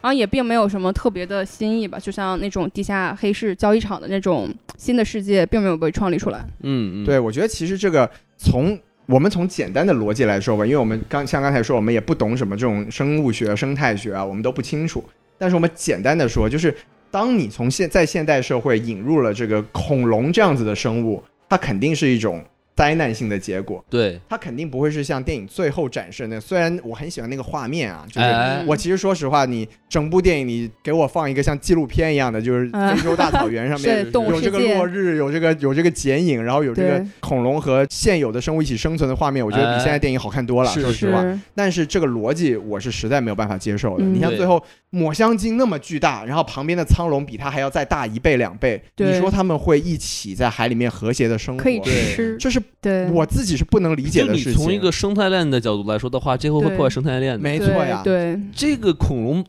Speaker 2: 然后也并没有什么特别的新意吧，就像那种地下黑市交易场的那种新的世界，并没有被创立出来。
Speaker 3: 嗯嗯，
Speaker 1: 对，我觉得其实这个从我们从简单的逻辑来说吧，因为我们刚像刚才说，我们也不懂什么这种生物学、生态学啊，我们都不清楚。但是我们简单的说，就是当你从现在现代社会引入了这个恐龙这样子的生物，它肯定是一种灾难性的结果。
Speaker 3: 对，
Speaker 1: 它肯定不会是像电影最后展示的那，虽然我很喜欢那个画面啊，就是
Speaker 2: 嗯
Speaker 3: 哎，
Speaker 1: 我其实说实话，你整部电影你给我放一个像纪录片一样的，就是
Speaker 2: 嗯
Speaker 1: 非洲大草原上面
Speaker 2: 是动物
Speaker 1: 有
Speaker 2: 世
Speaker 1: 这个落
Speaker 2: 界，
Speaker 1: 日，有这个有这个剪影，然后有这个
Speaker 2: 对
Speaker 1: 恐龙和现有的生物一起生存的画面，我觉得
Speaker 3: 哎
Speaker 1: 比现在电影好看多了。
Speaker 3: 是
Speaker 1: 说实话，
Speaker 2: 是，
Speaker 1: 但是这个逻辑我是实在没有办法接受的。
Speaker 2: 嗯
Speaker 1: 你像
Speaker 3: 对
Speaker 1: 最后抹香鲸那么巨大，然后旁边的苍龙比它还要再大一倍两倍，
Speaker 2: 对
Speaker 1: 你说他们会一起在海里面和谐的生活？
Speaker 2: 可以
Speaker 3: 对
Speaker 2: 吃，
Speaker 1: 这是
Speaker 2: 对，
Speaker 1: 我自己是不能理解
Speaker 3: 就
Speaker 1: 的
Speaker 3: 你
Speaker 1: 事情。
Speaker 3: 从一个生态链的角度来说的话，这会会
Speaker 2: 对
Speaker 3: 破坏生态链的。
Speaker 1: 没错
Speaker 2: 对
Speaker 1: 呀，
Speaker 2: 对，
Speaker 3: 这个恐龙，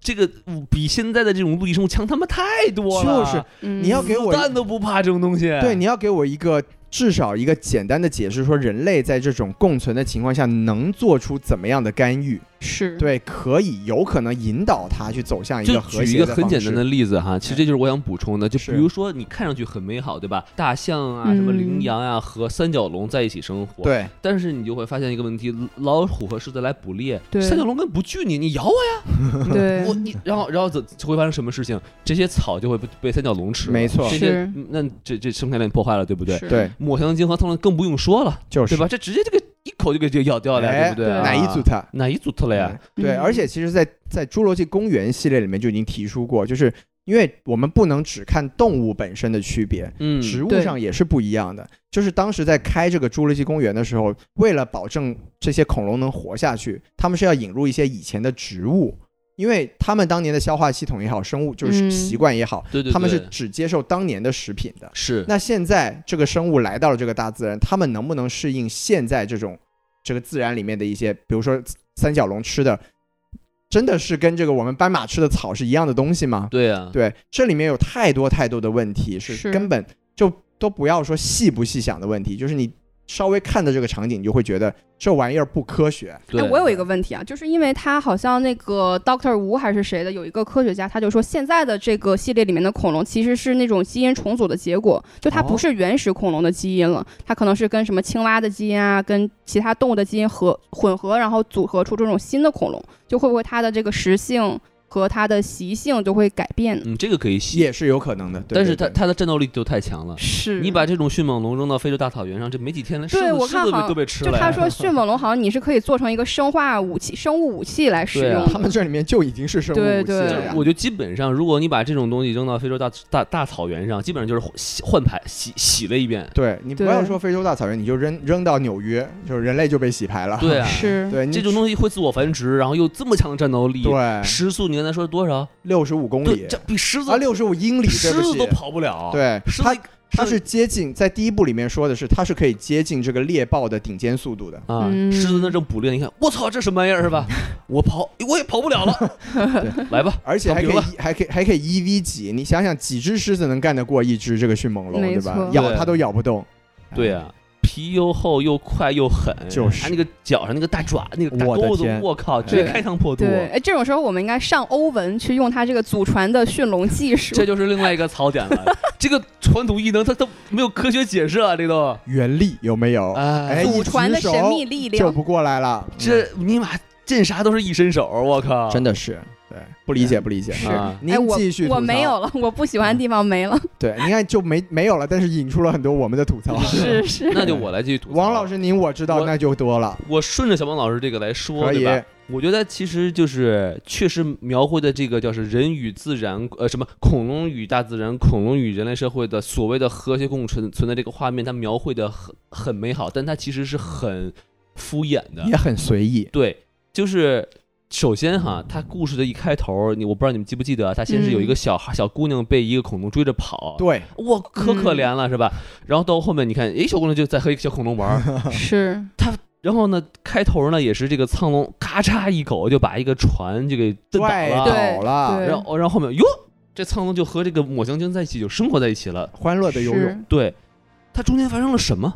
Speaker 3: 这个比现在的这种陆地生物强他妈太多了，
Speaker 1: 就是
Speaker 2: 嗯
Speaker 1: 你要给我一
Speaker 3: 子弹都不怕这种东西。
Speaker 1: 对，你要给我一个至少一个简单的解释，说人类在这种共存的情况下能做出怎么样的干预？
Speaker 2: 是，
Speaker 1: 对，可以有可能引导他去走向一
Speaker 3: 就
Speaker 1: 个和
Speaker 3: 举一
Speaker 1: 谐
Speaker 3: 个
Speaker 1: 的
Speaker 3: 很
Speaker 1: 方
Speaker 3: 简单
Speaker 1: 式。哎
Speaker 3: 的例子哈，其实这就是我想补充的，就比
Speaker 1: 是
Speaker 3: 如说你看上去很美好，对吧？大象啊，
Speaker 2: 嗯
Speaker 3: 什么羚羊啊，和三角龙在一起生活，。
Speaker 1: 对，
Speaker 3: 但是你就会发现一个问题，老虎和狮子来捕猎，
Speaker 2: 对
Speaker 3: 三角龙根本不惧你，你咬我
Speaker 2: 对
Speaker 3: 呀，我你，然后然后怎就会发生什么事情？这些草就会被被三角龙吃了，
Speaker 1: 没错
Speaker 3: 这些
Speaker 2: 是
Speaker 3: 那这这生态链破坏了，对不对？
Speaker 2: 是
Speaker 1: 对，
Speaker 3: 抹香鲸和苍龙更不用说了，
Speaker 1: 就是
Speaker 3: 嗯对吧？这直接这个一口就给就咬掉了呀，
Speaker 1: 哎
Speaker 3: 对不对啊？
Speaker 1: 哪一组它？
Speaker 3: 哪一组特了呀？
Speaker 1: 对，
Speaker 2: 嗯
Speaker 1: 而且其实在，在侏罗纪公园》系列里面就已经提出过，就是因为我们不能只看动物本身的区别，
Speaker 3: 嗯，
Speaker 1: 植物
Speaker 2: 对
Speaker 1: 上也是不一样的。就是当时在开这个侏罗纪公园的时候，为了保证这些恐龙能活下去，他们是要引入一些以前的植物，因为他们当年的消化系统也好，生物就是
Speaker 2: 嗯
Speaker 1: 习惯也好，
Speaker 3: 对对，
Speaker 1: 他们是
Speaker 3: 对
Speaker 1: 只接受当年的食品的。
Speaker 3: 是
Speaker 1: 那现在这个生物来到了这个大自然，他们能不能适应现在这种这个自然里面的一些，比如说三角龙吃的，真的是跟这个我们斑马吃的草是一样的东西吗？
Speaker 3: 对啊，
Speaker 1: 对，这里面有太多太多的问题，是
Speaker 2: 是
Speaker 1: 根本就都不要说细不细想的问题，就是你稍微看到这个场景，你就会觉得这玩意儿不科学。
Speaker 3: 对
Speaker 2: 哎，我有一个问题啊，就是因为他好像那个 Doctor Wu 还是谁的，有一个科学家，他就说现在的这个系列里面的恐龙其实是那种基因重组的结果，就它
Speaker 1: 哦
Speaker 2: 不是原始恐龙的基因了，它可能是跟什么青蛙的基因啊，跟其他动物的基因合混合，然后组合出这种新的恐龙，就会不会它的这个食性和它的习性就会改变 呢？
Speaker 3: 嗯，这个可以吸
Speaker 1: 也是有可能的，对
Speaker 3: 但是
Speaker 1: 对
Speaker 3: 它
Speaker 1: 对
Speaker 3: 它的战斗力就太强了。
Speaker 2: 是
Speaker 3: 你 把这种迅猛龙扔到非洲大草原上，这没几天了，狮
Speaker 2: 对
Speaker 3: 子
Speaker 2: 我
Speaker 3: 狮
Speaker 2: 看
Speaker 3: 子
Speaker 2: 好
Speaker 3: 被
Speaker 2: 像
Speaker 3: 都被吃
Speaker 2: 就
Speaker 3: 了呀。
Speaker 2: 他说迅猛龙好像你是可以做成一个生化武器、生物武器来使
Speaker 3: 对啊
Speaker 2: 用
Speaker 1: 他
Speaker 2: 的，
Speaker 1: 们这里面就已经是生物
Speaker 2: 对
Speaker 1: 武器
Speaker 2: 对
Speaker 1: 了呀
Speaker 3: 我觉得基本上，如果你把这种东西扔到非洲大大大草原上，基本上就是洗换牌洗洗了一遍。
Speaker 1: 对你不
Speaker 2: 对
Speaker 1: 要说非洲大草原，你就扔扔到纽约，就是人类就被洗牌了。
Speaker 3: 对啊，
Speaker 2: 是
Speaker 1: 对，你
Speaker 3: 这种东西会自我繁殖，然后又这么强的战斗力，
Speaker 1: 嗯对
Speaker 3: 时速你刚才说是多少？
Speaker 1: 六十五公
Speaker 3: 对，
Speaker 1: 里
Speaker 3: 这比狮子
Speaker 1: 啊，六十五英里，
Speaker 3: 狮
Speaker 1: 对不
Speaker 3: 子
Speaker 1: 起
Speaker 3: 都，跑不了。，
Speaker 1: 对
Speaker 3: 狮子
Speaker 1: 它它
Speaker 3: 狮
Speaker 1: 是
Speaker 3: 子
Speaker 1: 接近在第一部里面说的是它是可以接近这个猎豹的顶尖速度的。
Speaker 3: 啊，
Speaker 2: 嗯
Speaker 3: 狮子那正捕猎，你看，我操，这什么玩意儿 是吧？我跑，我也跑不了了。来吧，
Speaker 1: 而且还可以
Speaker 3: 躺
Speaker 1: 还可以还可以一 v 几，你想想几只狮子能干得过一只这个迅猛龙，
Speaker 2: 没
Speaker 1: 对
Speaker 2: 错
Speaker 1: 吧？咬
Speaker 3: 对
Speaker 1: 它都咬不动。
Speaker 3: 对
Speaker 1: 哎，
Speaker 3: 啊，皮又厚又快又狠，
Speaker 1: 就是
Speaker 3: 他那个脚上那个大爪，那个大
Speaker 1: 我的
Speaker 3: 钩子
Speaker 1: 天，
Speaker 3: 我靠，直接
Speaker 2: 对
Speaker 3: 开膛破肚。啊
Speaker 2: 对，哎，这种时候我们应该上欧文去用他这个祖传的驯龙技术。
Speaker 3: 这就是另外一个槽 点了。这个传统异能，它都没有科学解释啊，这都。
Speaker 1: 原力有没有？哦哎
Speaker 3: 哎，
Speaker 2: 祖传的神秘力
Speaker 1: 救
Speaker 2: 呃量，
Speaker 1: 不过来了，
Speaker 3: 这尼玛震啥都是一伸手，我靠！
Speaker 1: 嗯真的是对，不理解不理解。
Speaker 2: 是
Speaker 3: 啊
Speaker 1: 您
Speaker 2: 哎，我
Speaker 1: 继续吐槽
Speaker 2: 我没有了，我不喜欢的地方没了，
Speaker 1: 对，你看就没没有了，但是引出了很多我们的吐槽。
Speaker 2: 是是，
Speaker 3: 那就我来继续吐槽。啊
Speaker 1: 王老，师，您我知道
Speaker 3: 我
Speaker 1: 那就多了，
Speaker 3: 我顺着小王老师这个来说，
Speaker 1: 可以
Speaker 3: 对吧？我觉得其实就是确实描绘的这个叫是人与自然，呃，什么恐龙与大自然、恐龙与人类社会的所谓的和谐共存存的这个画面，它描绘的很很美好，但它其实是很敷衍的，
Speaker 1: 也很随意。
Speaker 3: 对，就是首先哈，
Speaker 1: 嗯
Speaker 3: 它故事的一开头，你我不知道你们记不记得啊，它先是有一个小孩、小姑娘被一个恐龙追着跑，
Speaker 1: 对，嗯
Speaker 3: 哇，可可怜了、是吧？然后到后面你看，诶，小姑娘就在和一个小恐龙 玩儿，
Speaker 2: 是，
Speaker 3: 然后呢，开头呢也是这个苍龙咔嚓一口就把一个船就给震倒
Speaker 1: 拽
Speaker 3: 了，
Speaker 2: 对
Speaker 1: 倒了，
Speaker 2: 对
Speaker 3: 然后然后后面哟，这苍龙就和这个抹香鲸在一起就生活在一起了，
Speaker 1: 欢乐的游泳。
Speaker 2: 是
Speaker 3: 对，它中间发生了什么？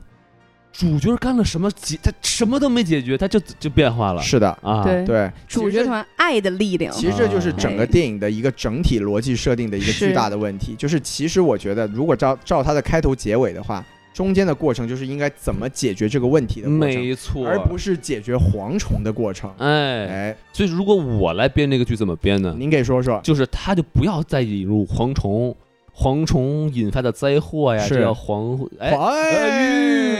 Speaker 3: 主角干了什么解？他什么都没解决，他就就变化了
Speaker 1: 是的，
Speaker 3: 啊！
Speaker 2: 对，
Speaker 1: 对，
Speaker 2: 哎主
Speaker 1: 其实
Speaker 2: 角团爱的力量，
Speaker 1: 其实这就是整个电影的一个整体逻辑设定的一个
Speaker 2: 是
Speaker 1: 巨大的问题，就是其实我觉得，如果照照它的开头结尾的话，中间的过程就是应该怎么解决这个问题的过程，
Speaker 3: 没错，
Speaker 1: 而不是解决蝗虫的过程。
Speaker 3: 哎，
Speaker 1: 哎，
Speaker 3: 所以如果我来编这个剧怎么编呢？
Speaker 1: 您给说说，
Speaker 3: 就是他就不要再引入蝗虫，蝗虫引发的灾祸呀，
Speaker 1: 是
Speaker 3: 这叫蝗哎
Speaker 1: 哎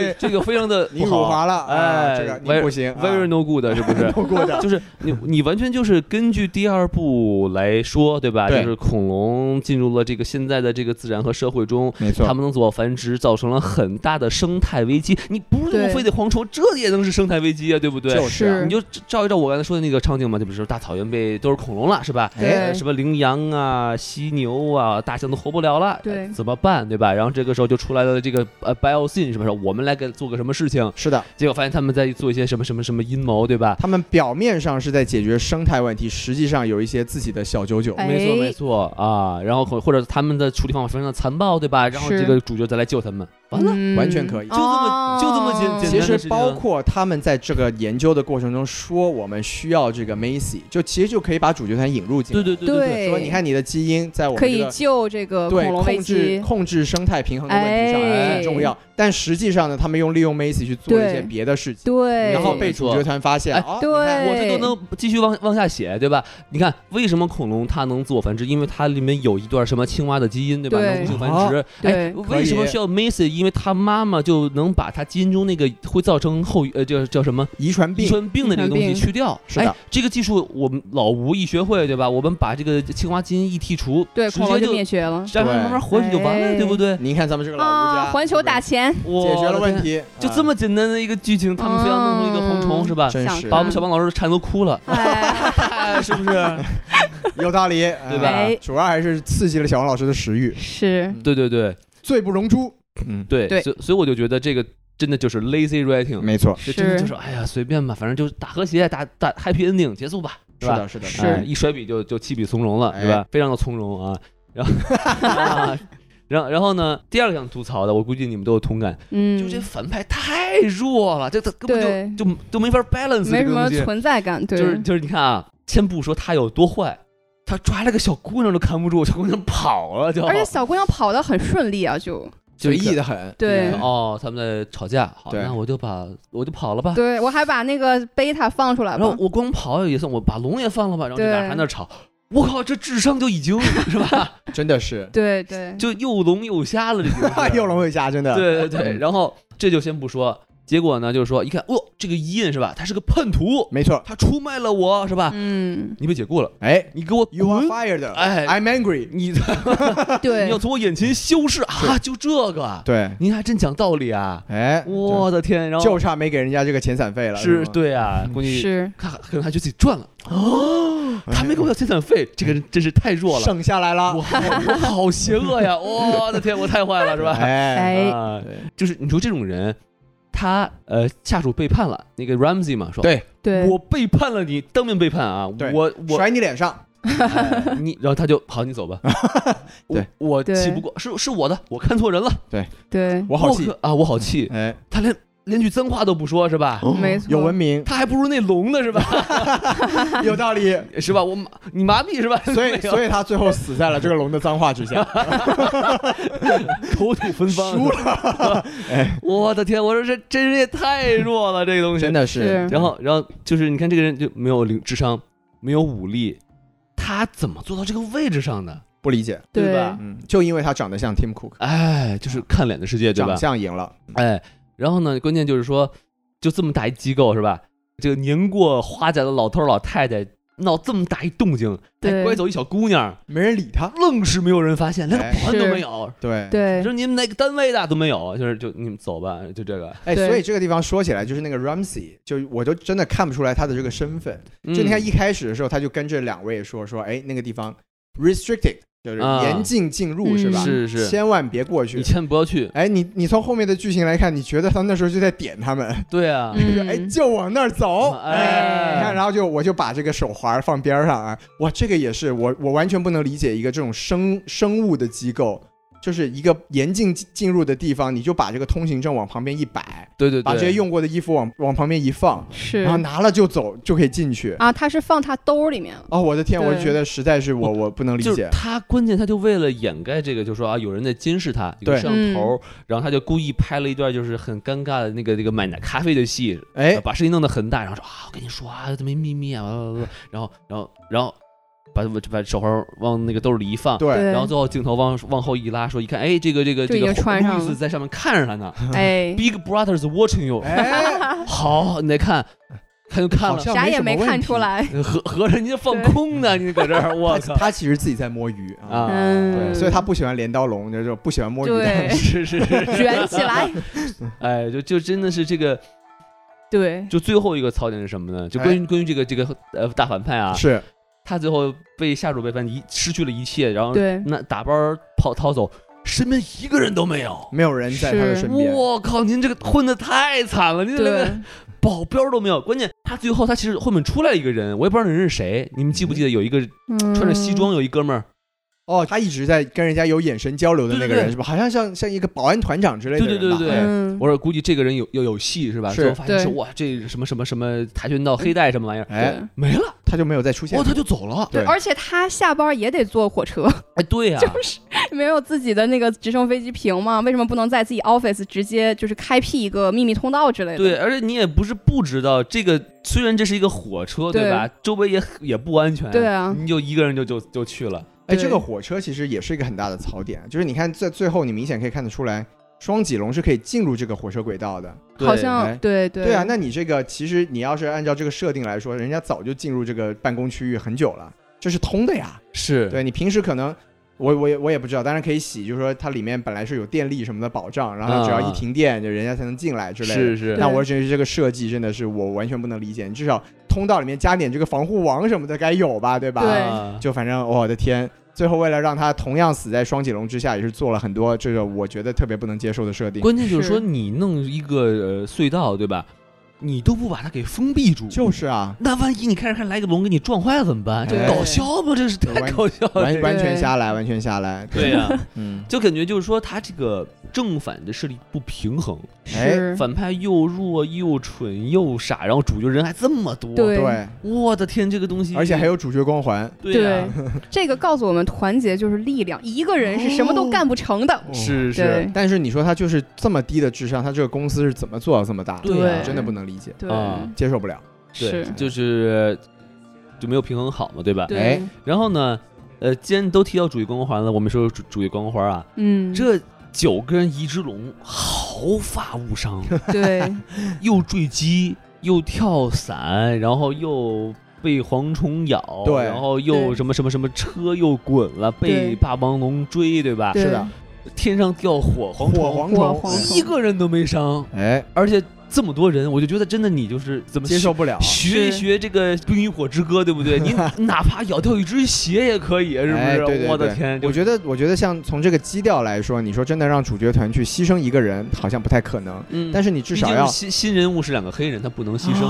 Speaker 3: 哎，，这个非常的
Speaker 1: 你
Speaker 3: 不
Speaker 1: 辱
Speaker 3: 好
Speaker 1: 华了，啊
Speaker 3: 哎
Speaker 1: 这个你
Speaker 3: ，very-
Speaker 1: 不行啊？
Speaker 3: ，very no good 是不是
Speaker 1: 透过的，
Speaker 3: 就是你，你完全就是根据第二部来说，对吧？
Speaker 1: 对
Speaker 3: 就是恐龙进入了这个现在的这个自然和社会中，
Speaker 1: 没
Speaker 3: 它们能自我繁殖，造成了很大的生态危机。你不
Speaker 2: 对
Speaker 3: 用非得蝗虫，这也能是生态危机啊，对不对？
Speaker 1: 就是啊
Speaker 2: 是
Speaker 3: 你就照一照我刚才说的那个场景嘛，就比如说大草原被都是恐龙了，是吧？
Speaker 1: 哎
Speaker 3: 呃，
Speaker 2: 对
Speaker 3: 什么羚羊啊、犀牛啊、大象都活不了了，
Speaker 2: 对
Speaker 3: 怎么办，对吧？然后这个时候就出来了这个呃 biosyn，什么时候我们来给做个什么事情？
Speaker 1: 是的，
Speaker 3: 结果发现他们在做一些什么什么什么阴谋，对吧？
Speaker 1: 他们表面上是在解决生态问题，实际上有一些自己的小九九。
Speaker 2: 哎
Speaker 3: 没错没错啊，然后或或者他们的处理方法非常的残暴，对吧？然后
Speaker 2: 是
Speaker 3: 这个主角再来救他们，完了，
Speaker 2: 嗯
Speaker 1: 完全可以就
Speaker 3: 这么就这么简
Speaker 2: 哦
Speaker 3: 简
Speaker 1: 其
Speaker 3: 单的
Speaker 1: 实
Speaker 3: 事情
Speaker 1: 包括他们在这个研究的过程中说，我们需要这个 Macy，就其实就可以把主角团引入进
Speaker 3: 对
Speaker 1: 来。
Speaker 3: 对对对对，
Speaker 1: 说你看你的基因在我们
Speaker 2: 可
Speaker 1: 这
Speaker 2: 以
Speaker 1: 个
Speaker 2: 救这个
Speaker 1: 对
Speaker 2: 恐龙危
Speaker 1: 控制
Speaker 2: 机，
Speaker 1: 控制生态平衡的问题上
Speaker 2: 哎
Speaker 1: 很重要，但实际上呢，他们用利用 Macy 去做一些
Speaker 2: 对
Speaker 1: 别的事情，
Speaker 2: 对，
Speaker 1: 然后被主角团发现，
Speaker 3: 哎
Speaker 1: 哦，你看
Speaker 2: 对，
Speaker 3: 我这都能继续往往下写，对吧？你看为什么恐龙它能自我繁殖？因为它里面有一段什么青蛙的基因，对吧？
Speaker 2: 对哦
Speaker 3: 能无性繁殖。哎
Speaker 2: 对，
Speaker 3: 为什么需要 Macy？因为它妈妈就能把它基因中那个会造成后呃叫叫什么
Speaker 1: 遗传
Speaker 3: 遗
Speaker 1: 病，
Speaker 3: 传病的这个东
Speaker 2: 遗
Speaker 3: 西
Speaker 2: 传病
Speaker 3: 去掉。
Speaker 1: 是的
Speaker 3: 哎，这个技术我们老吴一学会，对吧？我们把这个青蛙基因一剔除，
Speaker 2: 对
Speaker 3: 直
Speaker 2: 恐龙
Speaker 3: 接
Speaker 2: 就
Speaker 3: 就
Speaker 2: 灭绝了
Speaker 3: 让它慢慢活去就完了，
Speaker 2: 哎
Speaker 3: 对不对？
Speaker 1: 您看咱们这个老吴家，
Speaker 2: 啊！环球打
Speaker 1: 是
Speaker 2: 钱，
Speaker 1: 不是解决了问
Speaker 3: 题。
Speaker 1: 题，
Speaker 3: 就
Speaker 1: 啊
Speaker 3: 这么简单的一个剧情，他们非要弄成一个蝗虫，
Speaker 2: 嗯
Speaker 3: 是吧？
Speaker 1: 真
Speaker 2: 想，
Speaker 1: 是
Speaker 3: 把我们小王老师馋都哭了
Speaker 2: 哎，
Speaker 3: 哎是不是？
Speaker 1: 有道理，
Speaker 3: 对
Speaker 2: 吧
Speaker 1: 啊主要还是刺激了小王老师的食欲，
Speaker 2: 是
Speaker 3: 对对对
Speaker 1: 罪不容诛。嗯，
Speaker 3: 对，
Speaker 2: 对
Speaker 3: 所以所以我就觉得这个真的就是 lazy writing，
Speaker 1: 没错，
Speaker 3: 就真的
Speaker 2: 是
Speaker 3: 就是哎呀随便吧，反正就是打和谐，打打 happy ending 结束吧，
Speaker 1: 是
Speaker 3: 吧？
Speaker 1: 的，是的，
Speaker 2: 是
Speaker 3: 哎一甩笔就就弃笔从戎了，
Speaker 1: 哎
Speaker 3: 是吧？非常的从容啊。然后，啊然后然后呢？第二个想吐槽的，我估计你们都有同感，
Speaker 2: 嗯，
Speaker 3: 就这反派太弱了，这他根本就就都没法 balance
Speaker 2: 没
Speaker 3: 这
Speaker 2: 什
Speaker 3: 个
Speaker 2: 么
Speaker 3: 东西。
Speaker 2: 存在感，对，
Speaker 3: 就是就是你看啊，先不说他有多坏，他抓了个小姑娘都扛不住，小姑娘跑了就，
Speaker 2: 而且小姑娘跑得很顺利啊，就
Speaker 3: 就
Speaker 1: 随
Speaker 3: 一个
Speaker 1: 意的很。
Speaker 2: 对
Speaker 1: 嗯
Speaker 3: 哦，他们在吵架，好，
Speaker 1: 对
Speaker 3: 那我就把我就跑了吧。
Speaker 2: 对我还把那个贝塔放出来
Speaker 3: 然后
Speaker 2: 了，
Speaker 3: 我光跑也算，我把龙也放了吧，然后就
Speaker 2: 对
Speaker 3: 俩人还在那吵。我靠，这智商就已 经是吧，
Speaker 1: 真的是
Speaker 2: 对对，
Speaker 3: 就又聋又瞎了，这就 是
Speaker 1: 又龙又瞎，真的。
Speaker 3: 对对对，然后这就先不说，结果呢，就是说一看，哦，这个伊印是吧，他是个叛徒，
Speaker 1: 没错。
Speaker 3: 他出卖了我是吧？
Speaker 2: 嗯，
Speaker 3: 你被解雇了，
Speaker 1: 哎
Speaker 3: 你给我
Speaker 1: ，You are
Speaker 3: 滚！
Speaker 1: fired.
Speaker 3: 哎
Speaker 1: I'm angry.
Speaker 3: 你啊你
Speaker 2: 对
Speaker 3: 要，从我眼前消失啊！就这个啊，
Speaker 1: 对，
Speaker 3: 您还真讲道理啊！
Speaker 1: 哎，
Speaker 3: 我的天，然
Speaker 1: 就就
Speaker 3: 后
Speaker 1: 差没给人家这个遣散费了。
Speaker 3: 是
Speaker 1: 吗，
Speaker 3: 对啊，估计
Speaker 2: 是
Speaker 3: 他可能还觉得自己赚了哦，他没给我要遣散费，这个人真是太弱了，
Speaker 1: 省哎下来了
Speaker 3: 我。我好邪恶呀！我的天，我太坏了是吧？
Speaker 1: 哎，
Speaker 2: 哎，
Speaker 3: 啊，
Speaker 1: 对
Speaker 3: 就是你说这种人，他呃下属背叛了那个 Ramsey 嘛，说
Speaker 1: 对
Speaker 2: 对，
Speaker 3: 我背叛了你，当面背叛啊，
Speaker 1: 对
Speaker 3: 我我
Speaker 1: 甩你脸上，
Speaker 3: 哎 你，然后他就好，你 走吧，
Speaker 1: 对
Speaker 3: 我我
Speaker 2: 对
Speaker 3: 气不过，是是我的，我看错人了，
Speaker 2: 对，
Speaker 1: 我好气
Speaker 3: 可。啊，我好气，
Speaker 1: 哎，
Speaker 3: 他连连句脏话都不说是吧？
Speaker 1: 哦
Speaker 2: 没错
Speaker 1: 有文明，
Speaker 3: 他还不如那龙呢 是吧？
Speaker 1: 有道理。
Speaker 3: 是吧？我麻你麻痹是吧？
Speaker 1: 所 以，所
Speaker 3: 以
Speaker 1: 以他最后死在了这个龙的脏话之 下，
Speaker 3: 口吐芬
Speaker 1: 输
Speaker 3: 芳。
Speaker 1: 了， 哎
Speaker 3: 我的天！我说这这人也太弱了，这个东西
Speaker 1: 真。的是
Speaker 2: 是
Speaker 3: 然后，然后就是你看这个人就没有灵智商，没有武力，他怎么做到这个位置上的？
Speaker 1: 不理解。
Speaker 3: 对
Speaker 2: 对
Speaker 3: 吧
Speaker 1: 嗯，就因为他长得像 Tim Cook，
Speaker 3: 哎，就是看脸的世界，对吧哎
Speaker 1: 长？相赢了。
Speaker 3: 哎，然后呢，关键就是说，就这么大一机构是吧？这个年过花甲的老头儿老太太闹这么大一动静，还
Speaker 2: 对
Speaker 3: 拐走一小姑娘，
Speaker 1: 没人理他。
Speaker 3: 愣是没有人发现，连个
Speaker 1: 哎
Speaker 3: 保安都
Speaker 2: 是
Speaker 3: 没有。
Speaker 1: 对，
Speaker 3: 你
Speaker 2: 对
Speaker 3: 说你们哪个单位的都没有，就是就你们走吧，就这个。
Speaker 1: 哎，
Speaker 2: 对
Speaker 1: 所以这个地方说起来，就是那个 Ramsey，就我都真的看不出来他的这个身份。就你看
Speaker 3: 嗯
Speaker 1: 一开始的时候，他就跟这两位说说，哎，那个地方 restricted，就是
Speaker 3: 啊嗯
Speaker 1: 严禁进入，是吧？
Speaker 3: 是是
Speaker 1: 千万别过
Speaker 3: 你
Speaker 1: 去。
Speaker 3: 千万不要去。
Speaker 1: 哎，你你从后面的剧情来看，你觉得他那时候就在点他们，
Speaker 3: 对啊，
Speaker 2: 嗯
Speaker 1: 就是哎，就往那儿走，
Speaker 3: 哎
Speaker 1: 你看，然后就我就把这个手环放边上啊，哇，这个也是我我完全不能理解一个这种生生物的机构，就是一个严禁进进入的地方，你就把这个通行证往旁边一摆，
Speaker 3: 对对对，
Speaker 1: 把这些用过的衣服往往旁边一放，
Speaker 2: 是
Speaker 1: 然后拿了就走就可以进去。
Speaker 2: 啊，他是放他兜里面，
Speaker 1: 哦，我的天，
Speaker 2: 对
Speaker 1: 我就觉得实在是我
Speaker 3: 不
Speaker 1: 我不能理
Speaker 3: 就是
Speaker 1: 解。
Speaker 3: 他，关键他就为了掩盖这个，就说啊，有人在监视他，有
Speaker 1: 对
Speaker 3: 摄像头，然后他就故意拍了一段就是很尴尬的那个那个买奶咖啡的戏，
Speaker 1: 哎，
Speaker 3: 把事情弄得很大，然后说啊，我跟你说啊，这没秘密啊，哇哇哇哇然后然后然后把把手环往那个兜里一放。
Speaker 1: 对，
Speaker 2: 对
Speaker 3: 然后最后镜头往往后一拉，说一看，哎，这个这个
Speaker 2: 就
Speaker 3: 这
Speaker 2: 已
Speaker 3: 个
Speaker 2: 经穿上
Speaker 3: 路易斯
Speaker 2: 了
Speaker 3: 在上面看着他呢
Speaker 2: 哎，
Speaker 3: ，Big Brother's watching you，
Speaker 1: 哎，
Speaker 3: 好，你再看，他就看
Speaker 1: 好
Speaker 3: 了，
Speaker 1: 像
Speaker 2: 啥
Speaker 1: 没
Speaker 2: 也
Speaker 1: 什么
Speaker 2: 没
Speaker 1: 问
Speaker 2: 看
Speaker 1: 题
Speaker 2: 出。来，
Speaker 3: 合合着你这放空呢，你搁这儿，我
Speaker 1: 他
Speaker 3: 靠
Speaker 1: 他其实自己在摸鱼啊，
Speaker 3: 啊！
Speaker 1: 对，
Speaker 2: 嗯，
Speaker 1: 所以他不喜欢镰刀龙，就是不喜欢摸鱼的。
Speaker 2: 对
Speaker 3: 是是是，
Speaker 2: 卷起来，
Speaker 3: 哎，就就真的是这个，
Speaker 2: 对，
Speaker 3: 就最后一个槽点是什么呢？就
Speaker 1: 哎
Speaker 3: 关于关于这个这个呃大反派啊，
Speaker 1: 是，
Speaker 3: 他最后被下属背叛，一失去了一切，然后
Speaker 2: 对
Speaker 3: 那打包跑逃走，身边一个人都
Speaker 2: 嗯
Speaker 3: 没有。
Speaker 1: 没有人在他的
Speaker 2: 是
Speaker 1: 身边。
Speaker 3: 我靠！您这个混的太惨了，您这
Speaker 2: 对
Speaker 3: 个保镖都没有。关键他最后他其实后面出来一个人，我也不知道那人是谁。你们记不记得有一个穿着西
Speaker 2: 嗯
Speaker 3: 装有一哥们儿？
Speaker 1: 哦，他一直在跟人家有眼神交流的那个
Speaker 3: 对对
Speaker 1: 人
Speaker 3: 对
Speaker 1: 是吧？好像像像一个保安团长之类的
Speaker 3: 对
Speaker 1: 人
Speaker 3: 对
Speaker 1: 吧。
Speaker 3: 对对
Speaker 1: 哎
Speaker 2: 嗯，嗯，
Speaker 3: 我说估计这个人有有有戏是吧？
Speaker 1: 是
Speaker 3: 最后发现
Speaker 2: 对
Speaker 3: 说哇，这什么什么什么跆拳道黑带什么玩意儿
Speaker 1: 哎，
Speaker 3: 没了，
Speaker 1: 他就没有再出现
Speaker 3: 哦，。他就走了。
Speaker 1: 对
Speaker 2: 对，而且他下班也得坐火车，
Speaker 3: 哎，对呀、
Speaker 2: 就是没有自己的那个直升飞机坪嘛，为什么不能在自己 office 直接就是开辟一个秘密通道之类的？
Speaker 3: 对，而且你也不是不知道这个，虽然这是一个火车，对
Speaker 2: 对
Speaker 3: 吧？周围也也不安全，
Speaker 2: 对啊
Speaker 3: 你就一个人就就就去了，
Speaker 1: 哎，
Speaker 2: 对
Speaker 1: 这个火车其实也是一个很大的槽点，就是你看在最后，你明显可以看得出来，双脊龙是可以进入这个火车轨道的。
Speaker 3: 对
Speaker 2: 好
Speaker 1: 哎
Speaker 2: 像对对
Speaker 1: 对啊，那你这个其实你要是按照这个设定来说，人家早就进入这个办公区域很久了，这是通的呀。
Speaker 3: 是
Speaker 1: 对你平时可能。我我也我也不知道，当然可以洗，就是说它里面本来是有电力什么的保障，然后只要一
Speaker 3: 啊
Speaker 1: 停电，就人家才能进来之类的。
Speaker 3: 是是
Speaker 2: 对
Speaker 1: 那我觉得这个设计真的是我完全不能理解，你至少通道里面加点这个防护网什么的该有吧，对吧？
Speaker 2: 对
Speaker 3: 啊
Speaker 1: 就反正我的天，最后为了让他同样死在双脊龙之下，也是做了很多这个我觉得特别不能接受的设定。
Speaker 3: 关键就是说
Speaker 2: 是
Speaker 3: 你弄一个呃隧道，对吧？你都不把它给封闭住，
Speaker 1: 就是 啊，
Speaker 3: 那万一你看着看着来个龙给你撞坏了怎么办？这
Speaker 1: 哎
Speaker 3: 搞笑吗？这是
Speaker 1: 对
Speaker 3: 太搞笑了
Speaker 1: 完
Speaker 3: 这个。
Speaker 1: 完全下来，完全下来。
Speaker 3: 对呀、
Speaker 1: 嗯，
Speaker 3: 就感觉就是说他这个正反的势力不平衡，
Speaker 2: 是
Speaker 1: 哎
Speaker 3: 反派又弱又蠢又傻，然后主角人还这么 多，
Speaker 2: 对
Speaker 1: 对，
Speaker 3: 我的天，这个东西，
Speaker 1: 而且还有主角光环。
Speaker 3: 对啊呀、
Speaker 2: 这个告诉我们团结就是力量，一个人是什么都干不成的。
Speaker 1: 哦
Speaker 3: 是是
Speaker 2: 对，
Speaker 1: 但是你说他就是这么低的智商，他这个公司是怎么做到这么大的？
Speaker 3: 对
Speaker 1: 我真的不能理解，
Speaker 2: 对
Speaker 3: 啊
Speaker 1: 接受不了。
Speaker 3: 对
Speaker 2: 是，
Speaker 3: 就是就没有平衡好嘛，对吧？
Speaker 1: 哎
Speaker 2: 对，
Speaker 3: 然后呢，呃，既然都提到主义光环了，我们说主主义光环啊，
Speaker 2: 嗯，
Speaker 3: 这九个人一只龙毫发无 伤，
Speaker 2: 对
Speaker 3: 又坠机，又跳伞，然后又。被蝗虫咬，
Speaker 1: 对
Speaker 3: 然后又
Speaker 2: 对
Speaker 3: 什么什么什么车又滚了，被
Speaker 2: 对
Speaker 3: 霸王龙追，对吧？
Speaker 2: 对
Speaker 1: 啊是的，
Speaker 3: 天上掉火蝗虫，
Speaker 1: 蝗
Speaker 2: 火
Speaker 1: 虫
Speaker 2: 蝗虫
Speaker 3: 一个人都没伤，
Speaker 1: 哎，
Speaker 3: 而且这么多人，我就觉得真的你就是怎么
Speaker 1: 接受不了。
Speaker 3: 学
Speaker 2: 是
Speaker 3: 一学这个《冰与火之歌》，对不 对？你哪怕咬掉一只鞋也可以，是不
Speaker 1: 哎
Speaker 3: 是？
Speaker 1: 对对
Speaker 3: 我的
Speaker 1: 对
Speaker 3: 天，
Speaker 1: 我觉得，我觉得像从这个基调来说，你说真的让主角团去牺牲一个人，好像不太可能。
Speaker 3: 嗯
Speaker 1: 但
Speaker 3: 是
Speaker 1: 是你至少要
Speaker 3: 新新人物是两个黑人，他不能牺牲，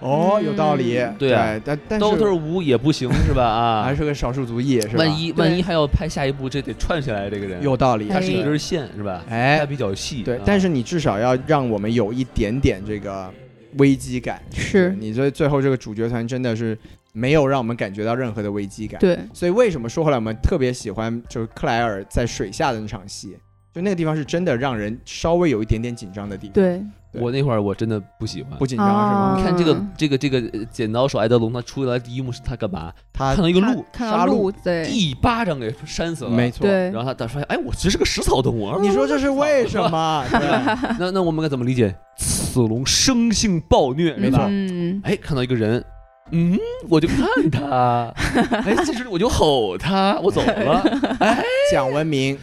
Speaker 1: 哦，有道理。
Speaker 2: 嗯
Speaker 3: 对啊
Speaker 1: 但但
Speaker 3: 刀
Speaker 1: 是
Speaker 3: 头五也不行，是吧？
Speaker 1: 还
Speaker 3: 啊，
Speaker 1: 是个少数族裔，是吧？
Speaker 3: 万一
Speaker 2: 对
Speaker 3: 万一还要拍下一部，这得串起来这个人，
Speaker 1: 有道理，
Speaker 3: 他是一
Speaker 2: 哎
Speaker 3: 根线，是吧？他
Speaker 1: 哎，
Speaker 3: 比较细，
Speaker 1: 对
Speaker 3: 啊，
Speaker 1: 但是你至少要让我们有一点点这个危机感。
Speaker 2: 是，
Speaker 1: 你最最后这个主角团真的是没有让我们感觉到任何的危机感。
Speaker 2: 对
Speaker 1: 所以为什么说回来我们特别喜欢就是克莱尔在水下的那场戏，就那个地方是真的让人稍微有一点点紧张的地方，
Speaker 2: 对，
Speaker 3: 我那会儿我真的不喜欢
Speaker 1: 不。紧张是吗？
Speaker 2: 啊
Speaker 3: 你看这个
Speaker 2: 嗯
Speaker 3: 这个这个呃剪刀手爱德龙，他出来第一幕是他干嘛？
Speaker 1: 他
Speaker 3: 看到一个鹿，
Speaker 2: 看
Speaker 1: 杀
Speaker 2: 到
Speaker 1: 戮
Speaker 2: 鹿，对
Speaker 3: 一巴掌给扇死了，
Speaker 1: 没错。
Speaker 2: 对
Speaker 3: 然，后他他发现，哎，我其实是个食草动物。
Speaker 1: 你说这是为什么？对
Speaker 3: 那那我们该怎么理解？子龙生性暴虐，
Speaker 1: 没
Speaker 3: 是吧
Speaker 1: 错
Speaker 4: 嗯，
Speaker 3: 哎，看到一个人，嗯，我就看 他，哎，这时我就吼他，我走了。
Speaker 1: 讲文 明，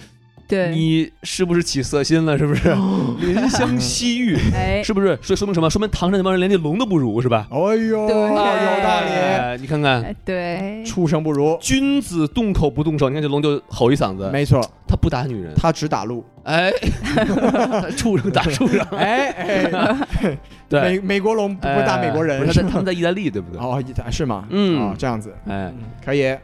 Speaker 4: 对，
Speaker 3: 你是不是起色心了？是不是？
Speaker 1: 哦
Speaker 3: 怜香 惜玉，
Speaker 4: 哎，
Speaker 3: 是不是？说说明什么？说明唐山那帮人连这龙都不如，是吧？
Speaker 1: 哎呦，
Speaker 4: 对
Speaker 1: 哦有道理，
Speaker 3: 哎，你看看，
Speaker 4: 哎对，
Speaker 1: 畜生不如，
Speaker 3: 君子动口不动手，你看这龙就吼一嗓子，
Speaker 1: 没错，
Speaker 3: 他不打女人，
Speaker 1: 他只打鹿，
Speaker 3: 哎，畜生打畜生，
Speaker 1: 哎 哎，
Speaker 3: 对，
Speaker 1: 美美国龙不会打美国
Speaker 3: 哎
Speaker 1: 人，
Speaker 3: 不是
Speaker 1: 是
Speaker 3: 他在他
Speaker 1: 吗
Speaker 3: 们在意大利，对不对？
Speaker 1: 哦，一打是吗？
Speaker 3: 嗯
Speaker 1: 哦这样子，
Speaker 3: 哎，
Speaker 1: 嗯可以，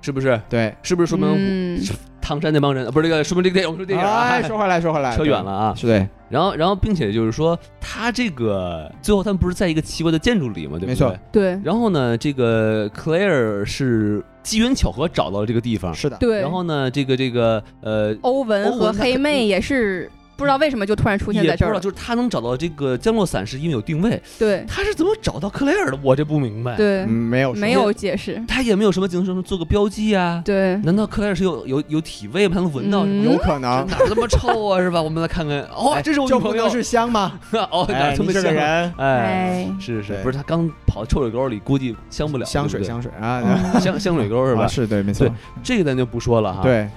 Speaker 3: 是不是？
Speaker 1: 对，
Speaker 3: 是不是说明
Speaker 4: 嗯
Speaker 3: 唐山那帮人，不是这个，说明这个电影，我说电影啊
Speaker 1: 哎，，说回来，说回来，
Speaker 3: 扯远了啊
Speaker 1: 对，。是对，
Speaker 3: 然后，然后，并且就是说，他这个最后他们不是在一个奇怪的建筑里嘛，对不对？
Speaker 1: 没错。
Speaker 4: 对
Speaker 3: 然后呢，这个 Claire 是机缘巧合找到了这个地方，
Speaker 1: 是的，
Speaker 4: 对，
Speaker 3: 然后呢，这个这个呃，
Speaker 2: 欧文
Speaker 3: 欧
Speaker 2: 和
Speaker 3: 文他
Speaker 2: 黑妹也是不知道为什么就突然出现
Speaker 3: 也
Speaker 2: 在
Speaker 3: 不知
Speaker 2: 这儿
Speaker 3: 道，哎
Speaker 2: 了，
Speaker 3: 就是他能找到这个降落伞是因为有定位，
Speaker 2: 对
Speaker 3: 他是怎么找到克莱尔的？我这不明白。，
Speaker 4: 对
Speaker 1: 嗯，没有说
Speaker 2: 没有解释，
Speaker 3: 他也没有什么警示，什么做个标记啊？
Speaker 4: 对
Speaker 3: 难道克莱尔是有有有体味吗？他能闻到什么？
Speaker 4: 嗯
Speaker 1: 有可
Speaker 3: 这
Speaker 1: 能，
Speaker 3: 哪儿那么臭啊？是吧？我们来看看。哦
Speaker 1: 哎，
Speaker 3: 这是我
Speaker 1: 就
Speaker 3: 女
Speaker 1: 不
Speaker 3: 朋
Speaker 1: 能
Speaker 3: 友。
Speaker 1: 是香吗？
Speaker 3: 哦，哪
Speaker 1: 哎
Speaker 3: 儿这
Speaker 1: 你
Speaker 3: 么
Speaker 1: 这个
Speaker 3: 香？
Speaker 1: 人，
Speaker 3: 哎，
Speaker 4: 哎，
Speaker 3: 是是，
Speaker 1: 对
Speaker 3: 不是他刚跑臭水沟里，估计香不了。
Speaker 1: 香水
Speaker 3: 对不
Speaker 1: 香水啊，
Speaker 3: 对
Speaker 2: 嗯
Speaker 3: 香 香水沟是
Speaker 1: 啊
Speaker 3: 吧？
Speaker 1: 是对，没错
Speaker 3: 对，啊这个咱就不说了哈。，
Speaker 1: 对。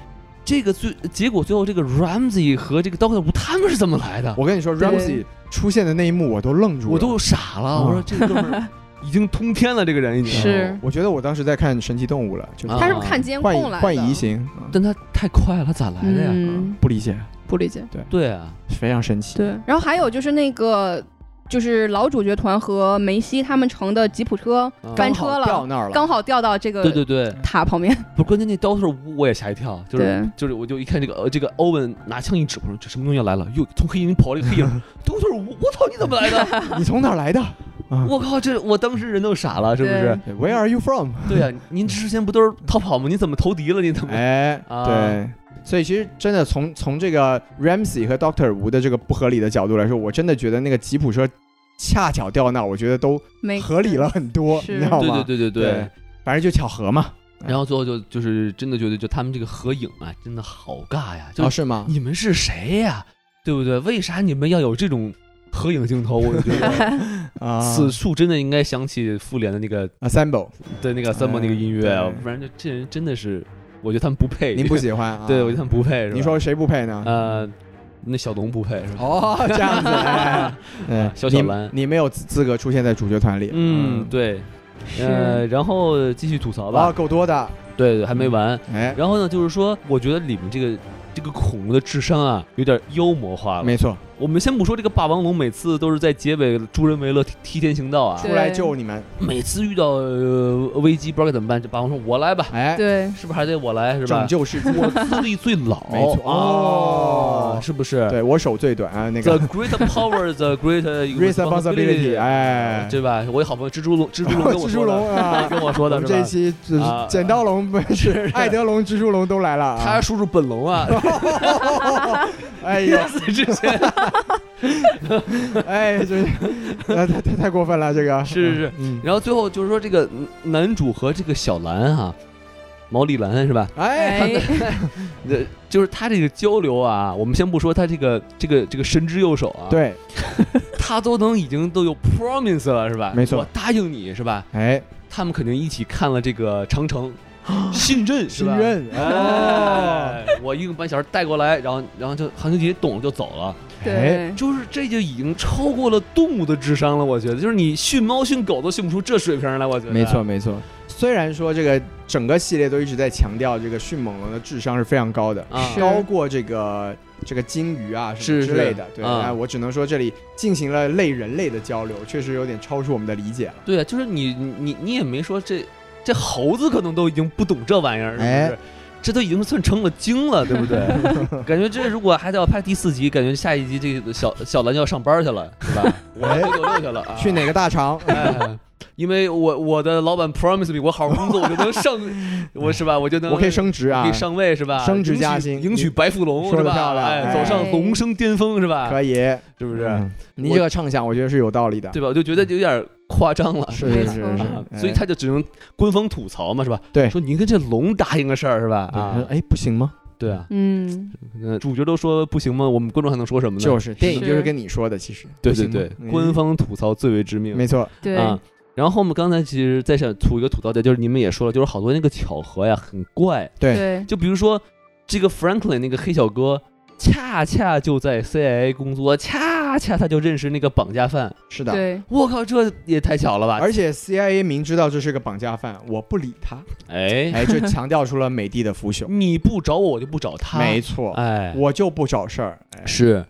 Speaker 3: 这个最结果最后这个 Ramsey 和这个 Doctor 吴他们是怎么来的？
Speaker 1: 我跟你说
Speaker 4: 对
Speaker 1: ，Ramsey 出现的那一幕我都愣住了，
Speaker 3: 我都傻了，
Speaker 1: 嗯
Speaker 3: 我说这哥们儿已经通天了，这个人已经。
Speaker 4: 是
Speaker 1: 我觉得我当时在看《神奇动物》了，就是
Speaker 3: 啊
Speaker 2: 他是不是看监
Speaker 1: 幻
Speaker 2: 控
Speaker 1: 影
Speaker 2: 来
Speaker 1: 幻影移
Speaker 2: 的？
Speaker 1: 形，嗯
Speaker 3: 哦但他太快了，他咋来的呀？
Speaker 4: 嗯，
Speaker 1: 不理解，
Speaker 4: 不理解，
Speaker 3: 对啊，
Speaker 1: 非常神奇。
Speaker 4: 对，
Speaker 2: 然后还有就是那个。就是老主角团和梅西他们乘的吉普车
Speaker 3: 啊
Speaker 2: 翻
Speaker 1: 刚好
Speaker 2: 车了嗯
Speaker 1: 掉那儿了，
Speaker 2: 刚好掉到这个
Speaker 3: 对对对，
Speaker 2: 塔旁边，
Speaker 3: 不是关键那刀头屋我也吓一跳，就是
Speaker 4: 对
Speaker 3: 就是我就一看这个呃这个欧文拿枪一指，我说这什么东西要来了？又从黑影里跑了一个 黑影，刀头屋，我操你怎么来的？
Speaker 1: 你从哪儿来的 啊
Speaker 3: 我靠，这我当时人都傻了，是不是？
Speaker 1: 对？Where are you from？
Speaker 3: 对啊，您之前不都是逃跑吗？你怎么投敌了？你怎么？
Speaker 1: 哎，
Speaker 3: 啊
Speaker 1: 对。所以其实真的从从这个 Ramsey 和 Doctor 吴的这个不合理的角度来说，我真的觉得那个吉普车恰巧掉那儿，我觉得都
Speaker 2: 没
Speaker 1: 合理 了很多，
Speaker 4: 是
Speaker 1: 你知道
Speaker 3: 对
Speaker 1: 吗？
Speaker 3: 对对对对
Speaker 1: 对。反正就巧合嘛。
Speaker 3: 然后最后就就是真的觉得，就他们这个合影啊，真的好尬呀！就
Speaker 1: 哦，是吗？
Speaker 3: 你们是谁呀？对不对？为啥你们要有这种合影镜头？我就觉 得
Speaker 1: 啊
Speaker 3: 此处真的应该想起复联的那个
Speaker 1: ，Assemble，
Speaker 3: 的那个三毛那个音乐啊
Speaker 1: 哎，对
Speaker 3: 不然这这人真的是，我觉得他们不配。
Speaker 1: 您不喜欢啊？
Speaker 3: 对，我觉得 他们不配。是吧
Speaker 1: 你说谁不配呢？
Speaker 3: 呃，那小龙不配是吧？
Speaker 1: 哦，这样子，哎 哎
Speaker 3: 小小兰
Speaker 1: 你你没有资资格出现在主角团里。
Speaker 3: 嗯，，对。呃，然后继续吐槽
Speaker 1: 哇，
Speaker 3: 吧。
Speaker 1: 啊够多的，
Speaker 3: 对对，还没完。
Speaker 1: 哎，
Speaker 3: 然后呢，就是说，我觉得里面这个这个恐龙的智商啊，有点妖魔化了。
Speaker 1: 没错，
Speaker 3: 我们先不说这个霸王龙每次都是在结尾助人为乐、替替天行道啊，
Speaker 4: 对
Speaker 1: 出来救你们，
Speaker 3: 每次遇到、呃、危机不知道该怎么办，这霸王龙说我来吧，
Speaker 1: 哎，
Speaker 4: 对，
Speaker 3: 是不是还得我来是吧
Speaker 1: 拯？救世界，
Speaker 3: 我资历最老，
Speaker 1: 没错
Speaker 3: 哦
Speaker 1: 哦，
Speaker 3: 是不是
Speaker 1: 对我手最短啊，那
Speaker 3: ？The
Speaker 1: 个
Speaker 3: great power, the great
Speaker 1: responsibility，哎，
Speaker 3: 对吧？我有好朋友蜘蛛龙，蜘蛛龙跟 我
Speaker 1: 蜘
Speaker 3: 说
Speaker 1: 蛛
Speaker 3: 的，
Speaker 1: 龙啊，
Speaker 3: 跟我 说
Speaker 1: 我
Speaker 3: 的
Speaker 1: 们
Speaker 3: 是
Speaker 1: 这一
Speaker 3: 吧？
Speaker 1: 期就是
Speaker 3: 啊
Speaker 1: 剪刀龙 不是艾德龙、蜘蛛龙都来了
Speaker 3: 他
Speaker 1: 啊，
Speaker 3: 叔叔本龙啊，
Speaker 1: 哎 呦，
Speaker 3: 死之前
Speaker 1: 哎，这太太太太过分了，这个
Speaker 3: 是是是。
Speaker 1: 嗯，
Speaker 3: 然后最后就是说这个嗯男主和这个小兰哈、毛利兰是吧？
Speaker 1: 哎，
Speaker 4: 哎，
Speaker 3: 呃，就是他这个交流啊，我们先不说他这个这个这个神之右手啊，，
Speaker 1: 对，
Speaker 3: 他都能已经都有 promise 了是吧？
Speaker 1: 没错
Speaker 3: 我答应你是吧？
Speaker 1: 哎，
Speaker 3: 他们肯定一起看了这个 长城，信任是
Speaker 1: 信
Speaker 3: 吧？
Speaker 1: 任哦，
Speaker 3: 哎，我一个半小时带过来，然后然后就韩秋杰懂了就走了，
Speaker 1: 哎，
Speaker 4: 对，
Speaker 3: 就是这就已经超过了动物的智商了，我觉得，就是你训猫训狗都训不出这水平来，我觉得。
Speaker 1: 没错，没错。虽然说这个整个系列都一直在强调这个迅猛龙的智商是非常高的，
Speaker 3: 啊，
Speaker 4: 是
Speaker 1: 高过这个这个鲸鱼啊什么
Speaker 3: 是
Speaker 1: 之类的。
Speaker 3: 是
Speaker 1: 对，
Speaker 3: 啊
Speaker 1: 哎，我只能说这里进行了类人类的交流，确实有点超出我们的理解了。
Speaker 3: 对啊，就是你你你你也没说这这猴子可能都已经不懂这玩意儿，是不是？
Speaker 1: 哎
Speaker 3: 这都已经算成了精了，对不对？ 感觉这如果还得要拍第四集，感觉下一集这个小小兰就要上班去了，是吧？我
Speaker 1: 哎
Speaker 3: 九九六去了，啊、
Speaker 1: 去哪个大厂？
Speaker 3: 哎，因为我我的老板 promise me，我好好工作，我就 能上，我是吧？我就能，
Speaker 1: 我可以升职啊
Speaker 3: 可以，上位是吧？
Speaker 1: 升职
Speaker 3: 迎娶
Speaker 1: 加薪
Speaker 3: 迎娶白富龙
Speaker 1: 说
Speaker 3: 是
Speaker 1: 得
Speaker 3: 吧？
Speaker 1: 漂亮
Speaker 3: 哎，
Speaker 1: 哎
Speaker 3: 走上龙生巅峰是吧？
Speaker 1: 可以，
Speaker 3: 啊
Speaker 1: 嗯
Speaker 3: 是不
Speaker 1: 不
Speaker 3: 是？
Speaker 1: 您这个畅想，我觉得是有道理的。
Speaker 3: 对吧？我就觉得有点夸张了。
Speaker 1: 是
Speaker 4: 没
Speaker 1: 是
Speaker 4: 错
Speaker 1: 是是
Speaker 3: 啊，
Speaker 1: 哎
Speaker 3: 所以他就只能官方吐槽嘛，是吧？
Speaker 1: 对
Speaker 3: 说您跟这龙答应个事儿是吧？啊
Speaker 1: 对，哎，不行吗？
Speaker 3: 对啊，
Speaker 4: 嗯，
Speaker 3: 那主角都说不行吗？我们观众还能说什么呢？
Speaker 1: 就是电影就是是跟你说的，其实
Speaker 3: 嗯对
Speaker 1: 不
Speaker 3: 对
Speaker 1: 行
Speaker 3: 对
Speaker 1: 吗，嗯
Speaker 3: 官方吐槽最为致命。
Speaker 1: 没错，
Speaker 4: 对，
Speaker 3: 啊。然后我们刚才其实再想吐一个吐槽点，就是你们也说了，就是好多那个巧合呀，很怪。
Speaker 1: 对
Speaker 4: 对，
Speaker 3: 就比如说这个 Franklin 那个黑小哥，恰恰就在 CIA 工作，恰恰他就认识那个绑架犯。
Speaker 1: 是的。
Speaker 4: 对，
Speaker 3: 我靠，这也太巧了吧！
Speaker 1: 而且 CIA 明知道这是个绑架犯，我不理 他，
Speaker 3: 哎，
Speaker 1: 哎，就强调出了美帝的腐朽。
Speaker 3: 你不找我，我就不找他。
Speaker 1: 没错，
Speaker 3: 哎，
Speaker 1: 我就不找事儿。哎
Speaker 3: 是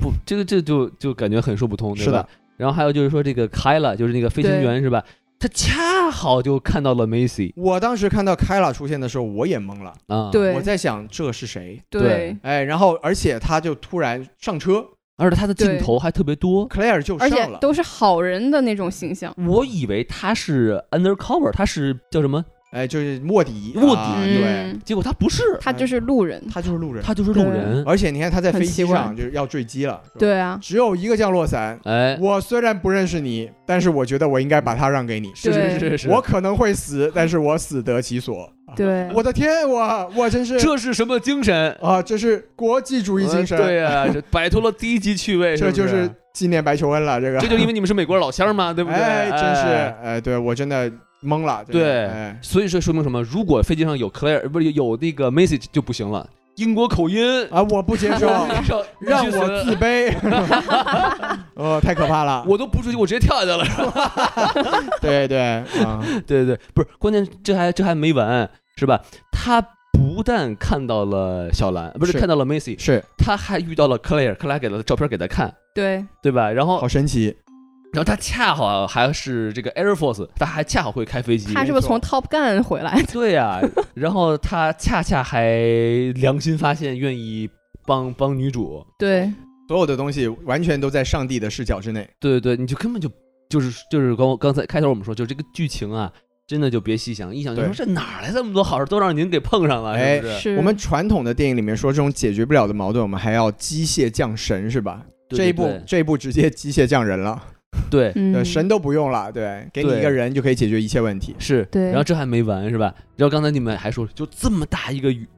Speaker 3: 不这个这就就感觉很说不通，对
Speaker 1: 是的
Speaker 3: 吧？然后还有就是说这个开了，就是那个飞行
Speaker 4: 对
Speaker 3: 员是吧？他恰好就看到了 Macy
Speaker 1: 我当时看到凯拉出现的时候，我也懵了，
Speaker 3: 啊，
Speaker 4: 对
Speaker 1: 我在想这是谁？
Speaker 4: 对，
Speaker 1: 哎，然后而且他就突然上车
Speaker 3: 而且他的镜
Speaker 4: 对
Speaker 3: 头还特别多。
Speaker 1: ，Claire 就
Speaker 4: 而且
Speaker 1: 上了。
Speaker 4: 都是好人的那种形象，
Speaker 3: 我以为他是 undercover，他是叫什么？
Speaker 1: 哎，就是卧底，
Speaker 3: 卧底
Speaker 1: 啊对，
Speaker 4: 嗯，
Speaker 3: 结果他不是，
Speaker 4: 他就是路人，
Speaker 1: 他就是路人。
Speaker 3: 他就是路人。
Speaker 1: 而且你看他在
Speaker 4: 很
Speaker 1: 飞
Speaker 4: 奇
Speaker 1: 机
Speaker 4: 怪
Speaker 1: 上就是要坠机了，是吧，
Speaker 4: 对啊，
Speaker 1: 只有一个降落伞。
Speaker 3: 哎，
Speaker 1: 我虽然不认识你，但是我觉得我应该把它让给你。
Speaker 3: 是
Speaker 4: 对
Speaker 3: 是是是，
Speaker 1: 我可能会死，但是我死得其所。
Speaker 4: 对，
Speaker 1: 啊我的天，我我真是
Speaker 3: 这是什么精神？
Speaker 1: 啊，这是国际主义精神，
Speaker 3: 呃对啊，这摆脱了低级趣味，
Speaker 1: 这
Speaker 3: 是
Speaker 1: 就
Speaker 3: 不
Speaker 1: 是
Speaker 3: 是。
Speaker 1: 纪念白求恩了。这个
Speaker 3: 这就因为你们是美国老乡嘛，对不对？
Speaker 1: 哎，真是
Speaker 3: 哎
Speaker 1: 哎，对我真的懵了。真的
Speaker 3: 对
Speaker 1: 哎，
Speaker 3: 所以说说明什么？如果飞机上有 Claire，呃不是有那个 Macy 就不行了，英国口音，
Speaker 1: 啊，我不 接受， 让
Speaker 3: 让
Speaker 1: 我自 卑。哦，太可怕了。
Speaker 3: 我都不出去，我直接跳下去 了。是吧
Speaker 1: 对对 啊，
Speaker 3: 对对对，不是，关键这还这还没完，是吧？他不但看到了小兰，不是
Speaker 1: 是
Speaker 3: 看到了 Macy，
Speaker 1: 是
Speaker 3: 他还遇到了 Claire，Claire 给了照片给他看，
Speaker 4: 对，
Speaker 3: 对吧？然后
Speaker 1: 好神奇。
Speaker 3: 然后他恰好还是这个 Air Force，他还恰好会开飞机。
Speaker 4: 他是不是从 Top Gun 回来？
Speaker 3: 对呀、然后他恰恰还良心发现，愿意帮帮女主。
Speaker 4: 对，
Speaker 1: 所有的东西完全都在上帝的视角之内。
Speaker 3: 对对对，你就根本就就是就是刚刚才开头我们说，就是这个剧情啊，真的就别细想，一想就说
Speaker 1: 对
Speaker 3: 这哪来这么多好事，都让您给碰上了，
Speaker 1: 哎
Speaker 3: 是不是？
Speaker 4: 是
Speaker 1: 我们传统的电影里面说，这种解决不了的矛盾，我们还要机械降神，是吧？
Speaker 3: 对
Speaker 1: 这一
Speaker 3: 对
Speaker 1: 步，这一步直接机械降人了，
Speaker 3: 对
Speaker 1: 对，
Speaker 3: 对
Speaker 4: 嗯，
Speaker 1: 呃神都不用了，对，给你
Speaker 3: 对
Speaker 1: 一个人就可以解决一切问题。
Speaker 3: 是，
Speaker 4: 对
Speaker 3: 然后这还没完是吧？然后刚才你们还说，就这么大一个宇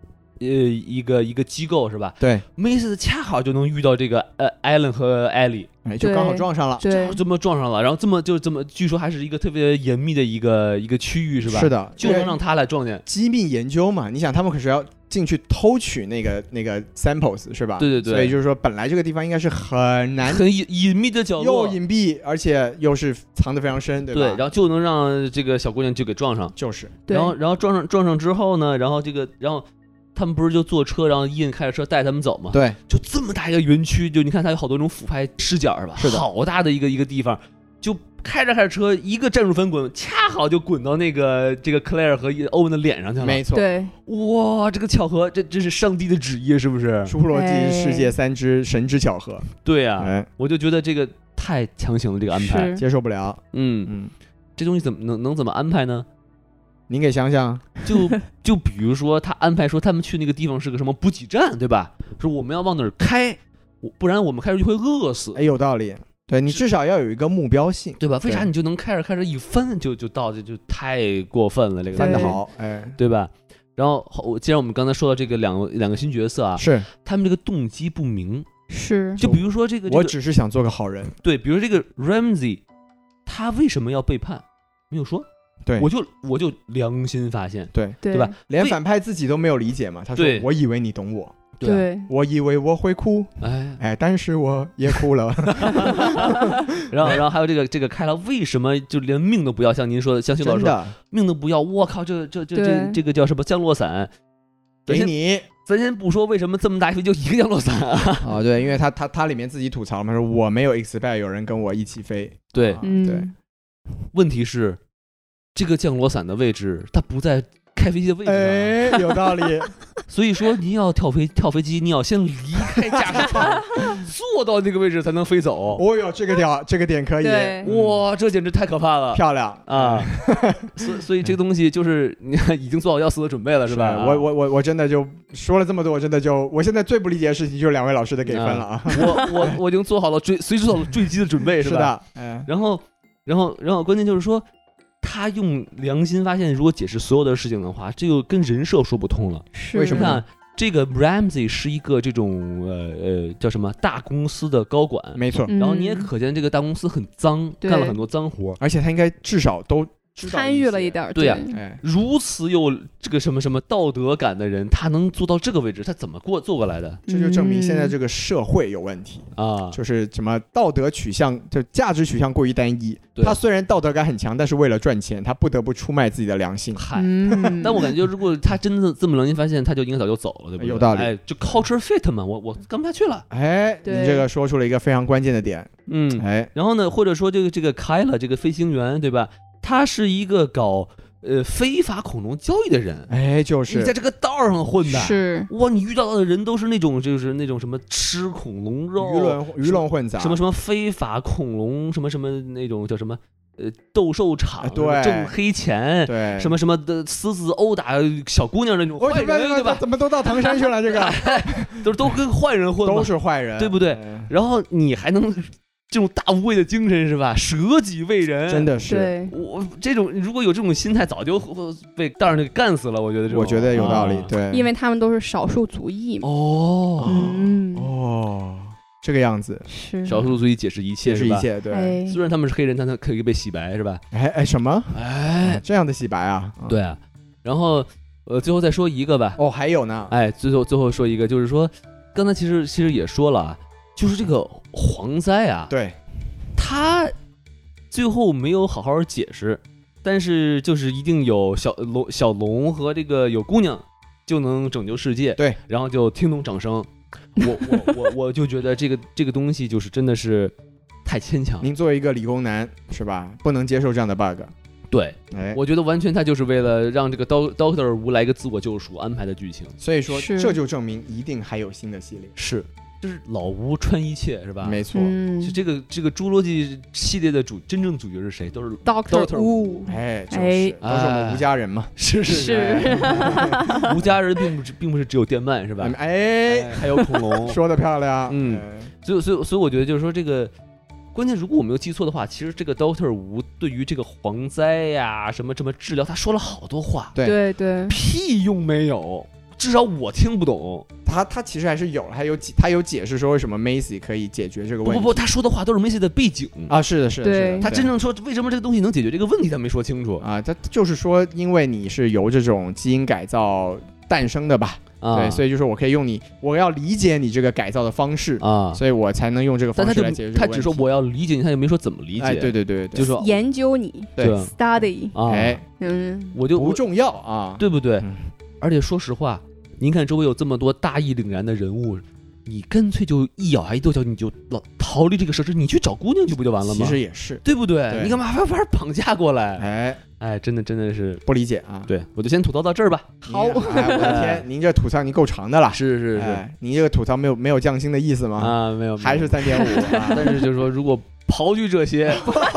Speaker 3: 呃一个一个机构是吧？
Speaker 1: 对，
Speaker 3: 梅斯恰好就能遇到这个呃艾伦和艾莉，
Speaker 1: 哎，就刚好
Speaker 4: 对
Speaker 1: 撞上了，
Speaker 4: 对
Speaker 3: 这么撞上了，然后这么就这么，据说还是一个特别严密的一个一个区域是吧？
Speaker 1: 是，的，
Speaker 3: 就能让他来撞见。
Speaker 1: 机密研究嘛，你想他们可是要进去偷取那个那个 samples 是吧？
Speaker 3: 对对对
Speaker 1: 所以就是说，本来这个地方应该是很难，
Speaker 3: 很隐隐秘的 角落
Speaker 1: 又，隐蔽，而且又是藏得非常深，对吧？
Speaker 3: 对，然后就能让这个小姑娘就给撞上，
Speaker 1: 就是
Speaker 4: 对
Speaker 3: 然后然后撞上撞上之后呢，然后这个然后他们不是就坐车，然后伊恩开着车带他们走嘛，
Speaker 1: 对，
Speaker 3: 就这么大一个园区，就你看它有好多种俯拍视角是吧？
Speaker 1: 是的
Speaker 3: 好大的一个一个地方，就开着开着车，一个战术翻滚，恰好就滚到那个这个 Claire 和欧文的脸上去了。
Speaker 1: 没错，
Speaker 4: 对
Speaker 3: 哇，这个巧合，这真是上帝的旨意，是不是？
Speaker 1: 侏罗
Speaker 4: 哎
Speaker 1: 纪世界三之神之巧合，
Speaker 3: 对呀、
Speaker 1: 哎，
Speaker 3: 我就觉得这个太强行了，这个安排。
Speaker 4: 是
Speaker 1: 接受不了。
Speaker 3: 嗯，
Speaker 1: 嗯，
Speaker 3: 这东西怎么能能怎么安排呢？
Speaker 1: 您给想想，
Speaker 3: 就就比如说，他安排说他们去那个地方是个什么补给站，对吧？说我们要往哪儿开，我不然我们开出去会饿死。
Speaker 1: 哎，有道理。对你
Speaker 3: 是
Speaker 1: 至少要有一个目标性，
Speaker 3: 对吧？为啥
Speaker 1: 对
Speaker 3: 你就能开着开着一翻就就到这就太过分了？这个
Speaker 1: 翻
Speaker 4: 对
Speaker 1: 得
Speaker 3: 东西
Speaker 1: 好，哎，
Speaker 3: 对吧？然后好我既然我们刚才说到这个两个两个新角色啊，
Speaker 1: 是
Speaker 3: 他们这个动机不明，
Speaker 4: 是，
Speaker 3: 就比如说这个，
Speaker 1: 我
Speaker 3: 这个
Speaker 1: 只是想做个好人，
Speaker 3: 对，比如这个 Ramsey，他为什么要背叛？没有说，
Speaker 1: 对
Speaker 3: 我就我就良心发现，
Speaker 1: 对，
Speaker 4: 对
Speaker 3: 对吧？
Speaker 1: 连
Speaker 3: 为
Speaker 1: 反派自己都没有理解嘛，他说
Speaker 3: 对
Speaker 1: 我以为你懂我，
Speaker 3: 对
Speaker 4: 对
Speaker 1: 我以为我会哭，
Speaker 3: 吧，哎，
Speaker 1: 哎，但是我也哭了。
Speaker 3: 然后然后还有这个这个开了，为什么就连命都不要？像您说的，像徐老
Speaker 1: 真
Speaker 3: 师说，
Speaker 1: 的，
Speaker 3: 命都不要，我靠，这这这这
Speaker 4: 对
Speaker 3: 这个叫什么降落伞？咱
Speaker 1: 给
Speaker 3: 先
Speaker 1: 你
Speaker 3: 咱先不说为什么这么大一飞就一个降落 伞啊，
Speaker 1: 啊，对，因为他他他里面自己吐槽嘛，说我没有 expect 有人跟我一起飞。
Speaker 3: 对
Speaker 1: 啊，对，
Speaker 4: 嗯，
Speaker 3: 问题是，这个降落伞的位置它不在开飞机的位置上，啊
Speaker 1: 哎，有道理，
Speaker 3: 所以说您要跳飞跳飞机，你要先离开驾驶 舱，坐到那个位置才能飞走。
Speaker 1: 哦哟，这个点这个点可以，嗯
Speaker 4: 对
Speaker 3: 哇，这简直太可怕了
Speaker 1: 漂亮
Speaker 3: 啊！！所以所以这个东西就是你 看已经做好要死的准备了，
Speaker 1: 哎是
Speaker 3: 吧？
Speaker 1: 我我我我真的就说了这么多，我真的就我现在最不理解的事情就是两位老师的给分了啊！
Speaker 3: 我我我已经做好了追随时做好了坠机的准备，
Speaker 1: 是
Speaker 3: 吧？
Speaker 1: 的，哎，
Speaker 3: 然后，然后，然后，关键就是说，他用良心发现，如果解释所有的事情的话，这又跟人设说不通了。
Speaker 4: 是啊
Speaker 1: 为什
Speaker 3: 你
Speaker 1: 么呢
Speaker 3: 看，这个 Ramsey 是一个这种呃呃叫什么大公司的高管，
Speaker 1: 没错，
Speaker 3: 然后你也
Speaker 4: 嗯
Speaker 3: 可见这个大公司很脏，
Speaker 4: 对
Speaker 3: 干了很多脏活。
Speaker 1: 而且他应该至少都知道
Speaker 4: 参与了一
Speaker 1: 些。
Speaker 4: 点儿，
Speaker 3: 对呀
Speaker 1: 哎，
Speaker 3: 如此有这个什么什么道德感的人，他能做到这个位置，他怎么过做过来的
Speaker 1: 这就证明现在
Speaker 4: 嗯
Speaker 1: 这个社会有问题，
Speaker 3: 啊？
Speaker 1: 就是什么道德取向，就价值取向过于单一。
Speaker 3: 对
Speaker 1: 他虽然道德感很强，但是为了赚钱，他不得不出卖自己的良心。
Speaker 3: 嗨，
Speaker 4: 嗯，
Speaker 3: 但我感觉，如果他真的这么良心发现，他就应该早就走了，对不对？
Speaker 1: 有道理
Speaker 3: 哎，就 culture fit 嘛，我我干不下去了。
Speaker 1: 哎，你
Speaker 4: 对
Speaker 1: 这个说出了一个非常关键的点。
Speaker 3: 嗯，
Speaker 1: 哎，
Speaker 3: 然后呢，或者说这个这个凯勒这个飞行员，对吧？他是一个搞呃非法恐龙交易的人，
Speaker 1: 哎，就
Speaker 3: 你在
Speaker 1: 是
Speaker 3: 这个道上混的。
Speaker 4: 是
Speaker 3: 哇，你遇到的人都是那种就是那种什么吃恐龙肉，
Speaker 1: 鱼龙鱼龙混杂，
Speaker 3: 什么什么非法恐龙什么什么那种叫什么呃斗兽场，
Speaker 1: 哎对
Speaker 3: 挣黑钱，
Speaker 1: 对
Speaker 3: 什么什么的私自殴打小姑娘那种
Speaker 1: 我
Speaker 3: 坏
Speaker 1: 怎
Speaker 3: 人，
Speaker 1: 么
Speaker 3: 对吧？
Speaker 1: 怎么都到唐山去了？这个
Speaker 3: 都都跟坏人混嘛
Speaker 1: 都。是坏人，
Speaker 3: 对不对
Speaker 1: 哎？
Speaker 3: 然后你还能这种大无畏的精神是吧？舍己为人，
Speaker 1: 真
Speaker 3: 的。
Speaker 1: 的是，
Speaker 4: 对，
Speaker 3: 我这种如果有这种心态，早就呃被道上给干死了。我觉得这种，
Speaker 1: 我觉得有道理
Speaker 3: 啊。
Speaker 1: 对，
Speaker 4: 因为他们都是少数族裔嘛，
Speaker 3: 哦，
Speaker 4: 嗯，
Speaker 1: 哦，这个样子
Speaker 4: 是
Speaker 3: 少数族裔解释一切
Speaker 1: 解释一
Speaker 3: 吧？
Speaker 1: 切，对。
Speaker 4: 哎，
Speaker 3: 虽然他们是黑人，但他可以被洗白是吧？
Speaker 1: 哎哎，什么？
Speaker 3: 哎，
Speaker 1: 这样的洗白啊？嗯。
Speaker 3: 对啊。然后呃，最后再说一个吧。
Speaker 1: 哦，还有呢，
Speaker 3: 哎，最后最后说一个，就是说刚才其实其实也说了啊，就是这个蝗灾啊，
Speaker 1: 对，
Speaker 3: 他最后没有好好解释，但是就是一定有小龙、小龙和这个有姑娘就能拯救世界。
Speaker 1: 对，
Speaker 3: 然后就听懂掌声。我我我我就觉得这个这个东西就是真的是太牵强。
Speaker 1: 您作为一个理工男是吧？不能接受这样的 bug。
Speaker 3: 对，
Speaker 1: 哎，
Speaker 3: 我觉得完全他就是为了让这个 Do Doctor 无来个自我救赎安排的剧情。
Speaker 1: 所以说
Speaker 4: 是
Speaker 1: 这就证明一定还有新的系列。
Speaker 3: 是，就是老吴穿一切是吧？
Speaker 1: 没错，
Speaker 4: 嗯
Speaker 3: 就这个这个侏罗纪系列的主真正主角是谁？都是
Speaker 4: ，Doctor
Speaker 3: Doctor
Speaker 4: Wu，
Speaker 1: 哎，就是
Speaker 4: 哎
Speaker 1: 都是我们
Speaker 3: 哎
Speaker 1: 吴家人嘛。
Speaker 3: 是是
Speaker 4: 是
Speaker 3: 哎吴家人并不是并不是只有电鳗是吧？
Speaker 1: 哎，
Speaker 3: 还有恐龙
Speaker 1: 说的漂亮。
Speaker 3: 嗯
Speaker 1: 哎，
Speaker 3: 所以所以所以我觉得就是说这个。关键，如果我没有记错的话，其实这个 Doctor 吴对于这个蝗灾呀、什么什么治疗，他说了好多话，
Speaker 1: 对
Speaker 4: 对对，
Speaker 3: 屁用没有，至少我听不懂。
Speaker 1: 他他其实还是有了，还有解他有解释说为什么 Macy 可以解决这个
Speaker 3: 不
Speaker 1: 问
Speaker 3: 不
Speaker 1: 题。
Speaker 3: 不，他说的话都是 Macy 的背景，
Speaker 1: 啊，是的，是的，
Speaker 4: 对
Speaker 1: 是的
Speaker 3: 他真正说为什么这个东西能解决这个问题，他没说清楚
Speaker 1: 啊，他就是说，因为你是由这种基因改造诞生的吧？
Speaker 3: 啊。
Speaker 1: 对，所以就是我可以用你，我要理解你这个改造的方式，
Speaker 3: 啊，
Speaker 1: 所以我才能用这个
Speaker 3: 但
Speaker 1: 方
Speaker 3: 他
Speaker 1: 式
Speaker 3: 就
Speaker 1: 来解决这个
Speaker 3: 他
Speaker 1: 问题。
Speaker 3: 只说我要理解你，他也没说怎么理解，
Speaker 1: 哎，对对对对，
Speaker 3: 就说
Speaker 4: 研究你
Speaker 1: 对
Speaker 2: 嗯
Speaker 3: 对啊
Speaker 4: study，
Speaker 3: 啊，
Speaker 1: 哎，
Speaker 4: 嗯，
Speaker 3: 我就
Speaker 1: 不
Speaker 3: 我
Speaker 1: 重要啊。
Speaker 3: 对不对？
Speaker 1: 嗯
Speaker 3: 而且说实话，您看周围有这么多大义凛然的人物，你干脆就一咬牙一跺脚，你就老逃离这个设施，你去找姑娘去不就完了
Speaker 1: 其
Speaker 3: 吗？
Speaker 1: 实也是，
Speaker 3: 对不对？
Speaker 1: 对
Speaker 3: 你干嘛还把人绑架过来？
Speaker 1: 哎，
Speaker 3: 哎，真的真的是，
Speaker 1: 不理解啊。
Speaker 3: 对我就先吐槽到这儿吧。
Speaker 1: 您
Speaker 4: 好
Speaker 1: 哎我 的天，您这吐槽您够长的了。
Speaker 3: 是是是、
Speaker 1: 哎，您这个吐槽没有没有降薪的意思吗？
Speaker 3: 啊，没有，
Speaker 1: 还是
Speaker 3: 在，
Speaker 1: 三点五啊？
Speaker 3: 但是就是说，如果刨去这些，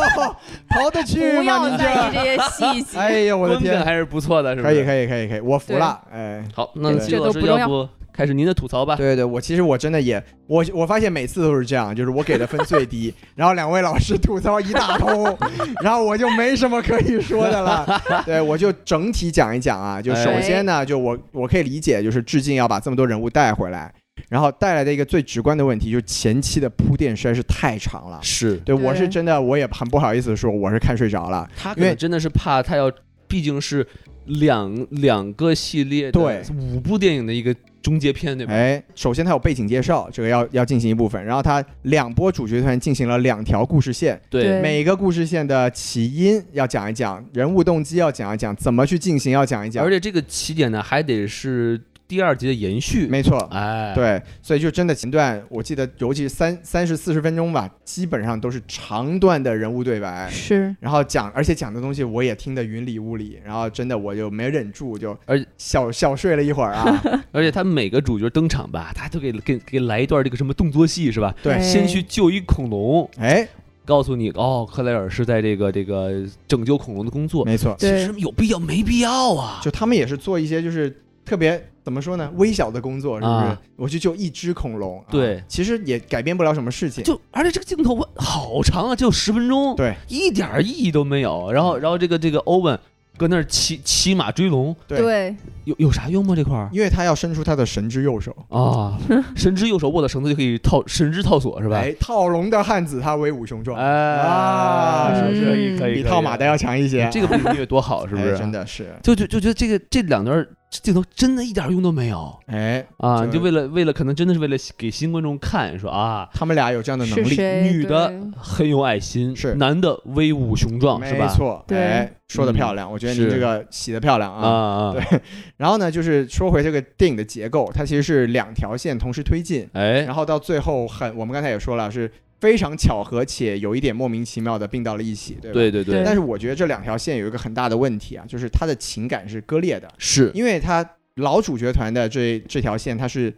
Speaker 1: 逃得
Speaker 4: 不
Speaker 1: 去吗？
Speaker 4: 要
Speaker 1: 您
Speaker 4: 在意
Speaker 1: 这，
Speaker 4: 这些细 节，
Speaker 1: 哎 呀，我的
Speaker 3: 观感
Speaker 1: 天！
Speaker 3: 还是不错的，是吧？
Speaker 1: 可以可以可以可以，我服
Speaker 4: 对
Speaker 1: 了，哎。
Speaker 3: 好，那
Speaker 1: 对
Speaker 3: 季
Speaker 4: 这
Speaker 3: 老
Speaker 4: 都
Speaker 3: 师
Speaker 4: 不重
Speaker 3: 要不开始您的吐槽吧？
Speaker 1: 对对对，我其实我真的也，我我发现每次都是这样，就是我给的分最低， 然后两位老师吐槽一大通， 然后我就没什么可以说的了。 对，我就整体讲一讲啊，就首先
Speaker 3: 哎
Speaker 1: 呢，就我我可以理解，就是致敬要把这么多人物带回来，然后带来的一个最直观的问题，就前期的铺垫实在是太长了。
Speaker 3: 是
Speaker 1: 对，我是
Speaker 4: 对
Speaker 1: 真的，我也很不好意思说我是看睡着了，
Speaker 3: 他可
Speaker 1: 因为
Speaker 3: 能真的是怕他要，毕竟是两两个系列的
Speaker 1: 对
Speaker 3: 五部电影的一个终结篇，对吧？
Speaker 1: 哎，首先它有背景介绍，这个要要进行一部分，然后它两波主角团进行了两条故事线，
Speaker 4: 对
Speaker 1: 每个故事线的起因要讲一讲，人物动机要讲一讲，怎么去进行要讲一讲，
Speaker 3: 而且这个起点呢，还得是第二集的延续。
Speaker 1: 没错。
Speaker 3: 哎，，
Speaker 1: 对，所以就真的前段，我记得尤其三三十四十分钟吧，基本上都是长段的人物对
Speaker 2: 哎
Speaker 1: 白，
Speaker 4: 是
Speaker 1: 然后讲，而且讲的东西我也听得云里雾里，然后真的我就没忍住，就
Speaker 3: 而且
Speaker 1: 小小睡了一会儿 啊。
Speaker 3: 而且他每个主角登场吧，他都给给给来一段这个什么动作戏是吧？
Speaker 1: 对
Speaker 4: 哎
Speaker 3: 先去救一恐龙，
Speaker 1: 哎，
Speaker 3: 告诉你哦，克莱尔是在这个这个拯救恐龙的工作，
Speaker 1: 没错，
Speaker 3: 其
Speaker 4: 对
Speaker 3: 实有必要没必要啊？
Speaker 1: 就他们也是做一些就是特别怎么说呢，微小的工作，是不是？
Speaker 3: 啊
Speaker 1: 我去救一只恐龙，啊
Speaker 3: 对
Speaker 1: 其实也改变不了什么事情。
Speaker 3: 就而且这个镜头我好长啊，只有十分钟，
Speaker 1: 对，
Speaker 3: 嗯一点儿意义都没有。然后，然后这个这个欧文搁那儿骑骑马追龙，
Speaker 1: 对
Speaker 2: 对，
Speaker 3: 有有啥用吗？这块儿
Speaker 1: 因为他要伸出他的神之右手，
Speaker 3: 啊，神之右手握的绳子就可以套神之套索是吧？哎
Speaker 1: 哎，套龙的汉子他威武雄壮，
Speaker 3: 啊，
Speaker 1: 啊
Speaker 3: 是是可以可以，哎
Speaker 1: 比套马的要强一些，
Speaker 3: 这个比音乐多好，是不是？
Speaker 1: 哎真的是，
Speaker 3: 就就就觉得这个这两段镜头真的一点用都没有
Speaker 1: 哎，
Speaker 3: 啊！
Speaker 1: 就
Speaker 3: 就为了为了可能真的是为了给新观众看，说啊，
Speaker 1: 他们俩有这样的能
Speaker 4: 是
Speaker 1: 力，
Speaker 4: 谁？
Speaker 3: 女的
Speaker 4: 对
Speaker 3: 很有爱心，
Speaker 1: 是
Speaker 3: 男的威武雄壮，是
Speaker 1: 没
Speaker 3: 吧？
Speaker 1: 错，
Speaker 4: 对
Speaker 1: 哎，说的
Speaker 3: 嗯
Speaker 1: 漂亮，我觉得
Speaker 3: 是
Speaker 1: 你这个洗的漂亮
Speaker 3: 啊
Speaker 1: 啊。
Speaker 3: 啊，
Speaker 1: 对 然后呢，就是说回这个电影的结构，它其实是两条线同时推进，
Speaker 3: 哎，
Speaker 1: 然后到最后很，我们刚才也说了，是非常巧合且有一点莫名其妙的并到了一起，对吧？
Speaker 3: 对对对，
Speaker 1: 但是我觉得这两条线有一个很大的问题啊，就是它的情感是割裂的，
Speaker 3: 是
Speaker 1: 因为它老主角团的这这条线，它是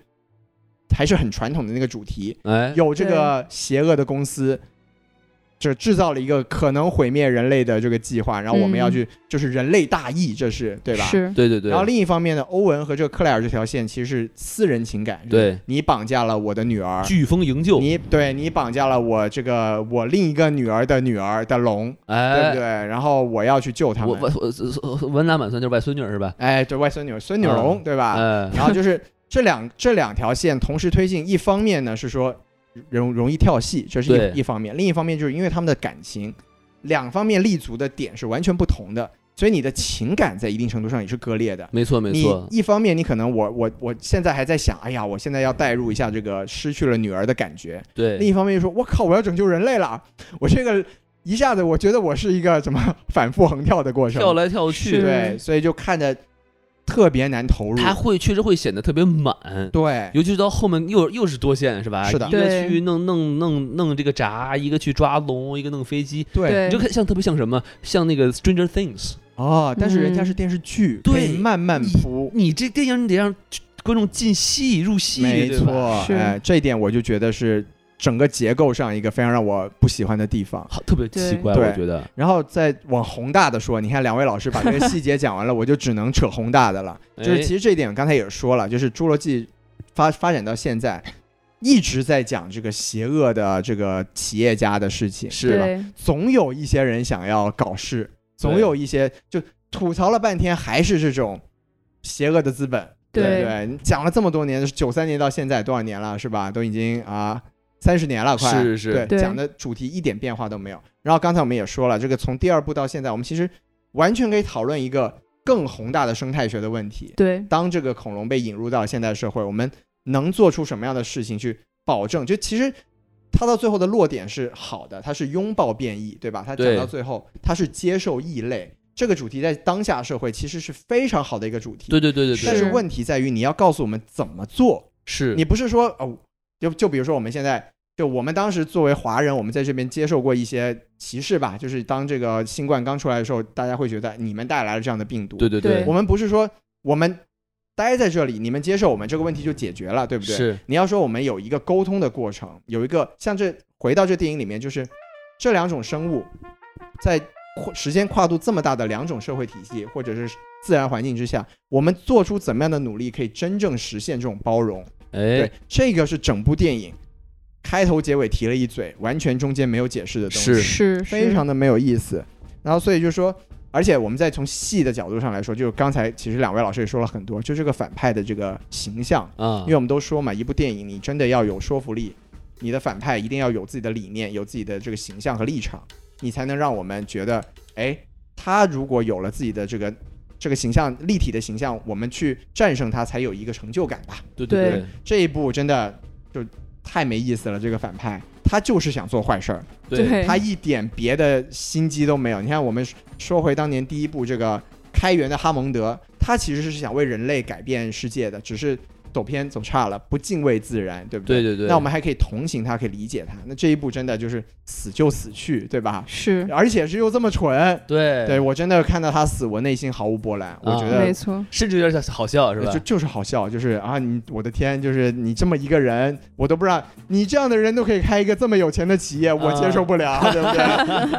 Speaker 1: 还是很传统的那个主题，
Speaker 3: 哎，
Speaker 1: 有这个邪恶的公司，就制造了一个可能毁灭人类的这个计划，然后我们要去，就是人类大义，这是对吧？。
Speaker 4: 是
Speaker 3: 对对嗯对，
Speaker 1: 然后另一方面呢，欧文和这个克莱尔这条线其实是私人情感，是吧，
Speaker 3: 对
Speaker 1: 你绑架了我的女儿，
Speaker 3: 飓风营救，
Speaker 1: 你对你绑架了我这个我另一个女儿的女儿的龙，对不
Speaker 3: 哎，
Speaker 1: 对？然后我要去救他
Speaker 3: 我
Speaker 1: 们，
Speaker 3: 我我我文拿满算就是外孙女是吧？
Speaker 1: 哎，对外孙女孙女龙，对吧？
Speaker 3: 哎，
Speaker 1: 啊然后就是这两这两条线同时推进，一方面呢是说容容易跳戏，这
Speaker 3: 对
Speaker 1: 是一一方面；另一方面就是因为他们的感情，两方面立足的点是完全不同的，所以你的情感在一定程度上也是割裂的。
Speaker 3: 没错没
Speaker 1: 你
Speaker 3: 错，
Speaker 1: 一方面，你可能我我我现在还在想，哎呀，我现在要代入一下这个失去了女儿的感觉；另
Speaker 3: 对
Speaker 1: 一方面就说，我靠，我要拯救人类了，我这个一下子我觉得我是一个什么反复横跳的过程，
Speaker 3: 跳来跳
Speaker 4: 是
Speaker 3: 去，
Speaker 1: 对，所以就看着特别难投入。
Speaker 3: 他会确实会显得特别满。
Speaker 1: 对，
Speaker 3: 尤其是到后面又又是多线是吧？
Speaker 1: 是的
Speaker 3: 一个
Speaker 4: 对
Speaker 3: 去弄弄弄弄这个闸，一个去抓龙，一个弄飞机，
Speaker 1: 对
Speaker 4: 对
Speaker 3: 你就看像特别像什么，像那个 Stranger Things。
Speaker 1: 哦，但是人家
Speaker 4: 嗯
Speaker 1: 是电视剧，可以
Speaker 3: 对
Speaker 1: 慢慢铺，
Speaker 3: 你这电影你得让观众进戏入戏，
Speaker 1: 没
Speaker 3: 对吧，
Speaker 1: 错，
Speaker 4: 是
Speaker 1: 哎，这一点我就觉得是整个结构上一个非常让我不喜欢的地方。
Speaker 3: 好特别奇怪，
Speaker 1: 对
Speaker 3: 我觉得。
Speaker 1: 然后再往宏大的说，你看两位老师把这个细节讲完了，我就只能扯宏大的了。 就是
Speaker 3: 哎
Speaker 1: 其实这一点刚才也说了，就是《侏罗纪发》发展到现在，一直在讲这个邪恶的这个企业家的事情，
Speaker 3: 是吧？
Speaker 4: 对
Speaker 1: 总有一些人想要搞事，总有一些就吐槽了半天还是这种邪恶的资本，
Speaker 4: 对
Speaker 1: 对不对？你讲了这么多年，九三年到现在多少年了，是吧？都已经啊三十年了，快
Speaker 3: 是是
Speaker 1: 对
Speaker 4: 对
Speaker 1: 讲的主题一点变化都没有。然后刚才我们也说了，这个从第二部到现在，我们其实完全可以讨论一个更宏大的生态学的问题。
Speaker 4: 对
Speaker 1: 当这个恐龙被引入到现代社会，我们能做出什么样的事情去保证？就其实他到最后的落点是好的，他是拥抱变异，对吧？他讲
Speaker 3: 对
Speaker 1: 到最后，他是接受异类这个主题，在当下社会其实是非常好的一个主题。
Speaker 3: 对对对对
Speaker 1: 但
Speaker 3: 对，
Speaker 1: 是问题在于，你要告诉我们怎么做。
Speaker 3: 是
Speaker 1: 你不是说哦，就就比如说我们现在。就我们当时作为华人，我们在这边接受过一些歧视吧，就是当这个新冠刚出来的时候，大家会觉得你们带来了这样的病毒，
Speaker 3: 对对
Speaker 4: 对
Speaker 1: 我们不是说我们待在这里，你们接受我们这个问题就解决了，对不对？
Speaker 3: 是
Speaker 1: 你要说我们有一个沟通的过程，有一个像这回到这电影里面，就是这两种生物在跨时间跨度这么大的两种社会体系或者是自然环境之下，我们做出怎么样的努力可以真正实现这种包容？
Speaker 3: 哎
Speaker 1: 对，这个是整部电影开头结尾提了一嘴，完全中间没有解释的东西。
Speaker 3: 是
Speaker 4: 是
Speaker 1: 非常的没有意思。然后所以就说，而且我们再从细的角度上来说，就是刚才其实两位老师也说了很多，就这个反派的这个形象，
Speaker 3: 啊
Speaker 1: 因为，我们都说嘛，一部电影你真的要有说服力，你的反派一定要有自己的理念，有自己的这个形象和立场，你才能让我们觉得，哎，他如果有了自己的这个。这个形象立体的形象，我们去战胜他才有一个成就感吧。
Speaker 3: 对
Speaker 4: 对
Speaker 3: 对
Speaker 1: 这一部真的就太没意思了。这个反派他就是想做坏事儿，
Speaker 3: 对，
Speaker 1: 他一点别的心机都没有。你看，我们说回当年第一部这个开源的哈蒙德，他其实是想为人类改变世界的，只是走偏走差了，不敬畏自然，对不
Speaker 3: 对
Speaker 1: 对
Speaker 3: 对对，
Speaker 1: 那我们还可以同情他，可以理解他。那这一部真的就是死就死去，对吧？
Speaker 4: 是
Speaker 1: 而且是又这么蠢，
Speaker 3: 对
Speaker 1: 对我真的看到他死，我内心毫无波澜。我觉
Speaker 3: 啊
Speaker 1: 得
Speaker 4: 没错，
Speaker 3: 甚至有点好笑是吧
Speaker 1: 呃就？就是好笑，就是啊，你我的天，就是你这么一个人，我都不知道你这样的人都可以开一个这么有钱的企业，我
Speaker 3: 啊
Speaker 1: 接受不了， 对不对？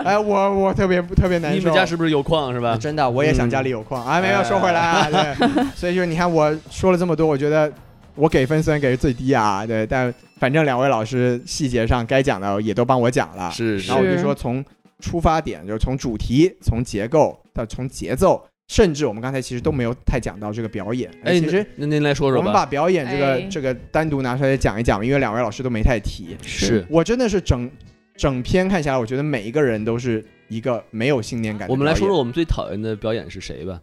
Speaker 1: 哎，我我特别特别难受。
Speaker 3: 你们家是不是有矿是吧？嗯哎
Speaker 1: 真的，我也想家里有矿、啊。没有，说回来啊，对， 所以就是你看我说了这么多，我觉得我给分虽然给的最低啊，对，但反正两位老师细节上该讲的也都帮我讲了，
Speaker 3: 是
Speaker 1: 然后我
Speaker 3: 是
Speaker 1: 就说从出发点，就是从主题、从结构到从节奏，甚至我们刚才其实都没有太讲到这个表演。
Speaker 3: 哎，
Speaker 1: 其实
Speaker 3: 那那您来说
Speaker 1: 我
Speaker 3: 说
Speaker 1: 们
Speaker 3: 吧。
Speaker 1: 把表演这个、
Speaker 2: 哎
Speaker 1: 这个单独拿出来讲一讲，因为两位老师都没太提。
Speaker 3: 是，
Speaker 1: 我真的是整整篇看下来，我觉得每一个人都是一个没有信念感的
Speaker 3: 我们来
Speaker 1: 表
Speaker 3: 说
Speaker 1: 演
Speaker 3: 说我们最讨厌的表演是谁吧？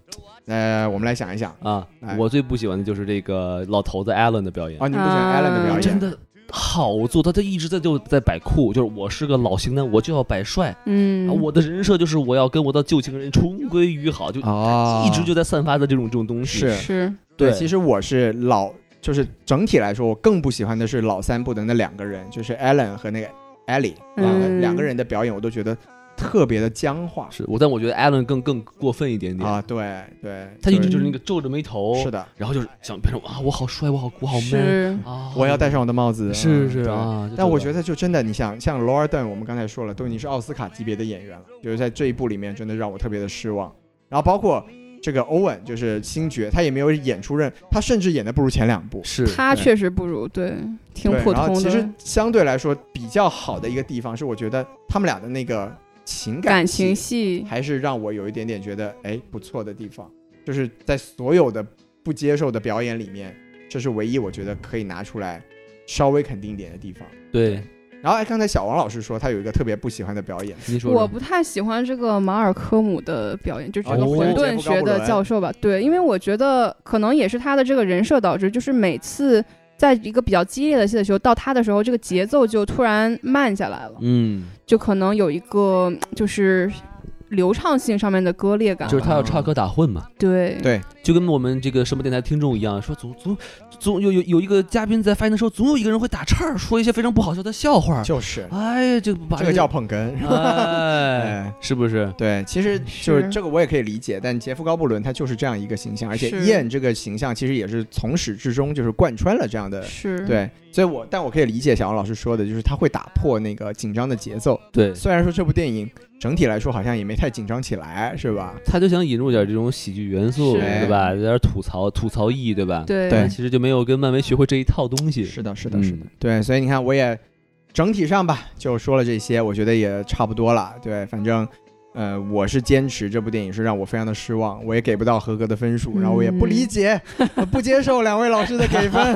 Speaker 1: 呃，我们来想一想
Speaker 3: 啊
Speaker 1: 哎，
Speaker 3: 我最不喜欢的就是这个老头子 Allen 的表演
Speaker 1: 啊，，你不喜欢 Allen 的表
Speaker 2: 啊
Speaker 1: 演，
Speaker 3: 真的好做，他就一直在就在摆酷，就是我是个老型男，我就要摆帅，
Speaker 2: 嗯
Speaker 3: 啊，我的人设就是我要跟我的旧情人重归于好，就
Speaker 1: 哦
Speaker 3: 一直就在散发的这种这种东西。
Speaker 1: 是
Speaker 2: 是
Speaker 1: 对，
Speaker 3: 对
Speaker 1: 其实我是老，就是整体来说，我更不喜欢的是老三部的那两个人，就是 Allen 和那个 Ellie 两个、
Speaker 2: 嗯
Speaker 1: 两个人的表演，我都觉得特别的僵化
Speaker 3: 是我，但我觉得 Allen 更更过分一点点，
Speaker 1: 啊，对对，
Speaker 3: 他一直
Speaker 1: 就
Speaker 3: 就是那个皱着眉头，
Speaker 1: 是的，
Speaker 3: 然后就是想变成啊，我好帅，我好我好 man
Speaker 2: 是，
Speaker 3: 啊，
Speaker 1: 我要戴上我的帽子，
Speaker 3: 是是
Speaker 1: 嗯
Speaker 3: 是
Speaker 1: 对
Speaker 3: 啊，就
Speaker 1: 但我觉
Speaker 3: 得
Speaker 1: 得就真的，你想像 Laura Dern，我们刚才说了，都已经是奥斯卡级别的演员了，就是在这一部里面真的让我特别的失望。然后包括这个 Owen，就是星爵，他也没有演出任，他甚至演的不如前两部，
Speaker 3: 是
Speaker 2: 他
Speaker 1: 对
Speaker 2: 确实不如，对，挺
Speaker 1: 对，
Speaker 2: 普
Speaker 1: 然后
Speaker 2: 通
Speaker 1: 其实
Speaker 2: 的
Speaker 1: 相对来说比较好的一个地方是，我觉得他们俩的那个情感
Speaker 2: 感情
Speaker 1: 戏
Speaker 2: 戏，
Speaker 1: 还是让我有一点点觉得哎不错的地方，就是在所有的不接受的表演里面，这是唯一我觉得可以拿出来稍微肯定一点的地方。
Speaker 3: 对，
Speaker 1: 然后哎，刚才小王老师说他有一个特别不喜欢的表演，
Speaker 3: 你说
Speaker 2: 我
Speaker 3: 说
Speaker 2: 不太喜欢这个马尔科姆的表演，就是
Speaker 1: 哦
Speaker 3: 那
Speaker 2: 混沌学的教授吧？对，因为我觉得可能也是他的这个人设导致，就是每次在一个比较激烈的戏的时候，到他的时候，这个节奏就突然慢下来了，
Speaker 3: 嗯，
Speaker 2: 就可能有一个就是流畅性上面的割裂感
Speaker 3: 就
Speaker 2: 吧。
Speaker 3: 是他要插科打诨嘛，
Speaker 2: 对
Speaker 1: 对
Speaker 3: 就跟我们这个什么电台听众一样，说总总总有有有一个嘉宾在发言的时候，总有一个人会打岔儿，说一些非常不好笑的笑话儿，
Speaker 1: 就是
Speaker 3: 哎呀，就把
Speaker 1: 啊这个叫捧哏。
Speaker 3: 哎，
Speaker 1: 哎，
Speaker 3: 是不是？
Speaker 1: 对，其实就是
Speaker 2: 是
Speaker 1: 这个我也可以理解，但杰夫高布伦他就是这样一个形象，而且
Speaker 2: 是
Speaker 1: 燕这个形象其实也是从始至终就是贯穿了这样的
Speaker 2: 是，
Speaker 1: 对，所以我但我可以理解小王老师说的，就是他会打破那个紧张的节奏。
Speaker 3: 对，
Speaker 1: 虽然说这部电影整体来说好像也没太紧张起来，是吧？
Speaker 3: 他就想引入点这种喜剧元素，
Speaker 2: 是
Speaker 3: 对吧？有点吐槽吐槽意，对吧？
Speaker 2: 对
Speaker 1: 对
Speaker 3: 其实就没有跟漫威学会这一套东西。
Speaker 1: 的，是
Speaker 3: 嗯，
Speaker 1: 对，所以你看，我也整体上吧，就说了这些，我觉得也差不多了。对，反正。呃，我是坚持这部电影是让我非常的失望，我也给不到合格的分数，然后我也
Speaker 2: 嗯
Speaker 1: 不理解，不接受两位老师的给 分。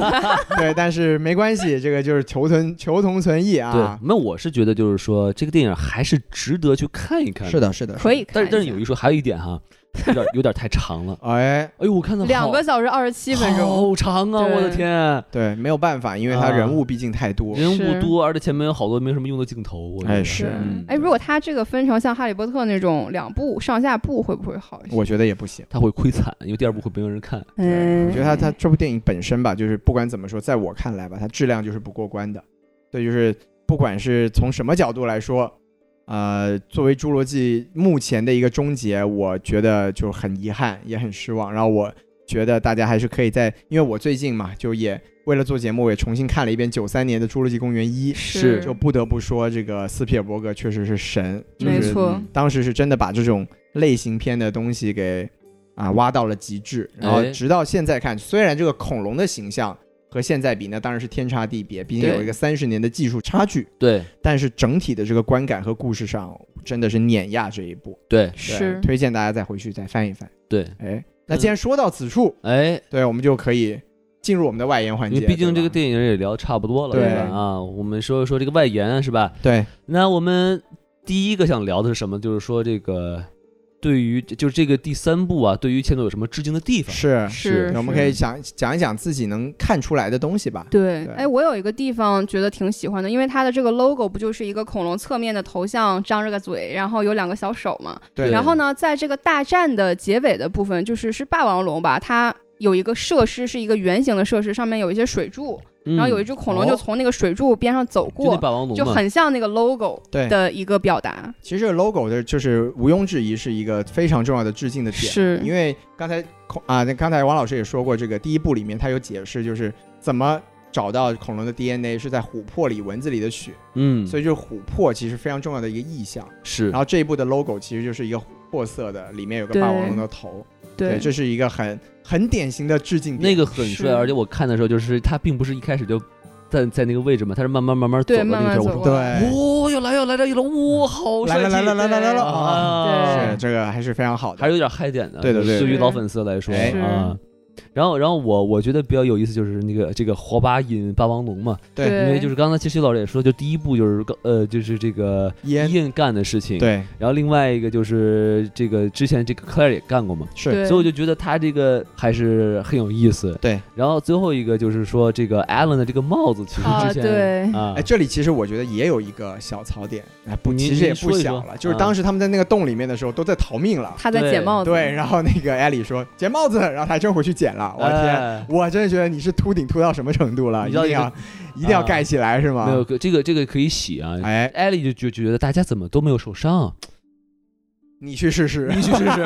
Speaker 1: 对，但是没关系，这个就是求同求同存异
Speaker 3: 对
Speaker 1: 啊。，
Speaker 3: 那我是觉得就是说，这个电影还是值得去看一看。
Speaker 1: 是，的，是的，
Speaker 2: 可以看
Speaker 3: 但
Speaker 2: 一
Speaker 3: 是但是
Speaker 2: 下
Speaker 3: 有一说，还有一点哈，有点 有点太长了。
Speaker 1: 哎，
Speaker 3: 哎呦，我看到
Speaker 2: 两
Speaker 3: 好
Speaker 2: 个小时二十七分钟，
Speaker 3: 好长啊！
Speaker 2: 对
Speaker 3: 我的天，
Speaker 1: 对，没有办法，因为他人物毕竟太多。
Speaker 3: 人
Speaker 2: 是
Speaker 3: 物多，而且前面有好多没什么用的镜头。我觉得
Speaker 1: 哎是
Speaker 2: 对
Speaker 3: 嗯
Speaker 2: 哎，如果他这个分成像《哈利波特》那种两部上下部，会不会好一些？
Speaker 1: 我觉得也不行。
Speaker 3: 他会亏惨，因为第二部会没有人看。
Speaker 1: 对，
Speaker 2: 嗯，
Speaker 1: 我觉得他他这部电影本身吧，就是不管怎么说，在我看来吧，它质量就是不过关的。对，就是不管是从什么角度来说，呃，作为《侏罗纪》目前的一个终结，我觉得就很遗憾，也很失望。然后我觉得大家还是可以在，因为我最近嘛，就也为了做节目，我也重新看了一遍九三年的《侏罗纪公园一》，
Speaker 3: 是
Speaker 1: 就不得不说，这个斯皮尔伯格确实是神，就
Speaker 2: 没
Speaker 1: 是
Speaker 2: 错
Speaker 3: 嗯
Speaker 1: 当时是真的把这种类型片的东西给啊挖到了极致，然后
Speaker 3: 哎
Speaker 1: 直到现在看，虽然这个恐龙的形象和现在比，那当然是天差地别，毕竟
Speaker 3: 对
Speaker 1: 有一个三十年的技术差距，
Speaker 3: 对
Speaker 1: 但是整体的这个观感和故事上真的是碾压这一部，
Speaker 3: 对
Speaker 1: 对
Speaker 2: 是
Speaker 1: 推荐大家再回去再翻一翻。
Speaker 3: 对，
Speaker 1: 哎，那既然说到此处，
Speaker 3: 哎，
Speaker 1: 对我们就可以进入我们的外延环
Speaker 3: 因
Speaker 1: 节，
Speaker 3: 为毕竟这
Speaker 1: 对吧
Speaker 3: 个电影也聊得差不多了，
Speaker 1: 对
Speaker 3: 是吧？啊，我们说一说这个外延是吧？
Speaker 1: 对
Speaker 3: 那我们第一个想聊的是什么？就是说这个对于就是这个第三部啊，对于前作有什么致敬的地方？
Speaker 1: 是。
Speaker 2: 是
Speaker 1: 对我们可以讲讲一讲自己能看出来的东西吧。
Speaker 2: 对
Speaker 1: 对，
Speaker 2: 哎，我有一个地方觉得挺喜欢的，因为它的这个 logo 不就是一个恐龙侧面的头像，张着个嘴，然后有两个小手嘛。
Speaker 1: 对
Speaker 2: 然后呢，在这个大战的结尾的部分，就是是霸王龙吧，它有一个设施是一个圆形的设施，上面有一些水柱，
Speaker 3: 嗯
Speaker 2: 然后有一只恐龙就
Speaker 1: 哦
Speaker 2: 从那个水柱边上走
Speaker 3: 就那
Speaker 2: 过，
Speaker 3: 霸王龙
Speaker 2: 就
Speaker 3: 嘛
Speaker 2: 很像那个 logo
Speaker 1: 对
Speaker 2: 的一个表达。
Speaker 1: 其实这个 logo 的就是毋庸置疑是一个非常重要的致敬的点，
Speaker 2: 是
Speaker 1: 因为刚才恐啊，那刚才王老师也说过，这个第一部里面他有解释，就是怎么找到恐龙的 DNA 是在琥珀里蚊子里的血，
Speaker 3: 嗯，
Speaker 1: 所以就是琥珀其实非常重要的一个意象。
Speaker 3: 是
Speaker 1: 然后这一部的 logo 其实就是一个琥珀色的，里面有个
Speaker 2: 对
Speaker 1: 霸王龙的头，
Speaker 2: 对，
Speaker 1: 这是一个很很典型的致敬点。
Speaker 3: 那个很帅，
Speaker 2: 是
Speaker 3: 而且我看的时候就是他并不是一开始就在在那个位置嘛，他是慢慢慢慢走
Speaker 2: 对
Speaker 3: 到那
Speaker 2: 慢
Speaker 3: 个
Speaker 2: 慢
Speaker 3: 地儿，
Speaker 2: 走
Speaker 3: 我
Speaker 2: 过
Speaker 3: 说
Speaker 2: 来
Speaker 1: 对
Speaker 3: 哦，原来要来了，有了，哇，好
Speaker 1: 来
Speaker 3: 帅
Speaker 1: 了
Speaker 3: 气！
Speaker 1: 来了来了来了啊！
Speaker 3: 啊
Speaker 4: 对
Speaker 1: 是这个还是非常好的，
Speaker 3: 还是有点嗨点的。
Speaker 1: 对的对的
Speaker 3: 对于
Speaker 4: 是
Speaker 3: 老粉丝来说
Speaker 1: 哎
Speaker 3: 啊。然后，然后我我觉得比较有意思就是那个这个火把引霸王龙嘛，
Speaker 1: 对
Speaker 3: 因为就是刚才其实徐老师也说，就第一步就是刚呃就是这个
Speaker 1: 烟
Speaker 3: 燕干的事情，。
Speaker 1: 对
Speaker 3: 然后另外一个就是这个之前这个 Claire 也干过嘛，
Speaker 1: 是
Speaker 3: 所以我就觉得他这个还是很有意思。
Speaker 1: 对，
Speaker 3: 然后最后一个就是说这个 Allen 的这个帽子，其实
Speaker 4: 啊
Speaker 3: 之前
Speaker 4: 对
Speaker 3: 啊
Speaker 1: 哎，，这里其实我觉得也有一个小槽点，哎不，
Speaker 3: 你
Speaker 1: 其实也
Speaker 3: 你
Speaker 1: 不
Speaker 3: 说一
Speaker 1: 小
Speaker 3: 说
Speaker 1: 了，就是当
Speaker 3: 啊
Speaker 1: 时他们在那个洞里面的时候都在逃命了，
Speaker 4: 他在
Speaker 3: 对
Speaker 4: 捡帽子，
Speaker 1: 对，然后那个艾莉说捡帽子，然后他还真回去捡了，我啊天！
Speaker 3: 哎
Speaker 1: 我真的觉得你是秃顶秃到什么程度了，
Speaker 3: 你
Speaker 1: 一
Speaker 3: 知道
Speaker 1: 定要一定要
Speaker 3: 啊
Speaker 1: 盖起来是
Speaker 3: 没有
Speaker 1: 吗？
Speaker 3: 这个这个可以洗啊。
Speaker 1: 哎，
Speaker 3: 艾莉就就就觉得大家怎么都没有受伤，
Speaker 1: 你去试试，
Speaker 3: 你去试 试，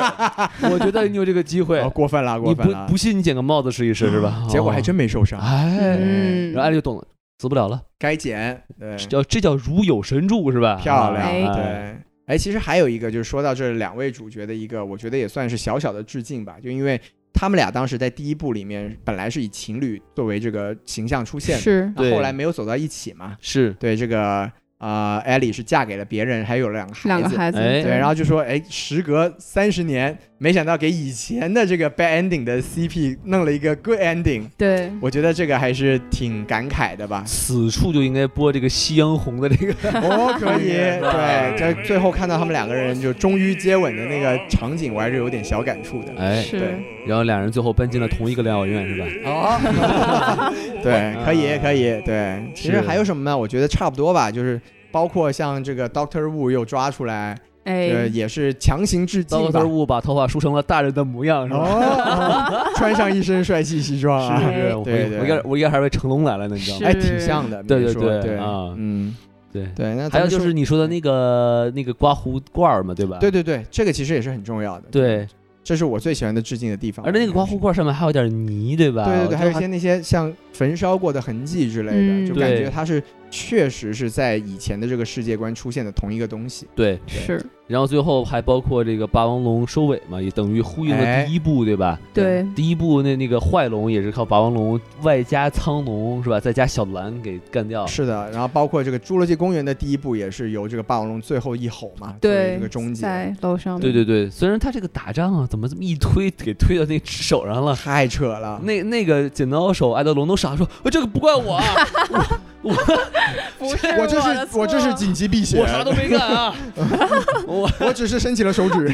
Speaker 3: 我觉得你有这个机会
Speaker 1: 哦，过分了，过
Speaker 3: 你
Speaker 1: 分
Speaker 3: 不
Speaker 1: 了嗯
Speaker 3: 不，信你捡个帽子试一试是吧？
Speaker 1: 结果还
Speaker 3: 哦
Speaker 1: 真没受伤，
Speaker 3: 哎，
Speaker 4: 嗯
Speaker 3: 然后艾，莉就懂了，死不了了，
Speaker 1: 该捡，对，
Speaker 3: 叫这叫如有神助是吧？
Speaker 1: 漂
Speaker 3: 啊
Speaker 1: 亮，
Speaker 3: 哎
Speaker 1: 对。哎，其实还有一个，就是说到这两位主角的一个，我觉得也算是小小的致敬吧，就因为他们俩当时在第一部里面本来是以情侣作为这个形象出现的，
Speaker 4: 是
Speaker 1: 那
Speaker 3: 对
Speaker 1: 后来没有走到一起嘛。
Speaker 3: 是
Speaker 1: 对，这个啊，艾莉是嫁给了别人，还有了两个孩子，
Speaker 4: 两个孩子，
Speaker 3: 哎。
Speaker 1: 对，然后就说，哎，时隔三十年，没想到给以前的这个 bad ending 的 CP 弄了一个 good ending，
Speaker 4: 对，
Speaker 1: 我觉得这个还是挺感慨的吧
Speaker 3: 此处就应该播这个夕阳红的这个
Speaker 1: 哦，可以，对，这最后看到他们两个人就终于接吻的那个场景，我还是有点小感 触的。
Speaker 3: 哎，
Speaker 4: 是
Speaker 1: 对
Speaker 3: 然后两人最后搬进了同一个疗养
Speaker 4: 哎
Speaker 3: 院是吧？
Speaker 1: 哦， 对，可以，
Speaker 3: 啊
Speaker 1: 可以，对。其实
Speaker 3: 是
Speaker 1: 还有什么呢？我觉得差不多吧，就是包括像这个 Doctor Wu 又抓出来，呃，
Speaker 4: 哎，
Speaker 1: 也是强行致敬吧
Speaker 3: 刀。物把头发梳成了大人的模样是吧？
Speaker 1: 哦， 穿上一身帅气西装啊，
Speaker 3: 是不是？
Speaker 4: 哎
Speaker 3: 我
Speaker 1: 对
Speaker 3: 我
Speaker 1: 对
Speaker 3: 我一个我一个还以为成龙来了呢，你知道吗？
Speaker 1: 哎，
Speaker 4: 是
Speaker 1: 挺像的，
Speaker 3: 对
Speaker 1: 比
Speaker 3: 对
Speaker 1: 如说
Speaker 3: 对
Speaker 1: 对
Speaker 3: 啊
Speaker 1: 嗯，
Speaker 3: 对。
Speaker 1: 对，那咱
Speaker 3: 还有
Speaker 1: 们
Speaker 3: 就是
Speaker 1: 说，
Speaker 3: 你说的那个那个刮胡罐儿嘛，对吧？
Speaker 1: 对对对，这个其实也是很重要的，，
Speaker 3: 对，
Speaker 1: 这是我最喜欢的致敬的地方。
Speaker 3: 而且那个刮胡
Speaker 1: 应
Speaker 3: 罐儿上面还有点泥，对吧？
Speaker 1: 该是，对对
Speaker 3: 我
Speaker 1: 对，
Speaker 3: 就
Speaker 1: 还有一些那些像焚烧过的痕迹之类的，
Speaker 4: 嗯
Speaker 1: 就感觉
Speaker 3: 对
Speaker 1: 它是确实是在以前的这个世界观出现的同一个东西。
Speaker 3: 对。
Speaker 4: 是
Speaker 3: 然后最后还包括这个霸王龙收尾嘛，也等于呼应
Speaker 1: 哎
Speaker 3: 了第一部，对吧？
Speaker 4: 对
Speaker 3: 第一部那那个坏龙也是靠霸王龙外加苍龙是吧？再加小蓝给干掉。
Speaker 1: 是的，然后包括这个《侏罗纪公园》的第一部也是由这个霸王龙最后一吼嘛，作为
Speaker 4: 对
Speaker 1: 这个终结，
Speaker 4: 在楼上面，
Speaker 3: 对对对，虽然他这个打仗啊，怎么这么一推给推到那手上了？
Speaker 1: 啊太扯了。
Speaker 3: 啊那那个剪刀手爱德龙都傻说，呃这个不怪我啊， 我
Speaker 4: 不 是
Speaker 1: 我这是我这是紧急避
Speaker 3: 我
Speaker 1: 险，
Speaker 3: 我啥都没干啊， 我
Speaker 1: 我只是伸起了手 指。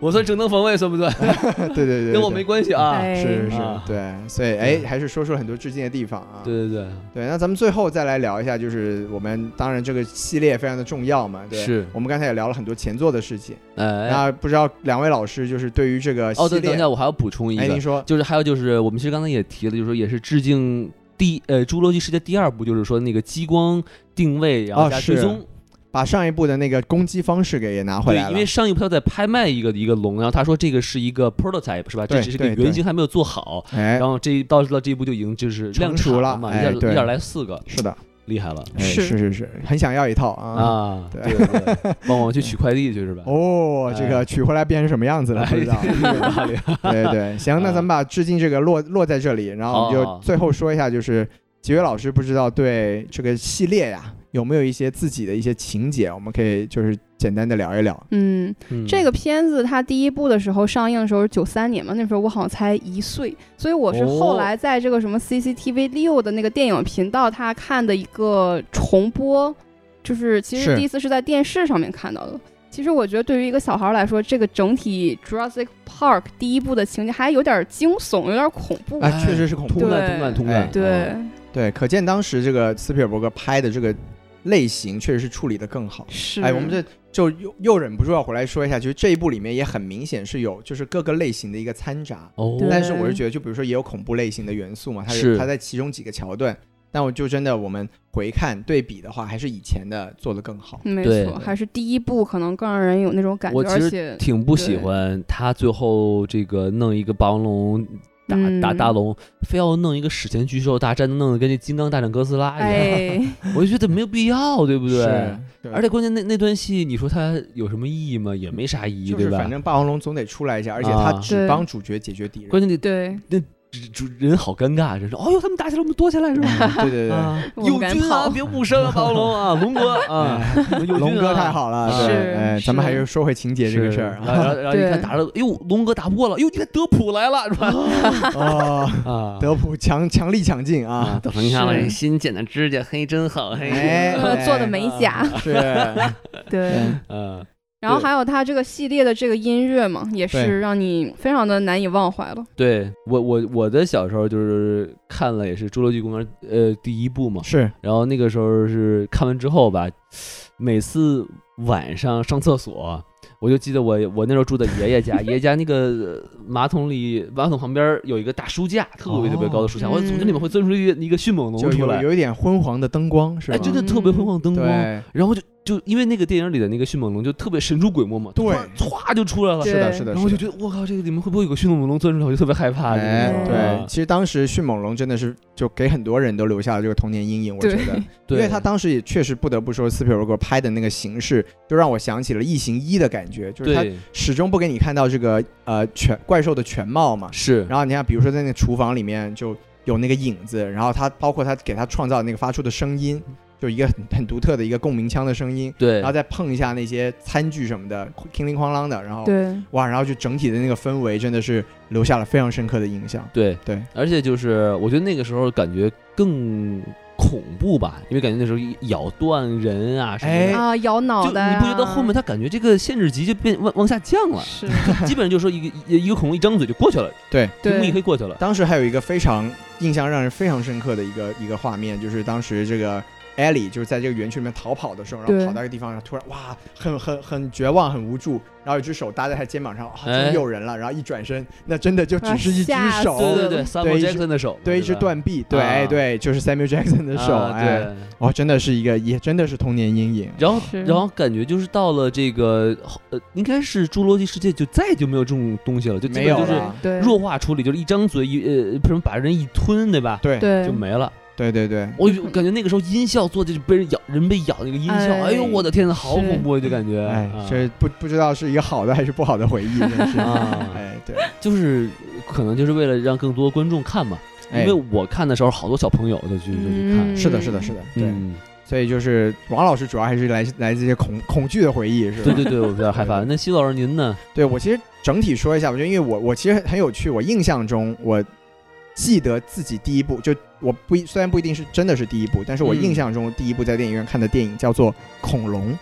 Speaker 3: 我算正当防卫算不算？
Speaker 1: 对对对，对
Speaker 3: 跟我
Speaker 1: 对
Speaker 3: 没关系啊。
Speaker 4: 哎
Speaker 1: 是是是
Speaker 3: 啊，
Speaker 1: 对，所以哎，还是说出了很多致敬的地方啊。
Speaker 3: 对对
Speaker 1: 对，那咱们最后再来聊一下，就是我们当然这个系列非常的重要嘛，
Speaker 3: 对，
Speaker 1: 对。
Speaker 3: 是，
Speaker 1: 我们刚才也聊了很多前作的事情，
Speaker 3: 哎，
Speaker 1: 那不知道两位老师就是对于这个
Speaker 3: 哦
Speaker 1: 系
Speaker 3: 对，等一
Speaker 1: 列，
Speaker 3: 下我还要补充一
Speaker 1: 哎，
Speaker 3: 个
Speaker 1: 您，说，
Speaker 3: 就是还有就是我们其实刚才也提了，就是说也是致敬第呃《侏罗纪世界》第二部，就是说那个激光定位然后
Speaker 1: 哦
Speaker 3: 加
Speaker 1: 是
Speaker 3: 追踪，
Speaker 1: 把上一部的那个攻击方式给也拿回
Speaker 3: 对
Speaker 1: 来，了，
Speaker 3: 因为上一部他在拍卖一个一个龙，然后他说这个是一个 prototype 是吧？
Speaker 1: 对
Speaker 3: 这只是个
Speaker 1: 对对
Speaker 3: 原型还没有做好，
Speaker 1: 哎
Speaker 3: 然，后这一到到这一步就已经就是量
Speaker 1: 成熟
Speaker 3: 产
Speaker 1: 了
Speaker 3: 嘛，
Speaker 1: 哎
Speaker 3: 一点
Speaker 1: 对
Speaker 3: 一点来四个，
Speaker 1: 是的，
Speaker 3: 厉害了
Speaker 1: 哎
Speaker 4: 是
Speaker 1: 是是是，很想要一套啊。
Speaker 3: 啊！
Speaker 1: 对
Speaker 3: 对对，对帮我去取快递去是吧？
Speaker 1: 哦，这个
Speaker 3: 哎
Speaker 1: 取回来变成什么样子了？不知 道。
Speaker 3: 道，
Speaker 1: 对对，行，
Speaker 3: 啊
Speaker 1: 那咱们把致敬这个落落在这里，然后我们
Speaker 3: 好好
Speaker 1: 就
Speaker 3: 好
Speaker 1: 最后说一下，就是几位老师不知道对这个系列呀、有没有一些自己的一些情节，我们可以就是简单的聊啊一聊。
Speaker 4: 嗯，
Speaker 3: 嗯
Speaker 4: 这个片子它第一部的时候上映的时候是九三年嘛，那时候我好像才一岁，所以我是后来在这个什么 CCTV 六的那个电影频道，它看的一个重播，就是其
Speaker 1: 是
Speaker 4: 实第一次是在电视上面看到的。其实我觉得对于一个小孩儿来说，这个整体 Jurassic Park 第一部的情节还有点惊悚，有点恐怖。
Speaker 3: 哎
Speaker 1: 啊，确实是恐怖
Speaker 3: 通
Speaker 1: 的，
Speaker 4: 对
Speaker 3: 感通感通
Speaker 1: 哎
Speaker 3: 感，
Speaker 4: 对
Speaker 3: 啊，，
Speaker 1: 对，可见当时这个斯皮尔伯格拍的这个类型确实是处理的更好。
Speaker 4: 是。
Speaker 1: 哎，我们这就又又忍不住要回来说一下，就是这一部里面也很明显是有就是各个类型的一个掺杂，
Speaker 3: 哦，
Speaker 4: 对
Speaker 1: 但是我是觉得，就比如说也有恐怖类型的元素嘛，它有
Speaker 3: 是
Speaker 1: 它在其中几个桥段，但我就真的我们回看对比的话，还是以前的做的更好。
Speaker 4: 没
Speaker 3: 对
Speaker 4: 错，还是第一部可能更让人有那种感觉
Speaker 3: 我，其
Speaker 4: 而
Speaker 3: 实
Speaker 4: 且
Speaker 3: 挺不喜欢他最后这个弄一个霸王龙打打
Speaker 4: 嗯
Speaker 3: 大龙，非要弄一个史前巨兽大战，弄得跟这金刚大战哥斯拉一样，
Speaker 4: 哎，
Speaker 3: 我就觉得没有必要，对不对？
Speaker 1: 对，
Speaker 3: 而且关键那那段戏，你说它有什么意义吗？也没啥意义，
Speaker 1: 就是
Speaker 3: 对吧
Speaker 1: 反？正霸王龙总得出来一下，而且它
Speaker 3: 啊
Speaker 1: 只
Speaker 4: 对
Speaker 1: 帮主角解决敌人。
Speaker 3: 关键你
Speaker 4: 对，
Speaker 3: 主人好尴尬，人说：“哎呦，他们打起来，我们躲起来是吧？”
Speaker 1: 嗯对对对，
Speaker 3: 啊，
Speaker 4: 我不
Speaker 3: 友
Speaker 4: 敢
Speaker 3: 军啊，
Speaker 4: 跑
Speaker 3: 别误伤啊，霸王龙啊， 龙哥啊，你们友军啊
Speaker 1: 龙哥太。好了，对，
Speaker 4: 是
Speaker 1: 哎，咱们还是说回情节这个事儿啊
Speaker 3: 是然后然后然后一看
Speaker 4: 对
Speaker 3: 打了，哎呦，龙哥打不过了，哎呦，你看德普来了是吧？
Speaker 1: 哦，
Speaker 3: 啊，
Speaker 1: 德普强强力抢镜
Speaker 3: 啊，
Speaker 1: 啊，
Speaker 3: 德普，你看我
Speaker 4: 是
Speaker 3: 这新剪的指甲黑真好黑，
Speaker 1: 哎，哎
Speaker 4: 呃做的美甲，
Speaker 1: 是，
Speaker 4: 对。
Speaker 3: 啊嗯，
Speaker 4: 然后还有他这个系列的这个音乐嘛，也
Speaker 1: 对
Speaker 4: 是让你非常的难以忘怀了。
Speaker 3: 对我我我的小时候就是看了也是《侏罗纪公园》呃第一部嘛，
Speaker 1: 是
Speaker 3: 然后那个时候是看完之后吧，每次晚上上厕所，我就记得我我那时候住在爷爷 家，爷爷家那个呃马桶里马桶旁边有一个大书架，特别特别高的书架，
Speaker 4: 哦
Speaker 3: 我总觉得里面会钻出一个一个迅猛龙
Speaker 1: 就嗯
Speaker 3: 出
Speaker 1: 有
Speaker 3: 来，
Speaker 1: 有一点昏黄的灯光，是吧？
Speaker 3: 哎，真的特别会晃灯光，
Speaker 1: 对，
Speaker 3: 然后就就因为那个电影里的那个迅猛龙就特别神出鬼没嘛，
Speaker 1: 对
Speaker 3: 突然歘就出来了。
Speaker 4: 对
Speaker 1: 是的，是的，
Speaker 3: 然后我
Speaker 1: 是
Speaker 3: 就
Speaker 1: 的
Speaker 3: 觉得，我靠，这个里面会不会有个迅猛龙钻出来？我就特别害怕。
Speaker 1: 哎
Speaker 3: 你，知道
Speaker 1: 对
Speaker 3: 吗，
Speaker 1: 其实当时迅猛龙真的是就给很多人都留下了这个童年阴影，我觉
Speaker 4: 对
Speaker 1: 得，因
Speaker 3: 对，
Speaker 1: 为他当时也确实不得不说，斯皮尔伯格拍的那个形式，就让我想起了《异形一》的感觉，就是他
Speaker 3: 对
Speaker 1: 始终不给你看到这个呃全怪兽的全貌嘛。
Speaker 3: 是，
Speaker 1: 然后你看，比如说在那个厨房里面就有那个影子，然后他包括他给他创造的那个发出的声音，就一个很很独特的一个共鸣腔的声音，
Speaker 3: 对
Speaker 1: 然后再碰一下那些餐具什么的，叮铃哐啷的，然后
Speaker 4: 对，
Speaker 1: 哇，然后就整体的那个氛围真的是留下了非常深刻的印象。
Speaker 3: 对
Speaker 1: 对，
Speaker 3: 而且就是我觉得那个时候感觉更恐怖吧，因为感觉那时候咬断人啊什么
Speaker 1: 哎
Speaker 3: 的。
Speaker 4: 啊，咬脑
Speaker 3: 就
Speaker 4: 袋啊、
Speaker 3: 你不觉得后面他感觉这个限制级就变往往下降 了，
Speaker 4: 是
Speaker 3: 基本上就是说一个一一个恐龙一张嘴就过去了，
Speaker 1: 对，
Speaker 3: 屏幕一
Speaker 4: 对
Speaker 3: 黑过去了。
Speaker 1: 当时还有一个非常印象让人非常深刻的一个一个画面，就是当时这个。艾莉就是在这个园区里面逃跑的时候，然后
Speaker 4: 对
Speaker 1: 跑到一个地方，然后突然哇，很很很绝望，很无助，然后有一只手搭在他肩膀上，啊，
Speaker 3: 哎
Speaker 1: 真有人了，然后一转身，那真的就只是一只
Speaker 4: 啊吓死
Speaker 1: 手，
Speaker 3: 对对
Speaker 4: 了
Speaker 3: 对
Speaker 4: 对
Speaker 3: ，Samuel
Speaker 1: 一只
Speaker 3: Jackson 的手，
Speaker 1: 对，一只
Speaker 3: 吧
Speaker 1: 断臂，对，
Speaker 3: 啊
Speaker 1: 哎，对，就是 Samuel Jackson 的手，
Speaker 3: 啊
Speaker 1: 哎，
Speaker 3: 对。
Speaker 1: 哦，真的是一个，也真的是童年阴影，
Speaker 3: 然后，
Speaker 4: 是
Speaker 3: 然后感觉就是到了这个，呃，应该是《侏罗纪世界》就再就没有这种东西了，就基
Speaker 1: 没
Speaker 3: 本
Speaker 1: 有
Speaker 3: 就是
Speaker 1: 了，
Speaker 4: 对
Speaker 3: 弱化处理，就是一张嘴一呃，不是把人一吞，对吧？
Speaker 1: 对，
Speaker 4: 对
Speaker 3: 就没了。
Speaker 1: 对，对，对，
Speaker 3: 我就感觉那个时候音效做的就被人咬，人被咬那个音效，
Speaker 4: 哎
Speaker 3: 哎呦我的天呐，好
Speaker 4: 是
Speaker 3: 恐怖啊，就感觉
Speaker 1: 哎
Speaker 3: 啊，
Speaker 1: 这不不知道是一个好的还是不好的回忆，真是，
Speaker 3: 啊
Speaker 1: 哎，对，
Speaker 3: 就是可能就是为了让更多观众看嘛，因
Speaker 1: 哎
Speaker 3: 为，我看的时候好多小朋友就去就去看
Speaker 4: 嗯，
Speaker 1: 是的，是的，是的，对，
Speaker 3: 嗯
Speaker 1: 所以就是王老师主要还是来自来自一些恐恐惧的回忆，是吧？
Speaker 3: 对对对，我比较害怕。
Speaker 1: 对
Speaker 3: 那西老师您呢？
Speaker 1: 对我其实整体说一下，我觉得因为我我其实很有趣，我印象中我记得自己第一部就我不一虽然不一定是真的是第一部，但是我
Speaker 3: 嗯
Speaker 1: 印象中第一部在电影院看的电影叫做《恐龙》，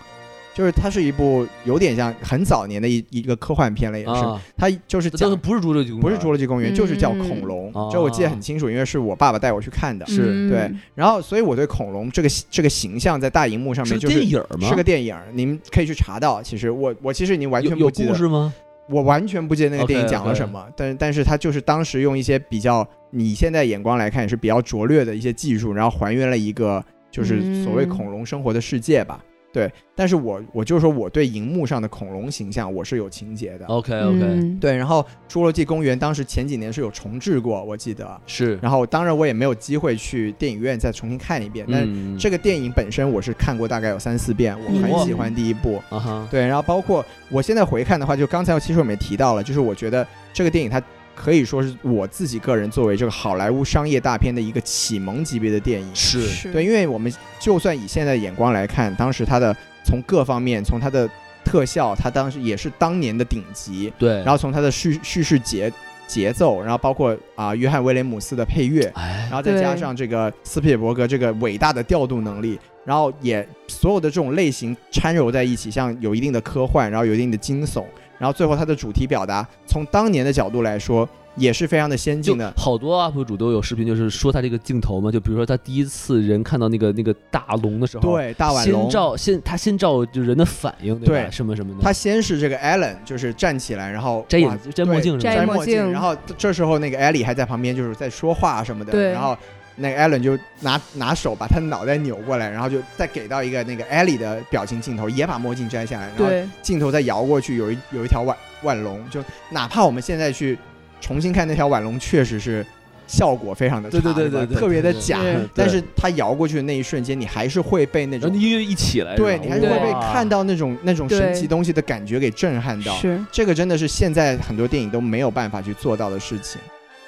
Speaker 1: 就是它是一部有点像很早年的一一个科幻片了，也是、
Speaker 3: 啊，
Speaker 1: 它哎就是
Speaker 3: 这
Speaker 1: 讲
Speaker 3: 个不是侏罗纪公园，
Speaker 1: 不是《侏罗纪公园》，就是叫《恐
Speaker 4: 嗯
Speaker 1: 龙》
Speaker 3: 哦
Speaker 1: 这我记得很清楚，因为是我爸爸带我去看的。
Speaker 3: 是
Speaker 4: 嗯
Speaker 1: 对然后，所以我对恐龙这个这个形象在大荧幕上面
Speaker 3: 是
Speaker 1: 就是
Speaker 3: 电影儿吗？
Speaker 1: 是个电影儿，你们可以去查到。其实我我其实已经完全
Speaker 3: 有有
Speaker 1: 不记得
Speaker 3: 故，事吗？
Speaker 1: 我完全不记得那个电影
Speaker 3: OK，OK
Speaker 1: 讲了什么但但是它就是当时用一些比较你现在眼光来看也是比较拙劣的一些技术，然后还原了一个就是所谓
Speaker 4: 嗯
Speaker 1: 恐龙生活的世界吧。对，但是我我就说我对荧幕上的恐龙形象我是有情节的。
Speaker 3: 哎 OK OK，
Speaker 4: 嗯
Speaker 1: 对，然后《侏罗纪公园》当时前几年是有重置过，我记得。
Speaker 3: 是。
Speaker 1: 然后当然我也没有机会去电影院再重新看一遍，但是
Speaker 3: 嗯
Speaker 1: 这个电影本身我是看过大概有三四遍，我
Speaker 4: 嗯
Speaker 1: 很喜欢第一部。
Speaker 3: 啊哈，
Speaker 1: 对，然后包括我现在回看的话，就刚才其实我们也提到了，就是我觉得这个电影它可以说是我自己个人作为这个好莱坞商业大片的一个启蒙级别的电影。
Speaker 3: 是
Speaker 1: 对，因为我们就算以现在的眼光来看，当时它的从各方面，从它的特效，它当时也是当年的顶级，
Speaker 3: 对，
Speaker 1: 然后从它的叙叙事节节奏，然后包括啊、约翰威廉姆斯的配乐，
Speaker 3: 哎
Speaker 1: 然，后再加
Speaker 4: 对
Speaker 1: 上这个斯皮尔伯格这个伟大的调度能力，然后也所有的这种类型掺揉在一起，像有一定的科幻，然后有一定的惊悚，然后最后它的主题表达，从当年的角度来说也是非常的先
Speaker 3: 就
Speaker 1: 进的。
Speaker 3: 好多 UP 主都有视频，就是说他这个镜头嘛，就比如说他第一次人看到那个那个大龙的时候，，
Speaker 1: 对，大碗龙
Speaker 3: 先，照先他先照就人的反应，对吧？
Speaker 1: 对
Speaker 3: 什么什么的，
Speaker 1: 他先是这个 Allen 就是站起来，然后
Speaker 3: 摘
Speaker 1: 哇
Speaker 3: 眼摘墨
Speaker 1: 对
Speaker 3: 镜什么
Speaker 1: 摘
Speaker 4: 摘
Speaker 3: 的，
Speaker 4: 墨
Speaker 1: 墨镜，
Speaker 4: 镜
Speaker 1: 然后这时候那个艾莉还在旁边就是在说话什么的，
Speaker 4: 对
Speaker 1: 然后那个艾伦就拿拿手把他的脑袋扭过来，然后就再给到一个那个艾莉的表情镜头，也把墨镜摘下来，然后
Speaker 4: 对
Speaker 1: 镜头再摇过去，有一有一条腕腕龙，就哪怕我们现在去重新看那条腕龙，确实是效果非常的差，
Speaker 3: 对对对
Speaker 1: 吧
Speaker 3: 对对
Speaker 1: 特别的
Speaker 3: 对哎
Speaker 1: 假
Speaker 4: 对对，
Speaker 1: 但是它摇过去的那一瞬间，你还是会被那
Speaker 3: 然后
Speaker 1: 种
Speaker 3: 那音乐一起来，
Speaker 1: 对
Speaker 3: 吧
Speaker 1: 你还是会被
Speaker 3: 哇
Speaker 1: 看到那种那种神奇
Speaker 4: 对
Speaker 1: 东西的感觉给震撼到。
Speaker 4: 是
Speaker 1: 这个真的是现在很多电影都没有办法去做到的事情。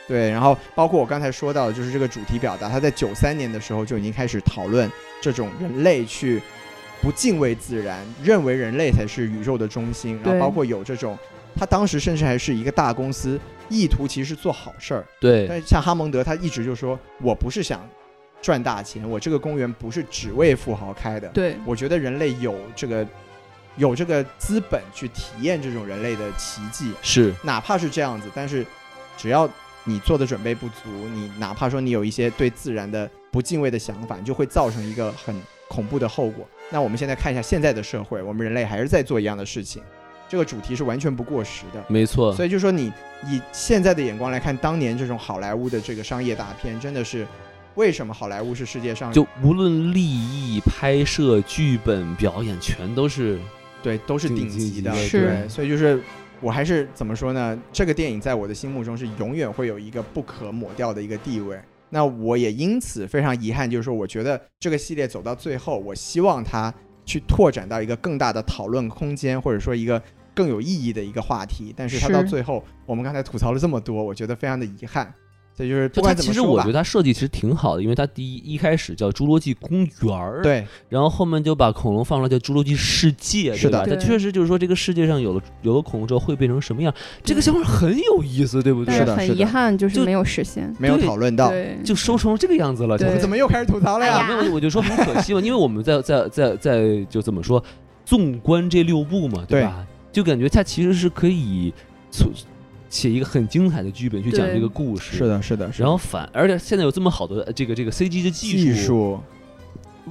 Speaker 1: 对，然后包括我刚才说到的，就是这个主题表达，他在九三年的时候就已经开始讨论这种人类去不敬畏自然，认为人类才是宇宙的中心，然后
Speaker 4: 对
Speaker 1: 包括有这种，他当时甚至还是一个大公司，意图其实是做好事儿，
Speaker 3: 对，
Speaker 1: 但是像哈蒙德，他一直就说我不是想赚大钱，我这个公园不是只为富豪开的。
Speaker 4: 对
Speaker 1: 我觉得人类有这个有这个资本去体验这种人类的奇迹，
Speaker 3: 是
Speaker 1: 哪怕是这样子，但是只要你做的准备不足，你哪怕说你有一些对自然的不敬畏的想法，你就会造成一个很恐怖的后果。那我们现在看一下现在的社会，我们人类还是在做一样的事情，这个主题是完全不过时的。
Speaker 3: 没错，
Speaker 1: 所以就说你以现在的眼光来看，当年这种好莱坞的这个商业大片，真的是为什么好莱坞是世界上
Speaker 3: 就无论立意、拍摄、剧本、表演，全都是
Speaker 1: 对都是顶级的，
Speaker 3: 顶
Speaker 4: 是
Speaker 1: 对，所以就是。我还是怎么说呢？这个电影在我的心目中是永远会有一个不可抹掉的一个地位。那我也因此非常遗憾，就是说，我觉得这个系列走到最后，我希望它去拓展到一个更大的讨论空间，或者说一个更有意义的一个话题。但是它
Speaker 4: 是
Speaker 1: 到最后，我们刚才吐槽了这么多，我觉得非常的遗憾。所以就是不
Speaker 3: 就它
Speaker 1: 管怎
Speaker 3: 其
Speaker 1: 么
Speaker 3: 实
Speaker 1: 说
Speaker 3: 我
Speaker 1: 吧
Speaker 3: 觉得，它设计其实挺好的，因为它第一一开始叫《侏罗纪公园》，，
Speaker 1: 对
Speaker 3: 然后后面就把恐龙放出来叫《侏罗纪世界》，
Speaker 1: 是
Speaker 3: 对吧？
Speaker 1: 的
Speaker 3: 它
Speaker 4: 对
Speaker 3: 确实就是说这个世界上有了有了恐龙之后会变成什么样，这个想法很有意思，对不
Speaker 4: 但
Speaker 3: 对？
Speaker 1: 的是
Speaker 4: 很
Speaker 1: 的
Speaker 4: 遗憾就
Speaker 3: 就是
Speaker 4: 没有实现。
Speaker 1: 没有
Speaker 3: 对
Speaker 1: 讨论到，
Speaker 4: 对，
Speaker 3: 就收成这个样子了，
Speaker 4: 对
Speaker 1: 我们怎么又开始吐槽了
Speaker 3: 哎
Speaker 1: 呀？
Speaker 3: 呀，没有，我就说很可惜嘛，因为我们在在在在就怎么说，纵观这六部嘛，
Speaker 1: 对
Speaker 3: 吧？就感觉它其实是可以促写一个很精彩的剧本去讲
Speaker 4: 对
Speaker 3: 这个故事，
Speaker 1: 是。的，是的，是的
Speaker 3: 然后反，而且现在有这么好的呃这个这个 CG 的技
Speaker 1: 技术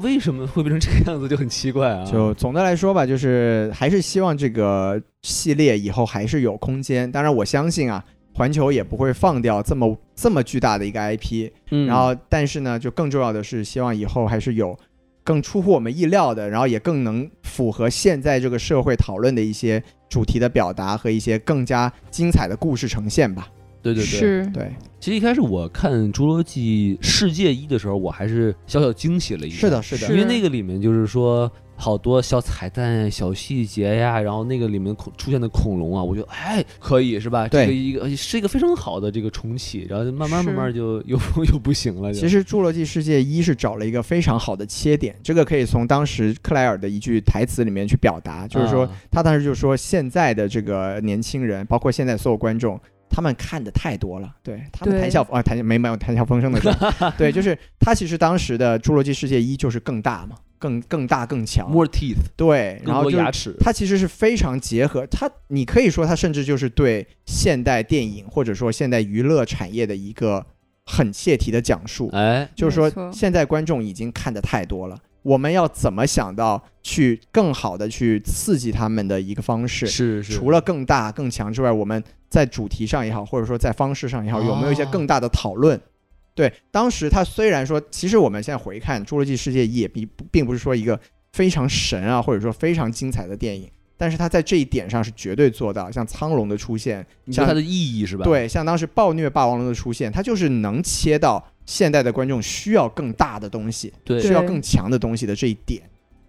Speaker 3: 为什么会变成这个样子就很奇怪啊。
Speaker 1: 就总的来说吧，就是还是希望这个系列以后还是有空间。当然，我相信啊，环球也不会放掉这么这么巨大的一个 IP。
Speaker 3: 嗯
Speaker 1: 然后，但是呢，就更重要的是，希望以后还是有更出乎我们意料的，然后也更能符合现在这个社会讨论的一些主题的表达和一些更加精彩的故事呈现吧。
Speaker 3: 对对对，
Speaker 4: 是
Speaker 1: 对，
Speaker 3: 其实一开始我看《侏罗纪世界一》的时候，我还是小小惊喜了一下，
Speaker 1: 是的，是
Speaker 4: 是
Speaker 1: 的，
Speaker 3: 因为那个里面就是说好多小彩蛋、小细节呀，然后那个里面恐出现的恐龙啊，我觉得哎可以是吧？
Speaker 1: 对
Speaker 3: 这个一个是一个非常好的这个重启，然后就慢慢
Speaker 4: 是
Speaker 3: 慢慢就又又不行了就。
Speaker 1: 其实《侏罗纪世界一》是找了一个非常好的切点，这个可以从当时克莱尔的一句台词里面去表达，就是说、
Speaker 3: 啊
Speaker 1: 他当时就说现在的这个年轻人，包括现在所有观众。他们看的太多了，对他们
Speaker 4: 对
Speaker 1: 谈笑啊，谈没没有谈笑风生的时 候，对，就是他其实当时的《侏罗纪世界一》就是更大嘛，更更大更强，
Speaker 3: more teeth，
Speaker 1: 对，然
Speaker 3: 更
Speaker 1: 后
Speaker 3: 多
Speaker 1: 就是
Speaker 3: 牙齿，
Speaker 1: 它其实是非常结合它，你可以说它甚至就是对现代电影或者说现代娱乐产业的一个很切题的讲述。
Speaker 3: 哎，
Speaker 1: 就是
Speaker 4: 没
Speaker 1: 说
Speaker 4: 错
Speaker 1: 现在观众已经看的太多了，我们要怎么想到去更好的去刺激他们的一个方式？
Speaker 3: 是是，
Speaker 1: 除了更大更强之外，我们在主题上也好，或者说在方式上也好，有没有一些
Speaker 3: 哦
Speaker 1: 更大的讨论？对，当时它虽然说，其实我们现在回看《侏罗纪世界一》也并并不是说一个非常神啊，或者说非常精彩的电影，但是它在这一点上是绝对做到，像苍龙的出现，
Speaker 3: 你说
Speaker 1: 像
Speaker 3: 它的意义是吧？，
Speaker 1: 对，像当时暴虐霸王龙的出现，它就是能切到现代的观众需要更大的东西，
Speaker 3: 对
Speaker 1: 需要更强的东西的这一点。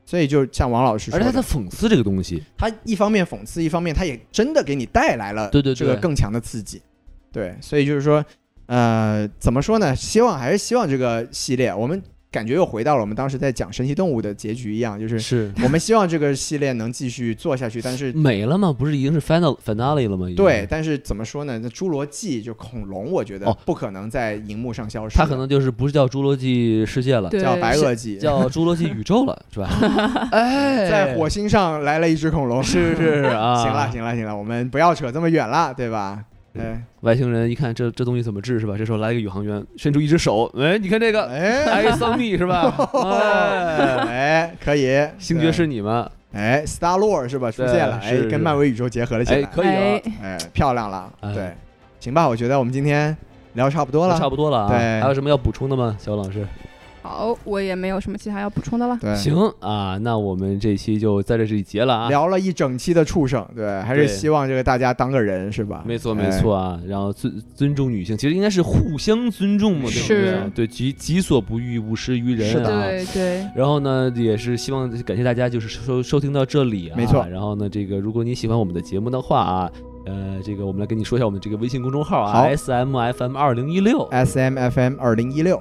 Speaker 1: 所以就像王老师说
Speaker 3: 而且
Speaker 1: 的，
Speaker 3: 它在讽刺这个东西，
Speaker 1: 它一方面讽刺，一方面它也真的给你带来了
Speaker 3: 对对对
Speaker 1: 这个更强的刺激。对，所以就是说，呃，怎么说呢？希望还是希望这个系列，我们感觉又回到了我们当时在讲神奇动物的结局一样， 就是
Speaker 3: 是
Speaker 1: 我们希望这个系列能继续做下去，但是。
Speaker 3: 没了吗？不是已经是 final finale 了吗？已经
Speaker 1: 对，，但是怎么说呢？那侏罗纪就恐龙，我觉得
Speaker 3: 嗯哦
Speaker 1: 不可能在荧幕上消失了。
Speaker 3: 它可能就是不是叫侏罗纪世界了，
Speaker 4: 对
Speaker 1: 叫白垩纪，
Speaker 3: 叫侏罗纪宇宙了，是吧？哎，
Speaker 1: 在火星上来了一只恐龙。
Speaker 3: 是是啊，
Speaker 1: 行了，行了，行了，我们不要扯这么远了，对吧？哎，
Speaker 3: 外星人一看这这东西怎么治是吧？这时候来一个宇航员，伸出一只手，哎，你看这个
Speaker 1: 哎，
Speaker 3: ，I saw me 是 吧？哎，
Speaker 1: 哎，可以，
Speaker 3: 星爵是你吗？
Speaker 1: 哎，Star Lord 是吧？出
Speaker 3: 对
Speaker 1: 现了，
Speaker 3: 是
Speaker 1: 哎，
Speaker 3: 是
Speaker 1: 跟漫威宇宙结合了起
Speaker 3: 哎，
Speaker 1: 来，
Speaker 3: 可以了
Speaker 4: 哎，
Speaker 1: 哎，漂亮了，
Speaker 3: 哎
Speaker 1: 对，行吧，我觉得我们今天聊差不多
Speaker 3: 那
Speaker 1: 了，
Speaker 3: 差不多了啊。
Speaker 1: 对
Speaker 3: 还有什么要补充的吗，小老师？
Speaker 4: 好，我也没有什么其他要补充的了。
Speaker 1: 对，
Speaker 3: 行啊，那我们这期就在这里结了啊。
Speaker 1: 聊了一整期的畜生，对，还是
Speaker 3: 对
Speaker 1: 希望这个大家当个人是吧？
Speaker 3: 没错，
Speaker 1: 哎
Speaker 3: 没，错啊。然后尊尊重女性，其实应该是互相尊重嘛，对不对
Speaker 4: 是？
Speaker 3: 对，己己所不欲，勿施于人
Speaker 1: 是的
Speaker 3: 啊。
Speaker 4: 对对，
Speaker 3: 然后呢，也是希望感谢大家就是收收听到这里啊，
Speaker 1: 没错
Speaker 3: 然后呢，这个如果你喜欢我们的节目的话啊，呃，这个我们来跟你说一下我们这个微信公众号啊
Speaker 1: 好哎
Speaker 3: ，S M F M 二零一六，
Speaker 1: S M F M 二零一六，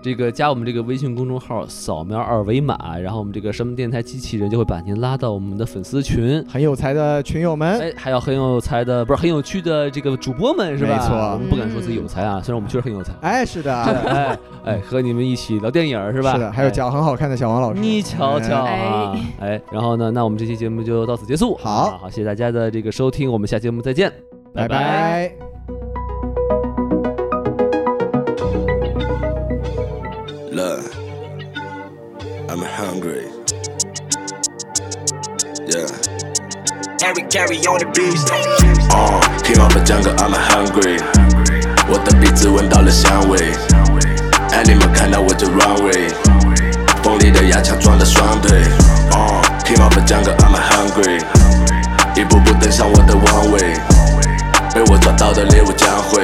Speaker 3: 这个加我们这个微信公众号，扫描二维码，然后我们这个什么电台机器人就会把您拉到我们的粉丝群。
Speaker 1: 很有才的群友们，
Speaker 3: 哎，还有很有才的，不是很有趣的这个主播们是吧？
Speaker 1: 没错
Speaker 3: 我们不敢说自己有才啊，虽然我们确实很有才。
Speaker 1: 哎，是
Speaker 3: 真
Speaker 1: 的，
Speaker 3: 的，哎哎，和你们一起聊电影儿是吧？
Speaker 1: 是的，还有
Speaker 3: 哎
Speaker 1: 讲很好看的小王老师，
Speaker 3: 你瞧瞧啊
Speaker 2: 哎，
Speaker 3: 哎，然后呢，那我们这期节目就到此结束。
Speaker 1: 好
Speaker 3: 啊好，谢谢大家的这个收听，我们下期节目再见，
Speaker 1: 拜
Speaker 3: 拜
Speaker 1: 拜。
Speaker 5: Look, I'm hungry. Yeah.
Speaker 6: Harry carry on the beast.
Speaker 5: 哦，听完了讲个 I'm hungry，我的鼻子闻到了香味，哎，你们看到我就 runway，锋利的牙枪撞了双腿。哦，听完了讲个 I'm hungry，一步步登上我的王位，被我抓到的猎物将会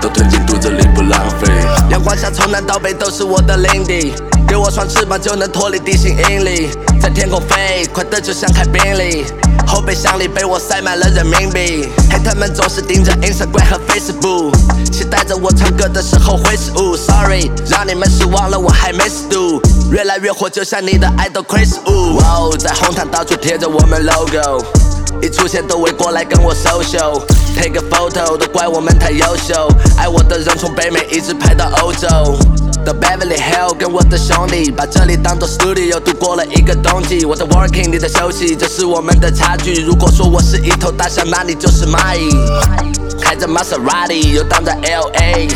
Speaker 5: 都吞进肚子里不浪费。
Speaker 6: 阳光下从南到北都是我的领地，给我双翅膀就能脱离地心引力，在天空飞，快得就像开宾利。后备箱里被我塞满了人民币，黑他们总是盯着 Instagram 和 Facebook，期待着我唱歌的时候会失误。Sorry，让你们失望了，我还没死度。越来越火，就像你的爱豆 Chris Wu。哇哦，在红毯到处贴着我们 logo。一出现都围过来跟我 social。Take a photo，都怪我们太优秀。爱我的人从北美一直排到欧洲。The Beverly Hill 跟我的兄弟，把这里当做 studio 度过了一个冬季。我在 working，你在休息，这是我们的差距。如果说我是一头大象，那你就是蚂蚁。开着 Maserati 游荡在 LA，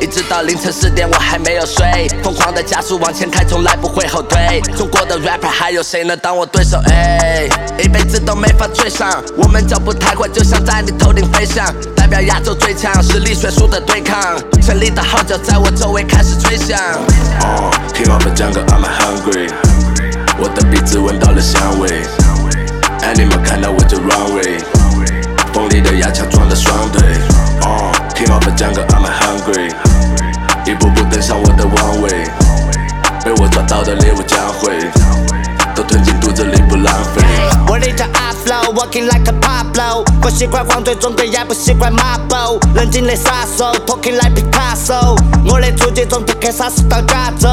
Speaker 6: 一直到凌晨四点我还没有睡，疯狂的加速往前开，从来不会后退。中国的 rapper 还有谁能当我对手？哎，一辈子都没法追上，我们脚步太快，就像在你头顶飞翔。代表亚洲最强，实力悬殊的对抗，权力的号角在我周围开始吹响。
Speaker 5: 哦，听完了讲个 I'm hungry，我的鼻子闻到了香味，哎，你们看到我就 runway，锋利的牙枪撞了双腿。哦，听完了讲个 I'm hungry，一步步登上我的王位，被我抓到的猎物将会都吞进肚子里不浪费。
Speaker 6: 我立着 up flow walking like a Pablo，不习惯黄队中队，也不习惯 marble，冷静的杀手，talking like Picasso。我的足迹从德克萨斯到加州，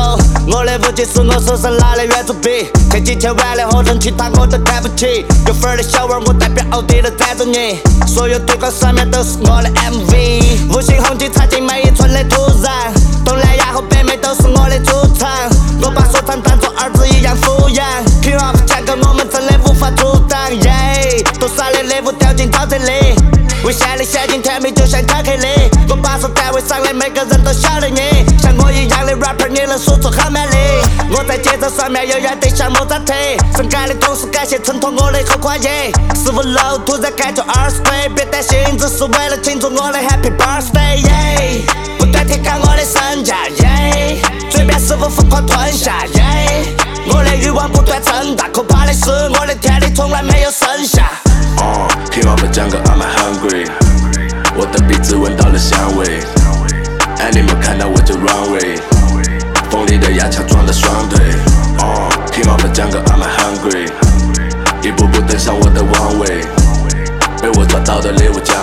Speaker 6: 我的武器是我手上拿的圆珠笔，千几千万的合同，其他我都看不起。有范儿的小娃儿，我代表奥迪的赞助你，所有推广上面都是我的 MV。五星红旗插进每一寸的土壤，东南亚和北美都是我的主场，我把说唱当作儿子一样抚养。Q up 价格我们真的无法阻挡，耶！多少的礼物掉进沼泽里，危险的陷阱甜蜜就像巧克力。我把守单位上的每个人都晓得你，像我一样的 rapper 你能输出好卖力。我在街头上面永远得像莫扎特，生感的同时感谢衬托我的后跨耶。十五楼突然感觉二十岁，别担心，只是为了庆祝我的 Happy Birthday，耶！不断提高我的身价，耶！嘴边食物疯狂吞下，耶！我的欲望不断增大，可怕的是我的天地从来没有剩下。
Speaker 5: 哦，听完了讲个 I'm hungry，我的鼻子闻到了香味，哎，你们看到我就 runway，锋利的牙枪撞了双腿。哦，听完了讲个 I'm hungry，一步步登上我的王位，被我抓到的猎物将